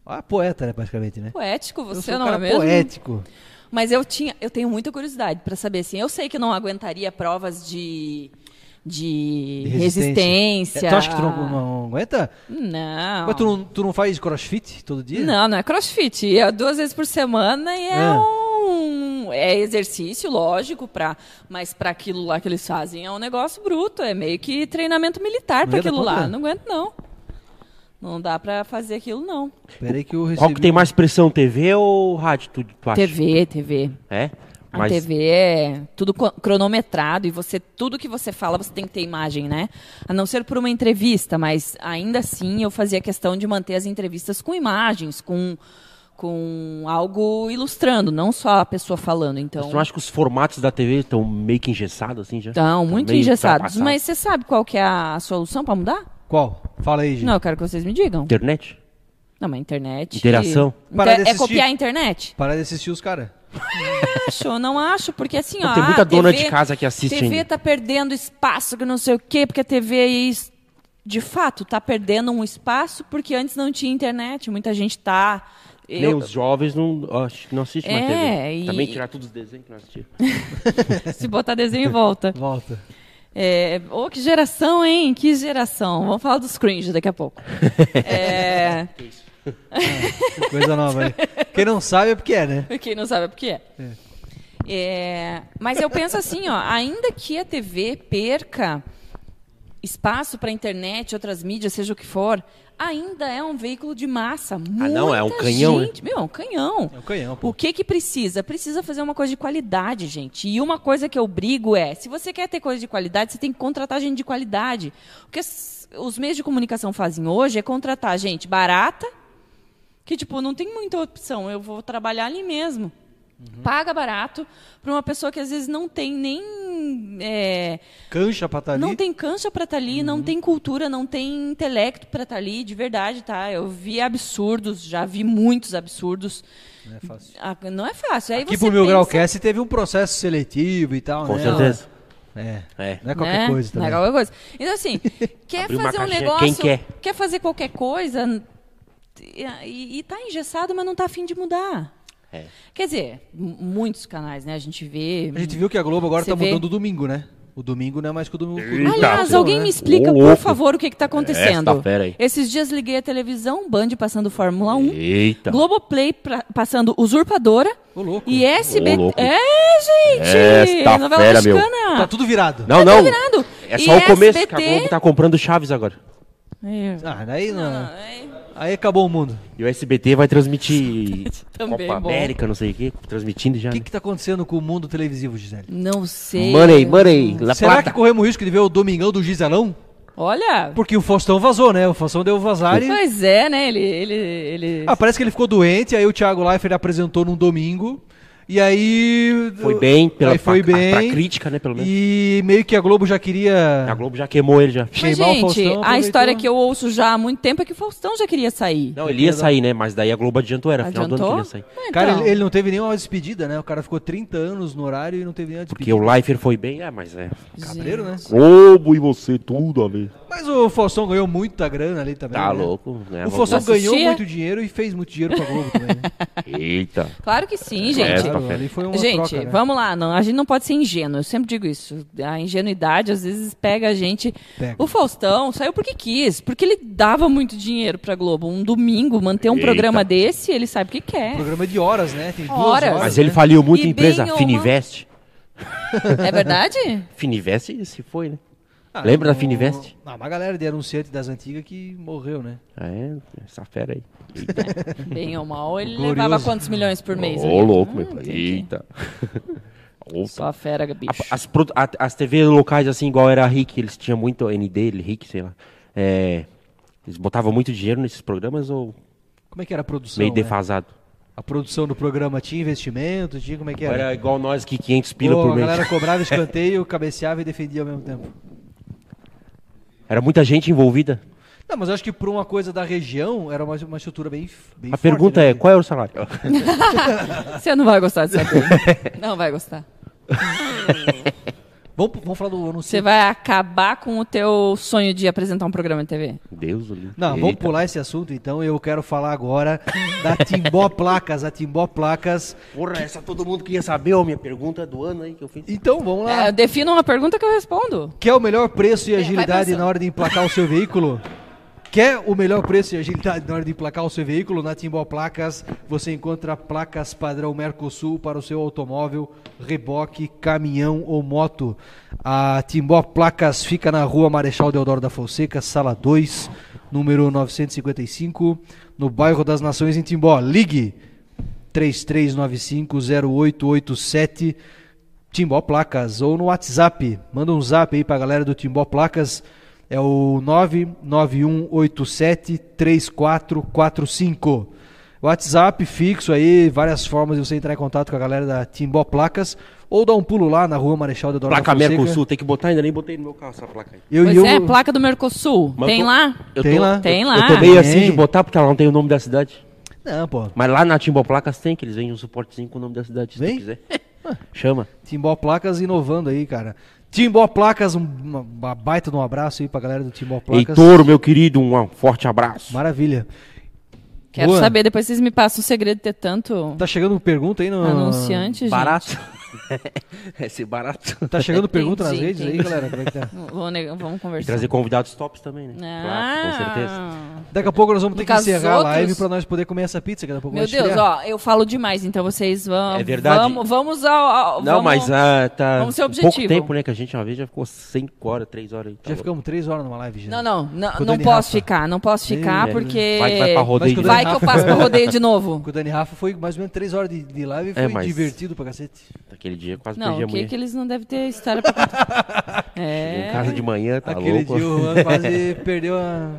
[SPEAKER 1] Ah, poeta, né, praticamente, né?
[SPEAKER 3] Poético,
[SPEAKER 1] Eu
[SPEAKER 3] você
[SPEAKER 1] sou um
[SPEAKER 3] não
[SPEAKER 1] cara
[SPEAKER 3] é mesmo?
[SPEAKER 1] poético.
[SPEAKER 3] Mas eu tinha, eu tenho muita curiosidade para saber assim. Eu sei que eu não aguentaria provas de de,
[SPEAKER 1] De
[SPEAKER 3] resistência.
[SPEAKER 1] É, tu acha que tu não, não aguenta?
[SPEAKER 3] Não.
[SPEAKER 1] Mas tu não, tu não faz crossfit todo dia?
[SPEAKER 3] Não, não é crossfit. É duas vezes por semana e é,
[SPEAKER 1] É.
[SPEAKER 3] um. É exercício, lógico, pra, mas para aquilo lá que eles fazem é um negócio bruto. É meio que treinamento militar
[SPEAKER 1] Não
[SPEAKER 3] para
[SPEAKER 1] ia dar
[SPEAKER 3] aquilo
[SPEAKER 1] conta,
[SPEAKER 3] lá.
[SPEAKER 1] né?
[SPEAKER 3] Não aguento, não. Não dá pra fazer aquilo, não.
[SPEAKER 1] Peraí que eu recebi.
[SPEAKER 2] Qual que tem mais pressão, TV ou rádio? Tu, tu acha?
[SPEAKER 3] TV, TV.
[SPEAKER 2] É?
[SPEAKER 3] A TV é tudo co- cronometrado e você tudo que você fala você tem que ter imagem, né? A não ser por uma entrevista, mas ainda assim eu fazia questão de manter as entrevistas com imagens, com, com algo ilustrando, não só a pessoa falando. Então,
[SPEAKER 2] Você não acha que os formatos da TV estão meio que engessados assim já?
[SPEAKER 3] então muito
[SPEAKER 2] meio
[SPEAKER 3] engessados.
[SPEAKER 2] ultrapassados.
[SPEAKER 3] Mas você sabe qual que é a solução para mudar?
[SPEAKER 1] Qual? Fala aí, gente.
[SPEAKER 3] Não, eu quero que vocês me digam.
[SPEAKER 2] Internet?
[SPEAKER 3] Não, mas internet.
[SPEAKER 2] Interação?
[SPEAKER 3] Inte-
[SPEAKER 1] Parar de
[SPEAKER 3] é
[SPEAKER 1] assistir.
[SPEAKER 3] copiar a internet?
[SPEAKER 1] Para de assistir os caras.
[SPEAKER 3] acho, eu não acho, porque assim,
[SPEAKER 2] Não,
[SPEAKER 3] ó.
[SPEAKER 2] tem muita
[SPEAKER 3] ah,
[SPEAKER 2] dona
[SPEAKER 3] TV
[SPEAKER 2] de casa que assiste
[SPEAKER 3] TV
[SPEAKER 2] ainda.
[SPEAKER 3] tá perdendo espaço, que não sei o quê, porque a TV é isso. De fato, tá perdendo um espaço porque antes não tinha internet. Muita gente tá.
[SPEAKER 2] Nem
[SPEAKER 3] Eu,
[SPEAKER 2] os jovens não, acho que não assistem mais
[SPEAKER 3] É,
[SPEAKER 2] TV.
[SPEAKER 3] e-
[SPEAKER 2] Também tirar todos os desenhos que não assistiam.
[SPEAKER 3] se botar desenho, volta.
[SPEAKER 1] Volta.
[SPEAKER 3] É, ô, que geração, hein? Que geração. Vamos falar dos cringe daqui a pouco. É,
[SPEAKER 1] Coisa nova aí. Quem não sabe é porque é, né?
[SPEAKER 3] Pra Quem não sabe é porque é. É, mas eu penso assim, ó, ainda que a TV perca espaço para internet, outras mídias, seja o que for, ainda é um veículo de massa. Ah,
[SPEAKER 2] não, é um canhão, né?
[SPEAKER 3] Gente, meu, é um canhão.
[SPEAKER 1] É um canhão, pô.
[SPEAKER 3] O que que precisa? Precisa fazer uma coisa de qualidade, gente. E uma coisa que eu brigo é, se você quer ter coisa de qualidade, você tem que contratar gente de qualidade. O que as- os meios de comunicação fazem hoje é contratar gente barata, que tipo não tem muita opção. Eu vou trabalhar ali mesmo. Paga barato para uma pessoa que às vezes não tem nem é,
[SPEAKER 1] Cancha pra tá ali.
[SPEAKER 3] não tem cancha para estar ali, não tem cultura, não tem intelecto para estar ali, de verdade, tá? Eu vi absurdos, já vi muitos absurdos.
[SPEAKER 1] Não é fácil.
[SPEAKER 3] Ah, não é fácil. Aí
[SPEAKER 1] Aqui
[SPEAKER 3] você
[SPEAKER 1] pro meu
[SPEAKER 3] pensa,
[SPEAKER 1] Graucast teve um processo seletivo e tal,
[SPEAKER 2] Com
[SPEAKER 1] né?
[SPEAKER 2] certeza.
[SPEAKER 1] É.
[SPEAKER 2] É.
[SPEAKER 1] Não é qualquer
[SPEAKER 3] né?
[SPEAKER 1] coisa também.
[SPEAKER 3] Não é qualquer coisa. Então, assim, quer
[SPEAKER 2] Abrir uma
[SPEAKER 3] fazer um
[SPEAKER 2] caixinha,
[SPEAKER 3] negócio,
[SPEAKER 2] quem quer?
[SPEAKER 3] fazer qualquer coisa e, e tá engessado, mas não tá afim de mudar.
[SPEAKER 2] É.
[SPEAKER 3] Quer dizer, m- muitos canais, né? A gente vê.
[SPEAKER 1] A gente viu que a Globo agora
[SPEAKER 3] Você
[SPEAKER 1] tá
[SPEAKER 3] vê?
[SPEAKER 1] mudando o domingo, né? O domingo não é mais que o domingo. que o domingo
[SPEAKER 3] Aliás,
[SPEAKER 1] passou,
[SPEAKER 3] alguém
[SPEAKER 1] né?
[SPEAKER 3] me explica,
[SPEAKER 2] Ô,
[SPEAKER 3] por
[SPEAKER 2] louco.
[SPEAKER 3] favor, o que está acontecendo.
[SPEAKER 2] Esta fera aí.
[SPEAKER 3] Esses dias liguei a televisão, Band passando Fórmula 1,
[SPEAKER 2] Eita.
[SPEAKER 3] Globoplay pra- passando Usurpadora
[SPEAKER 1] Ô, louco.
[SPEAKER 3] e
[SPEAKER 2] Ô,
[SPEAKER 3] SBT.
[SPEAKER 2] louco.
[SPEAKER 3] é, gente!
[SPEAKER 2] Esta
[SPEAKER 3] novela
[SPEAKER 2] fera, meu.
[SPEAKER 3] mexicana!
[SPEAKER 1] Tá tudo virado.
[SPEAKER 2] Não,
[SPEAKER 3] tá
[SPEAKER 2] não.
[SPEAKER 3] virado.
[SPEAKER 2] É
[SPEAKER 3] E
[SPEAKER 2] só o começo.
[SPEAKER 3] SBT?
[SPEAKER 2] que A Globo tá comprando Chaves agora.
[SPEAKER 3] É.
[SPEAKER 1] Ah, daí não.
[SPEAKER 3] Ah, é.
[SPEAKER 1] Aí acabou o mundo.
[SPEAKER 2] E o SBT vai transmitir
[SPEAKER 3] Também
[SPEAKER 2] Copa
[SPEAKER 3] bom.
[SPEAKER 2] América, não sei o quê. Transmitindo já.
[SPEAKER 1] O que
[SPEAKER 2] né?
[SPEAKER 1] que tá acontecendo com o mundo televisivo, Gisele?
[SPEAKER 3] Não sei.
[SPEAKER 2] Money, money. La
[SPEAKER 1] Será que
[SPEAKER 2] Plata.
[SPEAKER 1] corremos o risco de ver o Domingão do Giselão?
[SPEAKER 3] Olha,
[SPEAKER 1] Porque o Faustão vazou, né? O Faustão deu vazar e...
[SPEAKER 3] pois é, né? Ele, ele, ele...
[SPEAKER 1] Ah, parece que ele ficou doente, aí o Thiago Leifert apresentou num domingo, e aí...
[SPEAKER 2] Foi bem, pela,
[SPEAKER 1] aí foi
[SPEAKER 2] pra,
[SPEAKER 1] bem,
[SPEAKER 2] pra crítica, né, pelo menos. É, então.
[SPEAKER 1] e meio que a Globo já queria...
[SPEAKER 2] A Globo já queimou ele já.
[SPEAKER 3] Mas,
[SPEAKER 1] queimar o
[SPEAKER 3] gente,
[SPEAKER 1] Faustão,
[SPEAKER 3] a
[SPEAKER 1] aproveitou.
[SPEAKER 3] história que eu ouço já há muito tempo é que o Faustão já queria sair.
[SPEAKER 2] Não, ele ia sair, né? Mas daí a Globo adiantou, era final do ano que ele
[SPEAKER 3] Adiantou?
[SPEAKER 2] ia sair.
[SPEAKER 3] Ah,
[SPEAKER 1] Cara,
[SPEAKER 3] então.
[SPEAKER 1] ele, ele não teve nenhuma despedida, né? O cara ficou 30 anos no horário e não teve nenhuma
[SPEAKER 2] Porque
[SPEAKER 1] despedida.
[SPEAKER 2] o Leifert foi bem, é, mas é.
[SPEAKER 1] Cabreiro, né?
[SPEAKER 2] Globo e você, tudo a ver.
[SPEAKER 1] Mas o Faustão ganhou muita grana ali também,
[SPEAKER 2] Tá
[SPEAKER 1] né?
[SPEAKER 2] louco, né?
[SPEAKER 1] O Faustão
[SPEAKER 3] Assistia.
[SPEAKER 1] ganhou muito dinheiro e fez muito dinheiro pra Globo também, né?
[SPEAKER 2] Eita.
[SPEAKER 3] Claro que
[SPEAKER 2] É,
[SPEAKER 3] sim, gente.
[SPEAKER 2] Esta fera.
[SPEAKER 1] ali foi uma
[SPEAKER 3] Gente,
[SPEAKER 1] troca, né?
[SPEAKER 3] vamos lá, não, a gente não pode ser ingênuo, eu sempre digo isso. A ingenuidade às vezes pega a gente.
[SPEAKER 1] Pega.
[SPEAKER 3] O Faustão saiu porque quis, porque ele dava muito dinheiro pra Globo. Um domingo, manter um
[SPEAKER 2] Eita.
[SPEAKER 3] programa desse, ele sabe o que quer.
[SPEAKER 1] Programa de horas, né? Tem duas horas. né?
[SPEAKER 3] Horas.
[SPEAKER 2] Mas
[SPEAKER 3] Mas
[SPEAKER 2] ele faliu muito
[SPEAKER 3] E
[SPEAKER 2] a
[SPEAKER 3] bem
[SPEAKER 2] empresa,
[SPEAKER 3] ou mal-
[SPEAKER 2] Fininvest.
[SPEAKER 3] É verdade?
[SPEAKER 2] Fininvest se foi, né?
[SPEAKER 1] Ah,
[SPEAKER 2] Lembra da
[SPEAKER 1] o-
[SPEAKER 2] Fininvest?
[SPEAKER 1] Ah, uma galera de anunciante das antigas que morreu, né?
[SPEAKER 2] É, essa fera aí.
[SPEAKER 3] Bem ou mal, ele
[SPEAKER 1] Glorioso.
[SPEAKER 3] levava quantos milhões por mês?
[SPEAKER 2] Ô,
[SPEAKER 3] ali?
[SPEAKER 2] louco, meu.
[SPEAKER 3] Ah,
[SPEAKER 2] pai.
[SPEAKER 3] entendi.
[SPEAKER 2] Eita. Opa.
[SPEAKER 3] Só a fera, bicho.
[SPEAKER 2] A- As, produ- a- as TV locais, assim, igual era a Rick, eles tinham muito ND, Rick, sei lá. É, eles botavam muito dinheiro nesses programas ou
[SPEAKER 1] Como é que era a produção?
[SPEAKER 2] meio
[SPEAKER 1] né?
[SPEAKER 2] defasado?
[SPEAKER 1] A produção do programa tinha investimento? Tinha como é que
[SPEAKER 2] Ou
[SPEAKER 1] era?
[SPEAKER 2] Era igual nós que 500 pila
[SPEAKER 1] Ou
[SPEAKER 2] por
[SPEAKER 1] a
[SPEAKER 2] mês.
[SPEAKER 1] galera cobrava escanteio, cabeceava e defendia ao mesmo tempo.
[SPEAKER 2] Era muita gente envolvida.
[SPEAKER 1] Não, mas eu acho que por uma coisa da região, era uma, uma estrutura bem, bem né?
[SPEAKER 2] a pergunta
[SPEAKER 3] né,
[SPEAKER 2] é, qual é o salário?
[SPEAKER 3] Você não vai gostar disso aqui. Não vai gostar.
[SPEAKER 1] Vamos, vamos falar do anúncio.
[SPEAKER 3] Você vai acabar com o teu sonho de apresentar um programa de TV.
[SPEAKER 2] Deus, o livre.
[SPEAKER 1] Não, vamos
[SPEAKER 2] Eita.
[SPEAKER 1] pular esse assunto então. Eu quero falar agora da Timbó Placas. A Timbó Placas.
[SPEAKER 2] Porra, essa todo mundo queria saber, ó, minha pergunta é do ano aí que eu fiz.
[SPEAKER 1] Então, vamos lá.
[SPEAKER 3] É, defina uma pergunta que eu respondo.
[SPEAKER 1] Quer o melhor preço e
[SPEAKER 3] É, vai
[SPEAKER 1] agilidade
[SPEAKER 3] pensando.
[SPEAKER 1] na hora de emplacar o seu veículo? Quer o melhor preço e agilidade na hora de emplacar o seu veículo? Na Timbó Placas você encontra placas padrão Mercosul para o seu automóvel, reboque, caminhão ou moto. A Timbó Placas fica na rua Marechal Deodoro da Fonseca, sala 2. número 955, no bairro das Nações, em Timbó. Ligue 33950887, Timbó Placas, ou no WhatsApp. Manda um zap aí pra galera do Timbó Placas. É o 991873445. WhatsApp fixo aí, várias formas de você entrar em contato com a galera da Timbó Placas. Ou dá um pulo lá na rua Marechal Deodoro da
[SPEAKER 2] Placa
[SPEAKER 1] Fonseca.
[SPEAKER 2] Mercosul, tem que botar ainda, nem botei no meu carro essa placa aí.
[SPEAKER 1] Eu,
[SPEAKER 3] pois
[SPEAKER 1] eu,
[SPEAKER 3] é, placa do Mercosul.
[SPEAKER 2] Mas
[SPEAKER 3] tem
[SPEAKER 2] eu tô-
[SPEAKER 3] lá?
[SPEAKER 2] eu
[SPEAKER 1] Tem
[SPEAKER 2] tô-
[SPEAKER 1] lá.
[SPEAKER 3] Tem
[SPEAKER 2] eu-
[SPEAKER 3] lá.
[SPEAKER 2] Eu tô meio assim
[SPEAKER 1] Tem.
[SPEAKER 2] de botar porque ela não tem o nome da cidade.
[SPEAKER 1] Não, pô.
[SPEAKER 2] Mas lá na Timbó Placas tem, que eles vendem um suportezinho com o nome da cidade, se
[SPEAKER 1] Vem?
[SPEAKER 2] tu quiser.
[SPEAKER 3] Ah,
[SPEAKER 2] Chama.
[SPEAKER 1] Timbó Placas inovando aí, cara. Timbó Placas, um- uma, uma baita de um abraço aí pra galera do Timbó Placas.
[SPEAKER 2] Heitor, meu querido, um ah, forte abraço.
[SPEAKER 1] Maravilha.
[SPEAKER 3] Quero
[SPEAKER 1] Boa.
[SPEAKER 3] saber, depois vocês me passam o segredo de ter tanto
[SPEAKER 1] Tá chegando pergunta aí no.
[SPEAKER 3] anunciante, gente.
[SPEAKER 2] Ah, barato. Esse barato.
[SPEAKER 1] Tá chegando pergunta nas
[SPEAKER 3] Entendi,
[SPEAKER 1] redes aí,
[SPEAKER 3] entendi.
[SPEAKER 1] galera? Como é que tá?
[SPEAKER 3] Vou neg- vamos
[SPEAKER 2] E
[SPEAKER 3] conversar.
[SPEAKER 2] trazer convidados tops também, né? Claro, com certeza.
[SPEAKER 3] Ah.
[SPEAKER 1] Daqui a pouco nós vamos ter
[SPEAKER 3] No
[SPEAKER 1] que
[SPEAKER 3] caso,
[SPEAKER 1] encerrar a live
[SPEAKER 3] outros-
[SPEAKER 1] pra nós poder comer essa pizza. que Daqui a pouco
[SPEAKER 3] Meu
[SPEAKER 1] vai
[SPEAKER 3] Deus,
[SPEAKER 1] esfriar.
[SPEAKER 3] ó, eu falo demais, então vocês vão.
[SPEAKER 2] É verdade.
[SPEAKER 3] Vamos, vamos ao. ao-
[SPEAKER 2] Não,
[SPEAKER 3] vamos-
[SPEAKER 2] mas ah, tá
[SPEAKER 3] vamos ser
[SPEAKER 2] pouco
[SPEAKER 3] objetivo.
[SPEAKER 2] tempo, né? Que a gente uma vez já ficou 5 horas, 3 horas. aí, tá
[SPEAKER 1] Já
[SPEAKER 2] louco.
[SPEAKER 1] ficamos três horas numa
[SPEAKER 2] É.
[SPEAKER 1] live, gente.
[SPEAKER 3] Não, não, não,
[SPEAKER 1] Com o
[SPEAKER 3] não
[SPEAKER 1] Dani
[SPEAKER 3] posso
[SPEAKER 1] Rafa.
[SPEAKER 3] ficar, não posso ficar
[SPEAKER 1] Ih,
[SPEAKER 3] porque.
[SPEAKER 2] Vai, vai pra
[SPEAKER 1] Mas
[SPEAKER 2] rodeio. né? de
[SPEAKER 1] quando
[SPEAKER 2] novo.
[SPEAKER 3] né? Vai que eu passo pra rodeio de novo.
[SPEAKER 1] Com o Dani Rafa foi mais ou menos três horas de, de live e foi
[SPEAKER 2] É, mas-
[SPEAKER 1] divertido pra cacete.
[SPEAKER 2] Aquele dia eu quase
[SPEAKER 3] Não,
[SPEAKER 2] perdi
[SPEAKER 3] o
[SPEAKER 2] a
[SPEAKER 3] que, é
[SPEAKER 2] mulher.
[SPEAKER 3] que eles não devem ter história pra contar?
[SPEAKER 2] Em
[SPEAKER 3] É.
[SPEAKER 2] casa de manhã, tá
[SPEAKER 1] Aquele
[SPEAKER 2] louco.
[SPEAKER 1] dia o Juan quase perdeu a.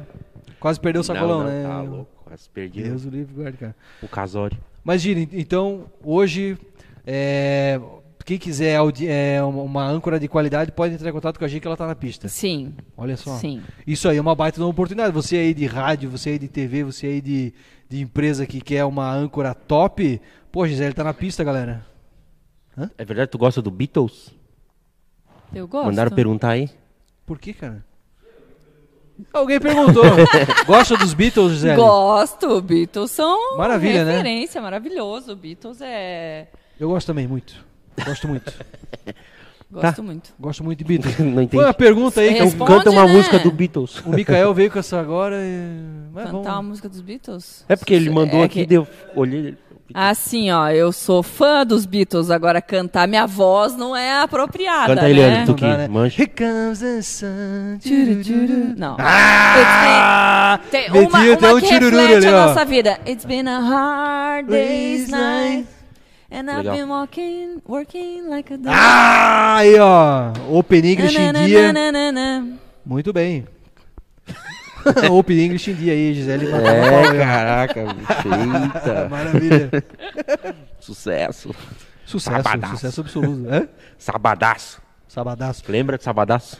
[SPEAKER 1] Quase perdeu o sacolão,
[SPEAKER 2] não, não,
[SPEAKER 1] né?
[SPEAKER 2] Tá louco, quase perdi
[SPEAKER 1] Deus o livre, guarda, cara.
[SPEAKER 2] o casório.
[SPEAKER 1] Mas, Gini, então, hoje, é, quem quiser audi- é, uma, uma âncora de qualidade pode entrar em contato com a gente que ela tá na pista.
[SPEAKER 3] Sim,
[SPEAKER 1] Olha só.
[SPEAKER 3] sim.
[SPEAKER 1] Isso aí é uma baita de uma oportunidade. Você aí de rádio, você aí de TV, você aí de, de empresa que quer uma âncora top. Pô, Gisele tá na pista, galera.
[SPEAKER 2] É verdade, tu gosta do Beatles?
[SPEAKER 3] Eu gosto.
[SPEAKER 2] Mandaram perguntar aí.
[SPEAKER 1] Por que, cara? Alguém perguntou. Gosta dos Beatles, Gisele?
[SPEAKER 3] Gosto, Beatles são
[SPEAKER 1] Maravilha, né?
[SPEAKER 3] referência, maravilhoso. Beatles é.
[SPEAKER 1] Eu gosto também, muito. Gosto muito.
[SPEAKER 3] Gosto
[SPEAKER 2] Tá.
[SPEAKER 3] muito.
[SPEAKER 1] Gosto muito de Beatles.
[SPEAKER 2] Não
[SPEAKER 1] Foi
[SPEAKER 2] entendi.
[SPEAKER 1] uma pergunta aí que
[SPEAKER 2] Então
[SPEAKER 3] Responde,
[SPEAKER 2] canta uma
[SPEAKER 3] né?
[SPEAKER 2] música do Beatles.
[SPEAKER 1] o Mikael veio com essa agora e... Mas
[SPEAKER 3] Cantar
[SPEAKER 1] vamos-
[SPEAKER 3] a música dos Beatles?
[SPEAKER 2] É porque ele mandou
[SPEAKER 3] É
[SPEAKER 2] aqui,
[SPEAKER 3] que-
[SPEAKER 2] deu, olhei.
[SPEAKER 3] Assim, ó, eu sou fã dos Beatles, agora cantar minha voz não é apropriada,
[SPEAKER 2] Canta aí,
[SPEAKER 3] né?
[SPEAKER 2] Leandro, tu que
[SPEAKER 1] Não dá, né?
[SPEAKER 2] mancha.
[SPEAKER 1] Here comes the sun.
[SPEAKER 3] Tchuru, tchuru. Não.
[SPEAKER 1] Ah!
[SPEAKER 3] It's been- tem
[SPEAKER 1] Meti
[SPEAKER 3] uma,
[SPEAKER 1] até
[SPEAKER 3] uma
[SPEAKER 1] um
[SPEAKER 3] que
[SPEAKER 1] tchururu
[SPEAKER 3] reflete
[SPEAKER 1] ali, ó.
[SPEAKER 3] a nossa vida. It's been a hard day's night. And I've
[SPEAKER 2] Legal.
[SPEAKER 3] been walking, working like a dog.
[SPEAKER 1] Ah, aí, ó. Open English em dia.
[SPEAKER 3] Nananana.
[SPEAKER 1] Muito bem. Open English em dia aí, Gisele. Ah,
[SPEAKER 2] É, caraca, bicho, eita,
[SPEAKER 1] Maravilha.
[SPEAKER 2] sucesso.
[SPEAKER 1] Sucesso,
[SPEAKER 2] Sabadaço.
[SPEAKER 1] sucesso absoluto. Hã?
[SPEAKER 2] Sabadaço.
[SPEAKER 1] Sabadaço.
[SPEAKER 2] Lembra de Sabadaço?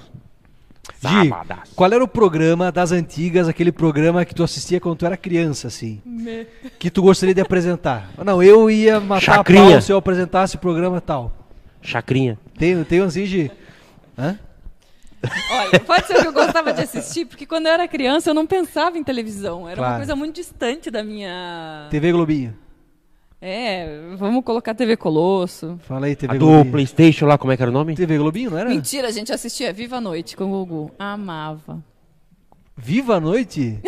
[SPEAKER 1] Gi,
[SPEAKER 2] Sabadaço.
[SPEAKER 1] qual era o programa das antigas, aquele programa que tu assistia quando tu era criança, assim? Que tu gostaria de apresentar? Não, eu ia matar a
[SPEAKER 2] Chacrinha.
[SPEAKER 1] pau se eu apresentasse o programa tal.
[SPEAKER 2] Chacrinha.
[SPEAKER 1] Tem, tem um assim, Gi? Hã?
[SPEAKER 3] Olha, pode ser o que eu gostava de assistir, porque quando eu era criança eu não pensava em televisão. Era
[SPEAKER 1] Claro.
[SPEAKER 3] uma coisa muito distante da minha.
[SPEAKER 1] TV Globinho.
[SPEAKER 3] É, vamos colocar TV Colosso.
[SPEAKER 1] Fala aí, TV
[SPEAKER 2] A do
[SPEAKER 1] Globinho.
[SPEAKER 2] Playstation lá, como é que era o nome?
[SPEAKER 1] TV Globinho, não era?
[SPEAKER 3] Mentira, a gente assistia Viva a Noite com o Gugu. Amava.
[SPEAKER 1] Viva a Noite?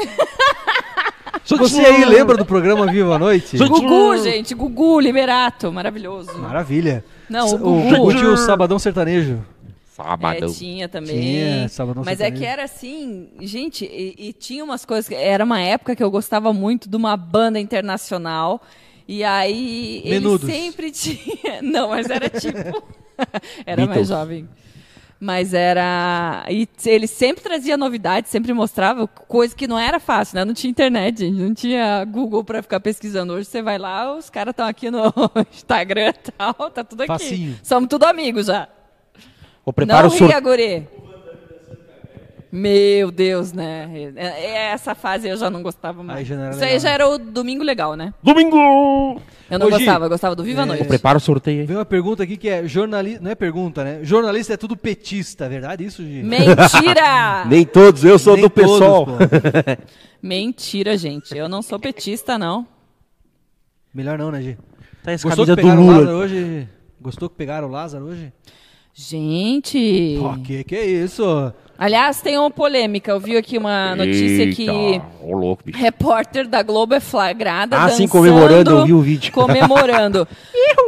[SPEAKER 1] Você aí lembra do programa Viva a Noite?
[SPEAKER 2] Sou-
[SPEAKER 3] Gugu, gente, Gugu, Liberato, maravilhoso.
[SPEAKER 1] Maravilha.
[SPEAKER 3] Não,
[SPEAKER 1] S-
[SPEAKER 3] o Gugu.
[SPEAKER 1] tinha o Sabadão Sertanejo.
[SPEAKER 3] É,
[SPEAKER 2] Sabadão.
[SPEAKER 3] tinha também.
[SPEAKER 1] Tinha, Sabadão
[SPEAKER 3] Mas é
[SPEAKER 1] Sertanejo.
[SPEAKER 3] que era assim, gente, e, e tinha umas coisas. que- Era uma época que eu gostava muito de uma banda internacional. E aí
[SPEAKER 1] Menudos.
[SPEAKER 3] ele sempre tinha. Não, mas era tipo. era
[SPEAKER 2] Beatles.
[SPEAKER 3] mais jovem. Mas era. E t- ele sempre trazia novidades, sempre mostrava coisa que não era fácil, né? Não tinha internet, gente. Não tinha Google pra ficar pesquisando. Hoje você vai lá, os caras estão aqui no Instagram e tal, tá tudo aqui.
[SPEAKER 1] Facinho.
[SPEAKER 3] Somos tudo amigos já.
[SPEAKER 2] Vou preparar o
[SPEAKER 3] não ria,
[SPEAKER 2] sorteio.
[SPEAKER 3] guri. Meu Deus, né? É- é Essa fase eu já não gostava mais.
[SPEAKER 1] Aí já não era
[SPEAKER 3] Isso aí
[SPEAKER 1] legal,
[SPEAKER 3] já
[SPEAKER 1] né?
[SPEAKER 3] era o domingo legal, né?
[SPEAKER 2] Domingo!
[SPEAKER 3] Eu não
[SPEAKER 1] Ô, Gi, é,
[SPEAKER 3] gostava, eu gostava do Viva a Noite.
[SPEAKER 2] Prepara o sorteio aí.
[SPEAKER 1] Vem uma pergunta aqui que é jornalista. Não é pergunta, né? Jornalista é tudo petista, verdade isso, Gi?
[SPEAKER 3] Mentira!
[SPEAKER 2] Nem todos, eu sou
[SPEAKER 1] Ah. Nem
[SPEAKER 2] do pessoal.
[SPEAKER 1] todos, pô.
[SPEAKER 3] Mentira, gente. Eu não sou petista, não.
[SPEAKER 1] Melhor não, né, Gi?
[SPEAKER 2] Tá essa
[SPEAKER 1] Gostou que
[SPEAKER 2] camisa do
[SPEAKER 1] pegaram o
[SPEAKER 2] Lula.
[SPEAKER 1] Lázaro hoje? Gostou que pegaram o Lázaro hoje?
[SPEAKER 3] Gente!
[SPEAKER 1] Pô, que que é isso?
[SPEAKER 3] Aliás, tem uma polêmica. Eu vi aqui uma notícia
[SPEAKER 2] Eita,
[SPEAKER 3] que
[SPEAKER 2] Ô, louco, bicho.
[SPEAKER 3] repórter da Globo é flagrada
[SPEAKER 2] Ah, sim,
[SPEAKER 3] dançando,
[SPEAKER 2] comemorando, eu vi o vídeo.
[SPEAKER 3] Comemorando.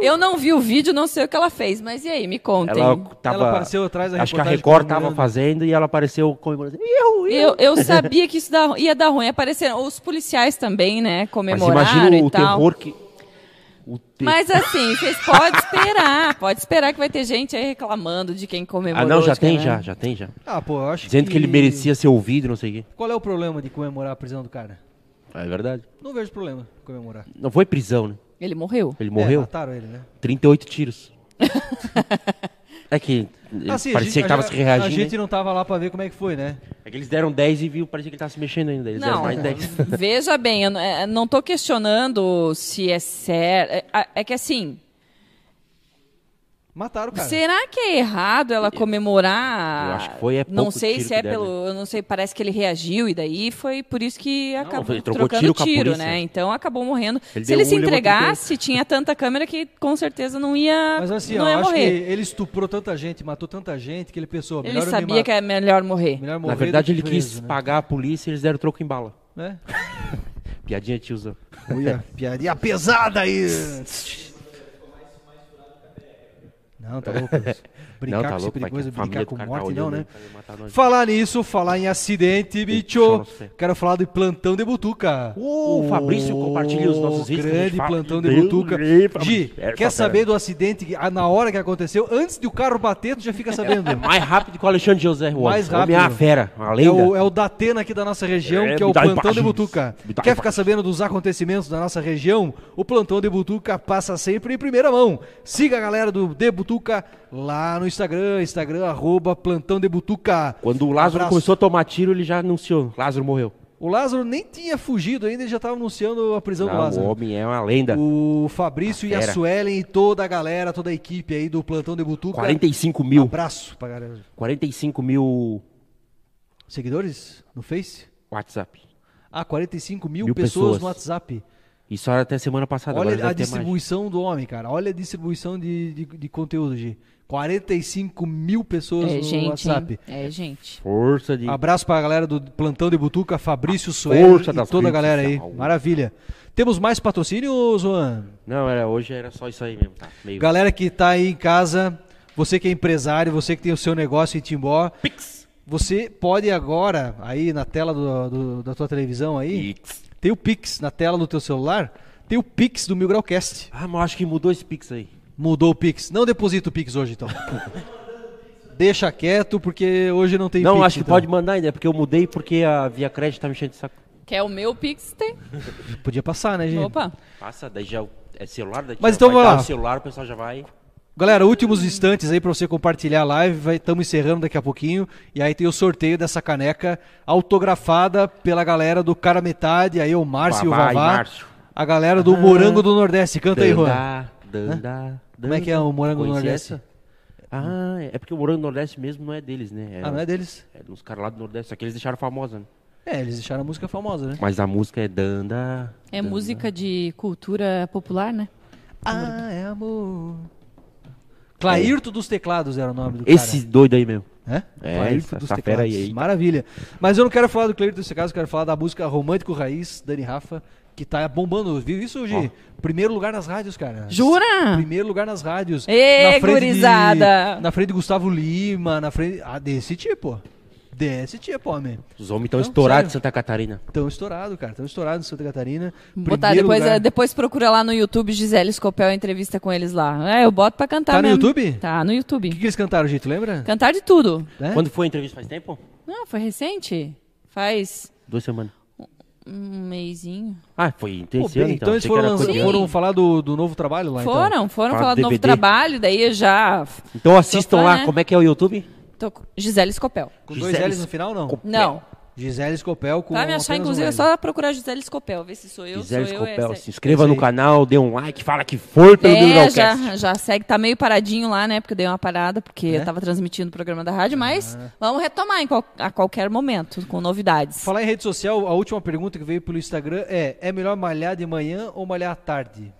[SPEAKER 3] eu não vi o vídeo, não sei o que ela fez, mas e aí, me contem.
[SPEAKER 2] Ela tava.
[SPEAKER 1] Ela apareceu atrás da
[SPEAKER 2] acho que a
[SPEAKER 1] reportagem
[SPEAKER 2] Record tava
[SPEAKER 1] comemorando.
[SPEAKER 2] fazendo e ela apareceu comemorando. Eu, eu.
[SPEAKER 3] Eu, eu sabia que isso dá- ia dar ruim. Apareceram os policiais também, né?
[SPEAKER 2] Mas
[SPEAKER 3] Comemoraram
[SPEAKER 2] imagina
[SPEAKER 3] e
[SPEAKER 2] o
[SPEAKER 3] tal.
[SPEAKER 2] terror que. O te-
[SPEAKER 3] Mas assim, vocês podem esperar. Pode esperar que vai ter gente aí reclamando de quem
[SPEAKER 2] Ah,
[SPEAKER 3] comemorou.
[SPEAKER 2] não, já
[SPEAKER 3] de
[SPEAKER 2] tem,
[SPEAKER 3] quem não.
[SPEAKER 2] já, já tem, já.
[SPEAKER 1] Ah, pô, eu acho
[SPEAKER 2] Dizendo que ele merecia ser ouvido, não sei o quê.
[SPEAKER 1] Qual é o problema de comemorar a prisão do cara?
[SPEAKER 2] É verdade.
[SPEAKER 1] Não vejo problema em comemorar.
[SPEAKER 2] Não foi prisão, né?
[SPEAKER 3] Ele morreu.
[SPEAKER 2] Ele
[SPEAKER 1] É,
[SPEAKER 2] morreu.
[SPEAKER 1] mataram ele, né?
[SPEAKER 2] 38 tiros. é que ele
[SPEAKER 1] Assim, a
[SPEAKER 2] parecia
[SPEAKER 1] gente-
[SPEAKER 2] que tava
[SPEAKER 1] a
[SPEAKER 2] se
[SPEAKER 1] gente-
[SPEAKER 2] reagindo.
[SPEAKER 1] A gente
[SPEAKER 2] né?
[SPEAKER 1] não tava lá pra ver como é que foi, né?
[SPEAKER 2] É que eles deram 10 e viu, parecia que ele tava se mexendo ainda. Eles deram
[SPEAKER 3] Não,
[SPEAKER 2] mais 10.
[SPEAKER 3] veja bem, eu n- eh, não estou questionando se é certo. É, a- é que assim,
[SPEAKER 1] Mataram o cara.
[SPEAKER 3] será que é errado ela comemorar?
[SPEAKER 2] Eu acho que foi, é
[SPEAKER 3] Não
[SPEAKER 2] pouco
[SPEAKER 3] sei
[SPEAKER 2] tiro
[SPEAKER 3] se é
[SPEAKER 2] que deram.
[SPEAKER 3] pelo. Eu não sei, parece que ele reagiu e daí foi por isso que acabou
[SPEAKER 2] ele trocou
[SPEAKER 3] trocando
[SPEAKER 2] tiro
[SPEAKER 3] tiro,
[SPEAKER 2] com a polícia.
[SPEAKER 3] né? Então acabou morrendo.
[SPEAKER 2] Ele
[SPEAKER 3] se
[SPEAKER 2] deu
[SPEAKER 3] ele
[SPEAKER 2] um,
[SPEAKER 3] se
[SPEAKER 2] levou
[SPEAKER 3] entregasse, tinha tanta câmera que com certeza não ia,
[SPEAKER 1] Mas assim,
[SPEAKER 3] não
[SPEAKER 1] ó,
[SPEAKER 3] ia
[SPEAKER 1] eu acho que
[SPEAKER 3] morrer.
[SPEAKER 1] ele estuprou tanta gente, matou tanta gente, que ele pensou, melhor
[SPEAKER 3] Ele
[SPEAKER 1] eu me
[SPEAKER 3] sabia
[SPEAKER 1] matar-
[SPEAKER 3] que é melhor morrer.
[SPEAKER 1] melhor morrer
[SPEAKER 2] Na verdade,
[SPEAKER 1] do
[SPEAKER 2] ele
[SPEAKER 1] que
[SPEAKER 2] quis
[SPEAKER 1] preso, né?
[SPEAKER 2] pagar a polícia e eles deram troco em bala.
[SPEAKER 1] Né?
[SPEAKER 2] Piadinha tiozão.
[SPEAKER 1] Uia, piadinha pesada aí. Não, tá louco. isso. Brincar
[SPEAKER 2] tá
[SPEAKER 1] com esse tipo
[SPEAKER 2] louco,
[SPEAKER 1] de
[SPEAKER 2] pai,
[SPEAKER 1] coisa,
[SPEAKER 2] que a
[SPEAKER 1] brincar
[SPEAKER 2] família do
[SPEAKER 1] com
[SPEAKER 2] cara tá
[SPEAKER 1] morte, não,
[SPEAKER 2] olhando
[SPEAKER 1] né?
[SPEAKER 2] aí, vai matar nós.
[SPEAKER 1] Falar nisso, falar em acidente,
[SPEAKER 2] só
[SPEAKER 1] bicho.
[SPEAKER 2] não sei.
[SPEAKER 1] Quero falar do plantão de Butuca.
[SPEAKER 2] Ô, Fabrício, compartilha os nossos vídeos que a gente
[SPEAKER 1] Grande
[SPEAKER 2] fala.
[SPEAKER 1] plantão de
[SPEAKER 2] Meu
[SPEAKER 1] Butuca.
[SPEAKER 2] Deus, Fabrício.
[SPEAKER 1] Gi,
[SPEAKER 2] É,
[SPEAKER 1] quer
[SPEAKER 2] tá
[SPEAKER 1] saber do acidente que- ah, na hora que aconteceu? Antes de o carro bater, tu já fica sabendo.
[SPEAKER 2] É Mais rápido que o Alexandre José Juan.
[SPEAKER 1] Mais
[SPEAKER 2] Homem é uma
[SPEAKER 1] rápido.
[SPEAKER 2] fera, uma
[SPEAKER 1] É
[SPEAKER 2] lenda.
[SPEAKER 1] o, é o Datena aqui da nossa região,
[SPEAKER 2] É,
[SPEAKER 1] que é o
[SPEAKER 2] me dá
[SPEAKER 1] Plantão
[SPEAKER 2] imagens.
[SPEAKER 1] de Butuca.
[SPEAKER 2] Me dá
[SPEAKER 1] Quer ficar
[SPEAKER 2] imagens.
[SPEAKER 1] sabendo dos acontecimentos da nossa região? O Plantão de Butuca passa sempre em primeira mão. Siga a galera do De Butuca lá no Instagram, Instagram, arroba Plantão de Butuca.
[SPEAKER 2] Quando o Lázaro
[SPEAKER 1] Abraço.
[SPEAKER 2] começou a tomar tiro, ele já anunciou. Lázaro morreu.
[SPEAKER 1] O Lázaro nem tinha fugido ainda, ele já estava anunciando a prisão do
[SPEAKER 2] Não, o
[SPEAKER 1] Lázaro.
[SPEAKER 2] homem é uma lenda.
[SPEAKER 1] O Fabrício e a
[SPEAKER 2] Fera.
[SPEAKER 1] Suelen e toda a galera, toda a equipe aí do Plantão de Butuca.
[SPEAKER 2] 45 mil.
[SPEAKER 1] Abraço pra galera.
[SPEAKER 2] 45 mil
[SPEAKER 1] Seguidores no Face?
[SPEAKER 2] WhatsApp.
[SPEAKER 1] Ah, 45 mil,
[SPEAKER 2] Mil
[SPEAKER 1] pessoas
[SPEAKER 2] pessoas.
[SPEAKER 1] no WhatsApp.
[SPEAKER 2] Isso era até semana passada. agora
[SPEAKER 1] Olha
[SPEAKER 2] deve
[SPEAKER 1] a
[SPEAKER 2] ter mais.
[SPEAKER 1] distribuição do homem, cara. Olha a distribuição de, de, de conteúdo, G. 45 mil pessoas
[SPEAKER 3] É
[SPEAKER 1] no
[SPEAKER 3] gente, hein?
[SPEAKER 1] WhatsApp.
[SPEAKER 3] É gente.
[SPEAKER 2] Força de...
[SPEAKER 1] Abraço pra galera do Plantão de Butuca, Fabrício, Sueli
[SPEAKER 2] força
[SPEAKER 1] e
[SPEAKER 2] das
[SPEAKER 1] toda a
[SPEAKER 2] redes
[SPEAKER 1] galera aí.
[SPEAKER 2] sociais.
[SPEAKER 1] Maravilha. Temos mais patrocínio, Zoan?
[SPEAKER 2] Não, era, hoje era só isso aí mesmo. Tá, meio...
[SPEAKER 1] Galera que tá aí em casa, você que é empresário, você que tem o seu negócio em Timbó,
[SPEAKER 2] Pix.
[SPEAKER 1] você pode agora, aí na tela do- do- da tua televisão aí,
[SPEAKER 2] Pix.
[SPEAKER 1] tem o Pix na tela do teu celular, tem o Pix do Mil Graucast.
[SPEAKER 2] Ah, mas eu acho que mudou esse Pix aí.
[SPEAKER 1] Mudou o Pix. Não deposita o Pix hoje, então. Deixa quieto, porque hoje não tem
[SPEAKER 2] não,
[SPEAKER 1] Pix.
[SPEAKER 2] acho que
[SPEAKER 1] então.
[SPEAKER 2] pode mandar ainda, é porque eu mudei porque a Via Crédito tá me enchendo de saco.
[SPEAKER 3] Quer é o meu Pix? Tem.
[SPEAKER 1] Podia passar, né, gente?
[SPEAKER 3] Opa.
[SPEAKER 2] Passa, daí já é celular, daí
[SPEAKER 1] Mas
[SPEAKER 2] já
[SPEAKER 1] então
[SPEAKER 2] vai
[SPEAKER 1] vai
[SPEAKER 2] dar
[SPEAKER 1] lá.
[SPEAKER 2] o celular, o pessoal já vai.
[SPEAKER 1] Galera, últimos instantes aí pra você compartilhar a live. Estamos encerrando daqui a pouquinho. E aí tem o sorteio dessa caneca autografada pela galera do Cara Metade. Aí o Márcio
[SPEAKER 2] Vavá
[SPEAKER 1] e
[SPEAKER 2] e
[SPEAKER 1] o Vavá.
[SPEAKER 2] Márcio.
[SPEAKER 1] A galera do Morango do Nordeste. Canta aí, Juan.
[SPEAKER 2] Dandá, dandá,
[SPEAKER 1] Como é que é o Morango do
[SPEAKER 2] Conhece
[SPEAKER 1] Nordeste?
[SPEAKER 2] essa? Ah, é porque o Morango do Nordeste mesmo não é deles, né?
[SPEAKER 1] Ah, não é deles?
[SPEAKER 2] É dos caras lá do Nordeste, só que eles deixaram famosa, né?
[SPEAKER 1] É, eles deixaram a música famosa, né?
[SPEAKER 2] Mas a música é Danda.
[SPEAKER 3] É música de cultura popular, né?
[SPEAKER 1] Ah, é amor. Clairto dos Teclados era o nome do cara.
[SPEAKER 2] Esse doido aí mesmo.
[SPEAKER 1] Né?
[SPEAKER 2] É,
[SPEAKER 1] Clairito
[SPEAKER 2] essa-
[SPEAKER 1] dos
[SPEAKER 2] essa fera aí,
[SPEAKER 1] Teclados.
[SPEAKER 2] hein?
[SPEAKER 1] Maravilha. Mas eu não quero falar do Clarito desse caso, eu quero falar da música Romântico Raiz, Dani Rafa, que tá bombando. Viu isso, Gi? Primeiro lugar nas rádios, cara.
[SPEAKER 3] Jura?
[SPEAKER 1] Primeiro lugar nas rádios.
[SPEAKER 3] Ê,
[SPEAKER 1] de-
[SPEAKER 3] gurizada!
[SPEAKER 1] na frente de Gustavo Lima, na frente. Ah, desse tipo. Desse tipo, homem.
[SPEAKER 2] Os homens estão
[SPEAKER 1] Não,
[SPEAKER 2] estourados em
[SPEAKER 1] sério.
[SPEAKER 2] Santa Catarina.
[SPEAKER 1] Tão estourado, cara. Tão estourado em Santa Catarina.
[SPEAKER 3] Botar
[SPEAKER 1] Primeiro
[SPEAKER 3] depois,
[SPEAKER 1] lugar-
[SPEAKER 3] eh, depois procura lá no YouTube Gisele Scopel entrevista com eles lá. É, eu boto pra cantar
[SPEAKER 1] Tá no
[SPEAKER 3] mesmo.
[SPEAKER 1] YouTube?
[SPEAKER 3] Tá
[SPEAKER 1] O
[SPEAKER 3] no
[SPEAKER 1] que,
[SPEAKER 3] YouTube.
[SPEAKER 1] que eles cantaram, gente? Lembra?
[SPEAKER 3] Cantar de tudo.
[SPEAKER 1] Né?
[SPEAKER 2] Quando foi a entrevista? Faz tempo?
[SPEAKER 3] Não, foi recente. Faz
[SPEAKER 2] Duas semanas.
[SPEAKER 3] um meizinho.
[SPEAKER 2] Ah, foi esse
[SPEAKER 1] Pô,
[SPEAKER 2] ano
[SPEAKER 1] bem,
[SPEAKER 2] então.
[SPEAKER 1] então eles
[SPEAKER 2] Achei que
[SPEAKER 1] foram,
[SPEAKER 2] era
[SPEAKER 1] lança-
[SPEAKER 2] coisa de
[SPEAKER 3] Sim.
[SPEAKER 2] ano.
[SPEAKER 1] foram falar do, do novo trabalho lá então.
[SPEAKER 3] foram, foram
[SPEAKER 2] Fala
[SPEAKER 3] falar do novo
[SPEAKER 2] DVD.
[SPEAKER 3] trabalho, daí eu já.
[SPEAKER 2] Então assistam
[SPEAKER 3] Tô
[SPEAKER 2] lá,
[SPEAKER 3] fã, né?
[SPEAKER 2] como é que é o YouTube?
[SPEAKER 3] Tô com Gisele Scopel.
[SPEAKER 1] Com dois
[SPEAKER 2] Gisele
[SPEAKER 1] L's no final, não?
[SPEAKER 3] Não.
[SPEAKER 1] Gisele Scopel É, com
[SPEAKER 3] Pra me achar,
[SPEAKER 1] apenas um
[SPEAKER 3] inclusive, é
[SPEAKER 1] L.
[SPEAKER 3] só procurar Gisele Scopel, ver se sou eu,
[SPEAKER 2] Gisele
[SPEAKER 3] sou eu.
[SPEAKER 2] Scopel,
[SPEAKER 3] essa-
[SPEAKER 2] se inscreva no
[SPEAKER 1] aí.
[SPEAKER 2] canal, dê um like, fala que foi pelo
[SPEAKER 3] É,
[SPEAKER 2] Neurocast.
[SPEAKER 3] já, já segue. Tá meio paradinho lá, né? Porque eu dei uma parada, porque
[SPEAKER 1] É?
[SPEAKER 3] eu tava transmitindo o programa da rádio, mas
[SPEAKER 1] Ah.
[SPEAKER 3] vamos retomar em qual- a qualquer momento, com novidades.
[SPEAKER 1] Falar em rede social, a última pergunta que veio pelo Instagram é: é melhor malhar de manhã ou malhar à tarde?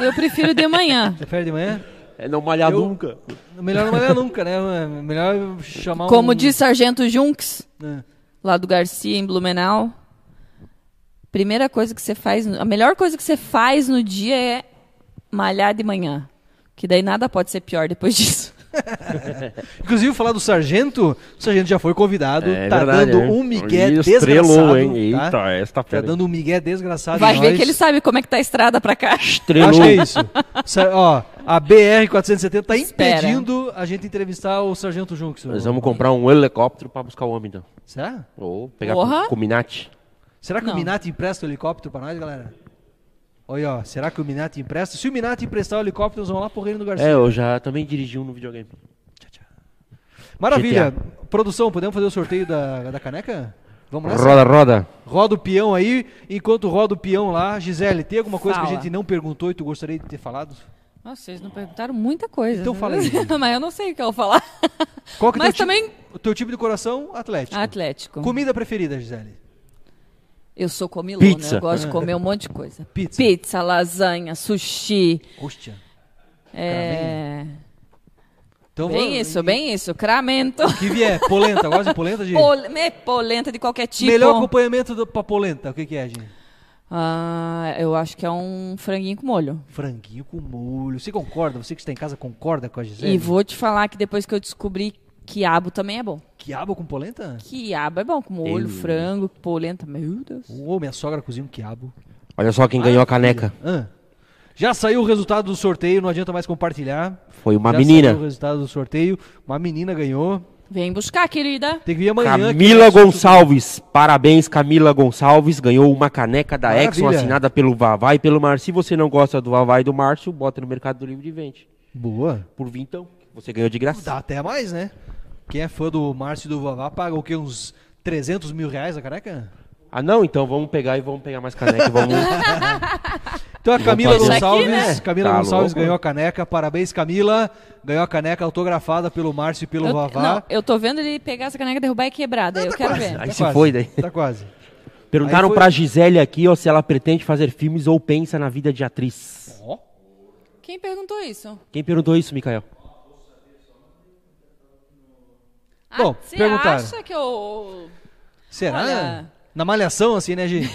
[SPEAKER 3] Eu prefiro de manhã.
[SPEAKER 1] Prefere de manhã?
[SPEAKER 2] É não malhar
[SPEAKER 1] Eu-
[SPEAKER 2] nunca.
[SPEAKER 1] Melhor não malhar nunca, né? Melhor chamar
[SPEAKER 3] Como
[SPEAKER 1] um...
[SPEAKER 3] diz Sargento Junks,
[SPEAKER 1] É.
[SPEAKER 3] lá do Garcia, em Blumenau. Primeira coisa que você faz, no- a melhor coisa que você faz no dia é malhar de manhã. Que daí nada pode ser pior depois disso.
[SPEAKER 1] Inclusive, falar do Sargento, o Sargento já foi convidado,
[SPEAKER 2] É
[SPEAKER 1] tá
[SPEAKER 2] verdade,
[SPEAKER 1] dando
[SPEAKER 2] né?
[SPEAKER 1] um migué
[SPEAKER 2] Ih,
[SPEAKER 1] desgraçado,
[SPEAKER 2] Estrelou, hein?
[SPEAKER 1] tá?
[SPEAKER 2] Eita, esta
[SPEAKER 1] Tá
[SPEAKER 2] fera. aí.
[SPEAKER 1] dando um migué desgraçado
[SPEAKER 3] Vai
[SPEAKER 1] em
[SPEAKER 3] ver
[SPEAKER 1] nós.
[SPEAKER 3] que ele sabe como é que tá a estrada pra cá.
[SPEAKER 2] Estrelou.
[SPEAKER 1] Acho que é isso. Sa- ó, a BR-470 tá
[SPEAKER 3] Espera.
[SPEAKER 1] impedindo a gente entrevistar o Sargento Junks.
[SPEAKER 2] Nós vamos comprar um helicóptero pra buscar o homem, então.
[SPEAKER 1] Será?
[SPEAKER 2] Ou pegar
[SPEAKER 3] Porra.
[SPEAKER 2] com, com o Minati.
[SPEAKER 1] Será que
[SPEAKER 3] Não.
[SPEAKER 1] o Minati empresta o helicóptero pra nós, galera? Olha, ó, será que o Minati empresta? Se o Minati emprestar o helicóptero, nós vamos lá pro Reino do Garcia.
[SPEAKER 2] É, eu já também dirigi um no videogame.
[SPEAKER 1] Maravilha. Produção, podemos fazer o sorteio da, da caneca? Vamos nessa?
[SPEAKER 2] Roda, roda.
[SPEAKER 1] Roda o peão aí. Enquanto roda o peão lá, Gisele, tem alguma coisa que a
[SPEAKER 3] Fala.
[SPEAKER 1] gente não perguntou e tu gostaria de ter falado?
[SPEAKER 3] Nossa, vocês não perguntaram muita coisa.
[SPEAKER 1] Então
[SPEAKER 3] né?
[SPEAKER 1] fala aí.
[SPEAKER 3] Mas eu não sei o que eu vou falar.
[SPEAKER 1] Qual que é o
[SPEAKER 3] Mas
[SPEAKER 1] teu time-
[SPEAKER 3] também
[SPEAKER 1] o teu time do coração? Atlético.
[SPEAKER 3] Atlético.
[SPEAKER 1] Comida preferida, Gisele?
[SPEAKER 3] Eu sou comilona,
[SPEAKER 2] Pizza.
[SPEAKER 3] eu
[SPEAKER 1] É.
[SPEAKER 3] gosto de comer um monte de coisa.
[SPEAKER 1] Pizza.
[SPEAKER 3] lasanha, sushi.
[SPEAKER 1] Hostia.
[SPEAKER 3] É...
[SPEAKER 1] Então,
[SPEAKER 3] Bem
[SPEAKER 1] vamos-
[SPEAKER 3] isso, bem isso. Cramento.
[SPEAKER 1] O que vier? Polenta, gosta de polenta, Gi?
[SPEAKER 3] Pol- me- é polenta de qualquer tipo.
[SPEAKER 1] é Melhor acompanhamento do, pra polenta, o que, que é, Gi?
[SPEAKER 3] Ah, eu acho que é um franguinho com molho.
[SPEAKER 1] Franguinho com molho. Você concorda? Você que está em casa concorda com a Gisele?
[SPEAKER 3] E vou te falar que depois que eu descobri quiabo também é bom.
[SPEAKER 1] Quiabo com polenta?
[SPEAKER 3] Quiabo é bom, com molho,
[SPEAKER 2] Eu-
[SPEAKER 3] frango, polenta. Meu Deus.
[SPEAKER 1] Ô, minha sogra cozinha um quiabo.
[SPEAKER 2] Olha só
[SPEAKER 1] Ah,
[SPEAKER 2] quem ganhou a caneca.
[SPEAKER 1] Hã? Já saiu o resultado do sorteio, não adianta mais compartilhar.
[SPEAKER 2] Foi uma
[SPEAKER 1] Já
[SPEAKER 2] menina.
[SPEAKER 1] saiu o resultado do sorteio. Uma menina ganhou.
[SPEAKER 3] Vem buscar, querida.
[SPEAKER 1] Tem que é vir amanhã. aqui no
[SPEAKER 2] Camila
[SPEAKER 1] nosso-
[SPEAKER 2] Gonçalves, parabéns Camila Gonçalves, ganhou uma caneca da
[SPEAKER 1] Maravilha.
[SPEAKER 2] Exxon assinada pelo Vavá e pelo Márcio. Se você não gosta do Vavá e do Márcio, bota no Mercado do Livro de Vende.
[SPEAKER 1] Boa.
[SPEAKER 2] Por vintão, você ganhou de graça.
[SPEAKER 1] Dá até mais, né? Quem é fã do Márcio e do Vavá paga o quê? Uns 300 mil reais a caneca?
[SPEAKER 2] Ah não, então vamos pegar e vamos pegar mais caneca e vamos...
[SPEAKER 1] Então a Camila
[SPEAKER 2] fazer.
[SPEAKER 1] Gonçalves,
[SPEAKER 3] Isso aqui,
[SPEAKER 2] né?
[SPEAKER 1] Camila
[SPEAKER 2] Tá
[SPEAKER 1] Gonçalves
[SPEAKER 2] louco.
[SPEAKER 1] ganhou a caneca. Parabéns, Camila. Ganhou a caneca autografada pelo Márcio e pelo
[SPEAKER 3] Eu,
[SPEAKER 1] Vavá.
[SPEAKER 3] não, eu tô vendo ele pegar essa caneca, derrubar e quebrar. Daí eu quero ver.
[SPEAKER 2] Aí se foi daí.
[SPEAKER 1] Tá quase. Aí
[SPEAKER 2] Perguntaram
[SPEAKER 1] foi-
[SPEAKER 2] pra Gisele aqui ó, se ela pretende fazer filmes ou pensa na vida de atriz.
[SPEAKER 3] Quem perguntou isso?
[SPEAKER 2] Quem perguntou isso, Mikael?
[SPEAKER 1] Bom,
[SPEAKER 3] ah, você
[SPEAKER 1] perguntaram.
[SPEAKER 3] acha que eu...
[SPEAKER 1] Será?
[SPEAKER 3] Olha-
[SPEAKER 1] Na malhação, assim, né, Gi?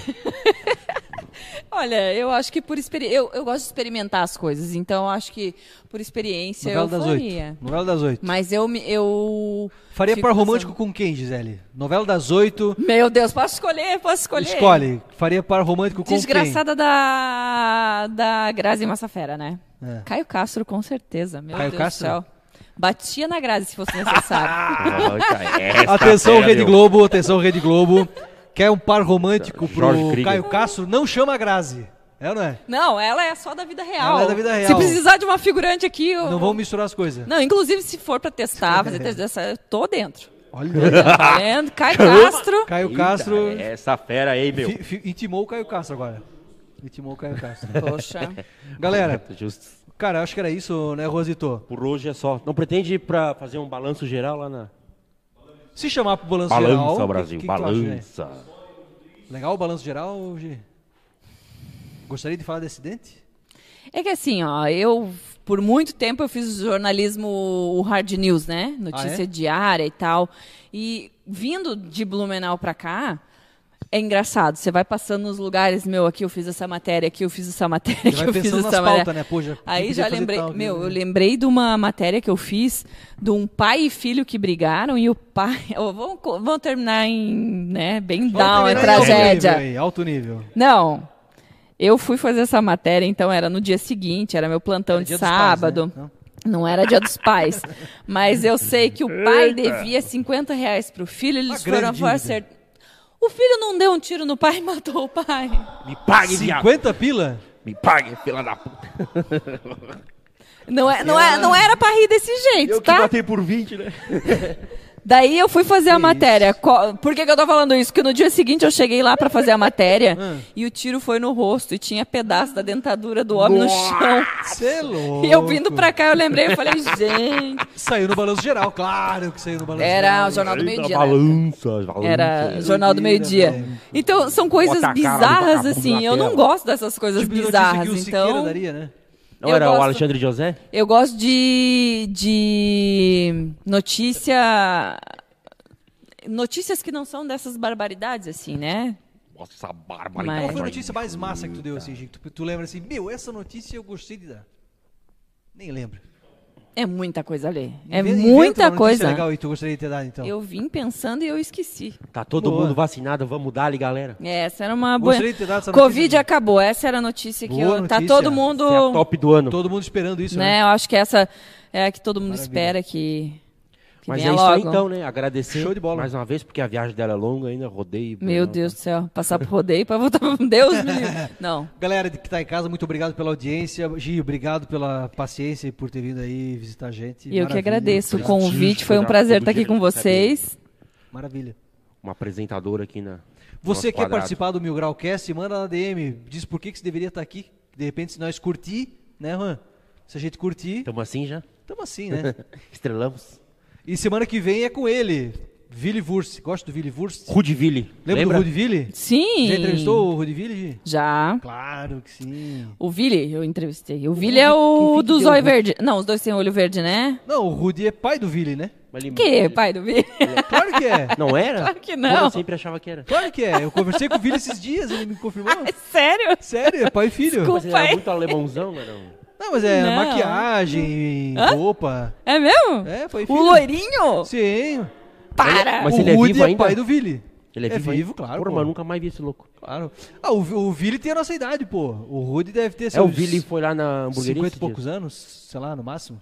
[SPEAKER 3] Olha, eu acho que por experiência... Eu, eu gosto de experimentar as coisas, então eu acho que por experiência
[SPEAKER 1] Novela
[SPEAKER 3] eu
[SPEAKER 1] das
[SPEAKER 3] faria.
[SPEAKER 1] oito. Novela das oito.
[SPEAKER 3] Mas eu... me- eu
[SPEAKER 1] Faria
[SPEAKER 3] fico
[SPEAKER 1] par romântico
[SPEAKER 3] pensando-
[SPEAKER 1] com quem, Gisele? Novela das oito.
[SPEAKER 3] Meu Deus, posso escolher? Posso escolher?
[SPEAKER 1] Escolhe. Faria par romântico com
[SPEAKER 3] Desgraçada da, da Grazi Massafera, né?
[SPEAKER 1] É.
[SPEAKER 3] Caio Castro, com certeza. Meu
[SPEAKER 1] Caio
[SPEAKER 3] Deus
[SPEAKER 1] Castro?
[SPEAKER 3] do céu. Batia na Grazi se fosse necessário.
[SPEAKER 1] quem? Atenção, Rede Globo. Atenção, Rede Globo. Quer um par romântico
[SPEAKER 2] Jorge
[SPEAKER 1] pro
[SPEAKER 2] Krieger.
[SPEAKER 1] Caio Castro? Não chama a Grazi. É ou não é?
[SPEAKER 3] Não, ela é só da vida real.
[SPEAKER 1] Ela é da vida real.
[SPEAKER 3] Se precisar de uma figurante aqui, eu...
[SPEAKER 1] Não vamos misturar as coisas.
[SPEAKER 3] Não, inclusive se for pra testar, fazer teste dessa, eu tô dentro.
[SPEAKER 1] Olha.
[SPEAKER 3] Tá vendo? Caio Castro.
[SPEAKER 1] Caio
[SPEAKER 2] Eita, é.
[SPEAKER 1] Castro.
[SPEAKER 2] Essa fera aí, meu.
[SPEAKER 1] Fi- fi- intimou o Caio Castro agora. Intimou o Caio Castro.
[SPEAKER 3] Poxa.
[SPEAKER 1] Galera,
[SPEAKER 2] Justo.
[SPEAKER 1] cara, acho que era isso, né, Rosito?
[SPEAKER 2] Por hoje é só. Não pretende ir pra fazer um balanço geral lá na.
[SPEAKER 1] Se chamar pro balanço geral.
[SPEAKER 2] Balança,
[SPEAKER 1] que-
[SPEAKER 2] Brasil,
[SPEAKER 1] que que tu acha, né?
[SPEAKER 2] balança.
[SPEAKER 1] Legal o balanço geral, Gi? Gostaria de falar desse dente?
[SPEAKER 3] É que assim, ó, eu por muito tempo eu fiz jornalismo o hard news, né? Notícia
[SPEAKER 1] Ah, é?
[SPEAKER 3] diária e tal. E vindo de Blumenau pra cá, é engraçado. Você vai passando nos lugares, meu, aqui eu fiz essa matéria, aqui eu fiz essa matéria,
[SPEAKER 1] Você
[SPEAKER 3] aqui
[SPEAKER 1] vai
[SPEAKER 3] eu fiz
[SPEAKER 1] pensando
[SPEAKER 3] essa
[SPEAKER 1] nas
[SPEAKER 3] matéria.
[SPEAKER 1] pautas, né? Pô, já- já
[SPEAKER 3] Aí
[SPEAKER 1] podia
[SPEAKER 3] já
[SPEAKER 1] fazer
[SPEAKER 3] lembrei,
[SPEAKER 1] tal,
[SPEAKER 3] meu,
[SPEAKER 1] né?
[SPEAKER 3] eu lembrei de uma matéria que eu fiz de um pai e filho que brigaram e o pai, Ó, vamos, co- vamos terminar em, né, bem down, é
[SPEAKER 1] Alto nível
[SPEAKER 3] tragédia.
[SPEAKER 1] aí, Alto nível.
[SPEAKER 3] Não. Eu fui fazer essa matéria, então era no dia seguinte, era meu plantão
[SPEAKER 1] Era
[SPEAKER 3] de
[SPEAKER 1] dia dos pais,
[SPEAKER 3] É um sábado.
[SPEAKER 1] né? Não.
[SPEAKER 3] Não era dia dos pais. Mas eu sei que o pai devia 50 reais pro filho, eles
[SPEAKER 1] grande
[SPEAKER 3] foram
[SPEAKER 1] dívida.
[SPEAKER 3] acertar. O filho não deu um tiro no pai e matou o pai.
[SPEAKER 2] Me pague, viado.
[SPEAKER 1] 50 pila?
[SPEAKER 2] Me pague, fila da puta.
[SPEAKER 3] Não, é, não, é, não era pra rir desse jeito,
[SPEAKER 2] Eu que
[SPEAKER 3] tá?
[SPEAKER 2] matei por 20, né?
[SPEAKER 3] Daí eu fui fazer a matéria. Co- Por que, que eu tô falando isso? Porque no dia seguinte eu cheguei lá pra fazer a matéria
[SPEAKER 1] Ah.
[SPEAKER 3] e o tiro foi no rosto e tinha pedaço da dentadura do homem no chão.
[SPEAKER 1] Cê é louco.
[SPEAKER 3] E eu vindo pra cá, eu lembrei, eu falei, gente.
[SPEAKER 1] Saiu no balanço geral, claro que saiu no balanço
[SPEAKER 3] Era
[SPEAKER 1] geral.
[SPEAKER 3] o Jornal do Meio Dia. né?
[SPEAKER 2] Balança, balança.
[SPEAKER 3] Era o Jornal
[SPEAKER 1] Doideira,
[SPEAKER 3] do Meio Dia.
[SPEAKER 1] velho.
[SPEAKER 3] Então, são coisas
[SPEAKER 2] Bota a cara do
[SPEAKER 3] bizarras,
[SPEAKER 2] vagabundo
[SPEAKER 3] assim.
[SPEAKER 2] na
[SPEAKER 3] Eu não
[SPEAKER 2] tela.
[SPEAKER 3] gosto dessas coisas
[SPEAKER 1] Tipo de notícia que
[SPEAKER 3] bizarras.
[SPEAKER 1] o Siqueira
[SPEAKER 3] Então,
[SPEAKER 1] daria, né?
[SPEAKER 2] Não
[SPEAKER 3] Eu
[SPEAKER 2] era o
[SPEAKER 3] gosto-
[SPEAKER 2] Alexandre José?
[SPEAKER 3] Eu gosto de, de notícia. Notícias que não são dessas barbaridades, assim, né?
[SPEAKER 2] Nossa, essa barbaridade.
[SPEAKER 3] Mas-
[SPEAKER 1] Qual foi a notícia mais massa que tu deu assim, gente? Tu, tu lembra assim, meu, essa notícia eu gostei de dar. Nem lembro.
[SPEAKER 3] É muita coisa a ler. É
[SPEAKER 1] Inve- inventa uma
[SPEAKER 3] muita
[SPEAKER 1] notícia
[SPEAKER 3] coisa.
[SPEAKER 1] legal e tu gostaria de ter dado então.
[SPEAKER 3] Eu vim pensando e eu esqueci.
[SPEAKER 2] Tá todo
[SPEAKER 1] Boa.
[SPEAKER 2] mundo vacinado, vamos dar ali, galera.
[SPEAKER 3] É, Essa era uma boa.
[SPEAKER 1] Gostaria de ter dado essa
[SPEAKER 3] Covid
[SPEAKER 1] notícia.
[SPEAKER 3] acabou. Essa era a notícia que
[SPEAKER 1] Boa
[SPEAKER 3] eu... tá
[SPEAKER 1] notícia.
[SPEAKER 3] todo mundo,
[SPEAKER 2] Essa é a top do ano.
[SPEAKER 1] Todo mundo esperando isso, né?
[SPEAKER 3] né? Eu acho que essa é a que todo mundo
[SPEAKER 1] Maravilha.
[SPEAKER 3] espera que, que
[SPEAKER 2] Mas é
[SPEAKER 3] venha
[SPEAKER 2] isso
[SPEAKER 3] logo.
[SPEAKER 2] aí então, né? Agradecer
[SPEAKER 1] Show de bola.
[SPEAKER 2] mais uma vez, porque a viagem dela é longa ainda, rodeio.
[SPEAKER 3] Meu
[SPEAKER 2] Blumenau.
[SPEAKER 3] Deus do céu, passar pro rodeio pra voltar pro Deus me livre. Não.
[SPEAKER 1] Galera que tá em casa, muito obrigado pela audiência. Gi, obrigado pela paciência e por ter vindo aí visitar a gente.
[SPEAKER 3] E eu que
[SPEAKER 1] Maravilha.
[SPEAKER 3] agradeço o
[SPEAKER 2] prestígio,
[SPEAKER 3] convite, foi um
[SPEAKER 2] né?
[SPEAKER 3] prazer
[SPEAKER 2] Todo
[SPEAKER 3] estar aqui
[SPEAKER 2] dia
[SPEAKER 3] com
[SPEAKER 2] ele recebe
[SPEAKER 3] vocês.
[SPEAKER 1] Maravilha.
[SPEAKER 2] Uma apresentadora aqui na.
[SPEAKER 1] Você
[SPEAKER 2] nosso
[SPEAKER 1] quer
[SPEAKER 2] quadrado.
[SPEAKER 1] participar do Mil Grau Cast? Manda na DM. Diz por que, que você deveria estar aqui. De repente, se nós curtir, né, Juan? Se a gente curtir,
[SPEAKER 2] Tamo assim já?
[SPEAKER 1] estamos assim, né?
[SPEAKER 2] Estrelamos.
[SPEAKER 1] e semana que vem é com ele, Vili Wurst. Gosta do Vili Wurst?
[SPEAKER 2] Rudiville.
[SPEAKER 1] Lembra, do Rudy Ville?
[SPEAKER 3] Sim.
[SPEAKER 1] Já entrevistou o Rudy Ville? Gi?
[SPEAKER 3] Já.
[SPEAKER 1] Claro que sim.
[SPEAKER 3] O Vili, eu entrevistei. O Vili é o dos olhos verdes. Não, os dois têm olho verde, né?
[SPEAKER 1] Não, o Rudy é pai do Ville, né?
[SPEAKER 2] Mas ele-
[SPEAKER 3] Que, pai do Vili?
[SPEAKER 1] Claro que é.
[SPEAKER 2] Não era?
[SPEAKER 3] Claro que
[SPEAKER 2] Pô,
[SPEAKER 3] não.
[SPEAKER 2] eu sempre achava que era.
[SPEAKER 1] Claro que é. Eu conversei com o Ville esses dias, ele me confirmou.
[SPEAKER 3] Sério?
[SPEAKER 1] Sério, é pai e filho.
[SPEAKER 3] Desculpa.
[SPEAKER 2] Mas ele era
[SPEAKER 3] Pai.
[SPEAKER 2] muito alemãozão, né? Não.
[SPEAKER 1] Não, mas é
[SPEAKER 3] Não.
[SPEAKER 1] maquiagem, roupa.
[SPEAKER 3] É mesmo?
[SPEAKER 1] É, foi
[SPEAKER 3] O
[SPEAKER 1] filho.
[SPEAKER 3] loirinho?
[SPEAKER 1] Sim.
[SPEAKER 3] Para!
[SPEAKER 2] Mas
[SPEAKER 1] o
[SPEAKER 2] ele é
[SPEAKER 1] Rudy
[SPEAKER 2] vivo
[SPEAKER 1] é
[SPEAKER 2] ainda?
[SPEAKER 1] pai do Vili.
[SPEAKER 2] Ele é, vivo, ainda?
[SPEAKER 1] claro.
[SPEAKER 2] Porra,
[SPEAKER 1] pô.
[SPEAKER 2] mas eu nunca mais vi esse louco.
[SPEAKER 1] Claro. Ah, o, o Vili tem a nossa idade, pô. O Rudy deve ter
[SPEAKER 2] É, o
[SPEAKER 1] seus
[SPEAKER 2] Vili foi lá na hamburgueria.
[SPEAKER 1] 50 e
[SPEAKER 2] esses dias.
[SPEAKER 1] poucos anos, sei lá, no máximo.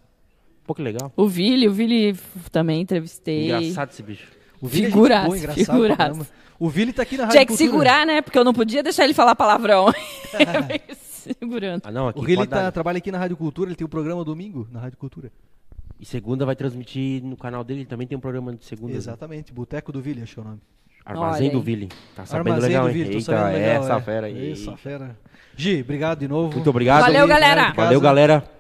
[SPEAKER 2] Pô, que legal.
[SPEAKER 3] O Vili, o Vili f- também entrevistei.
[SPEAKER 2] Engraçado esse bicho.
[SPEAKER 1] O Vili é gente
[SPEAKER 3] Figuraça,
[SPEAKER 1] boa, engraçado pra
[SPEAKER 3] figuraça.
[SPEAKER 1] caramba. O Vili tá aqui na Rádio
[SPEAKER 3] Tinha que
[SPEAKER 1] Cultura.
[SPEAKER 3] segurar, né? Porque eu não podia deixar ele falar palavrão. Eu fiquei Segurando.
[SPEAKER 2] Ah, não, aqui
[SPEAKER 1] O Vili
[SPEAKER 2] pode
[SPEAKER 1] tá,
[SPEAKER 2] dar.
[SPEAKER 1] trabalha aqui na Rádio Cultura, ele tem um programa domingo na Rádio Cultura. tá-
[SPEAKER 2] E segunda vai transmitir no canal dele, ele também tem um programa de segunda. né?
[SPEAKER 1] Exatamente, Boteco do Vili, acho que é o nome.
[SPEAKER 2] Armazém
[SPEAKER 3] Olha
[SPEAKER 2] do
[SPEAKER 3] aí.
[SPEAKER 2] Vili. Tá sabendo
[SPEAKER 1] Armazém
[SPEAKER 2] legal,
[SPEAKER 1] do
[SPEAKER 2] hein?
[SPEAKER 1] Vili, tô
[SPEAKER 2] Eita,
[SPEAKER 1] sabendo legal.
[SPEAKER 2] essa
[SPEAKER 1] é.
[SPEAKER 2] fera aí.
[SPEAKER 1] Essa fera. Gi, obrigado de novo.
[SPEAKER 2] Muito obrigado.
[SPEAKER 3] Valeu, galera.
[SPEAKER 1] de casa.
[SPEAKER 2] Valeu, galera.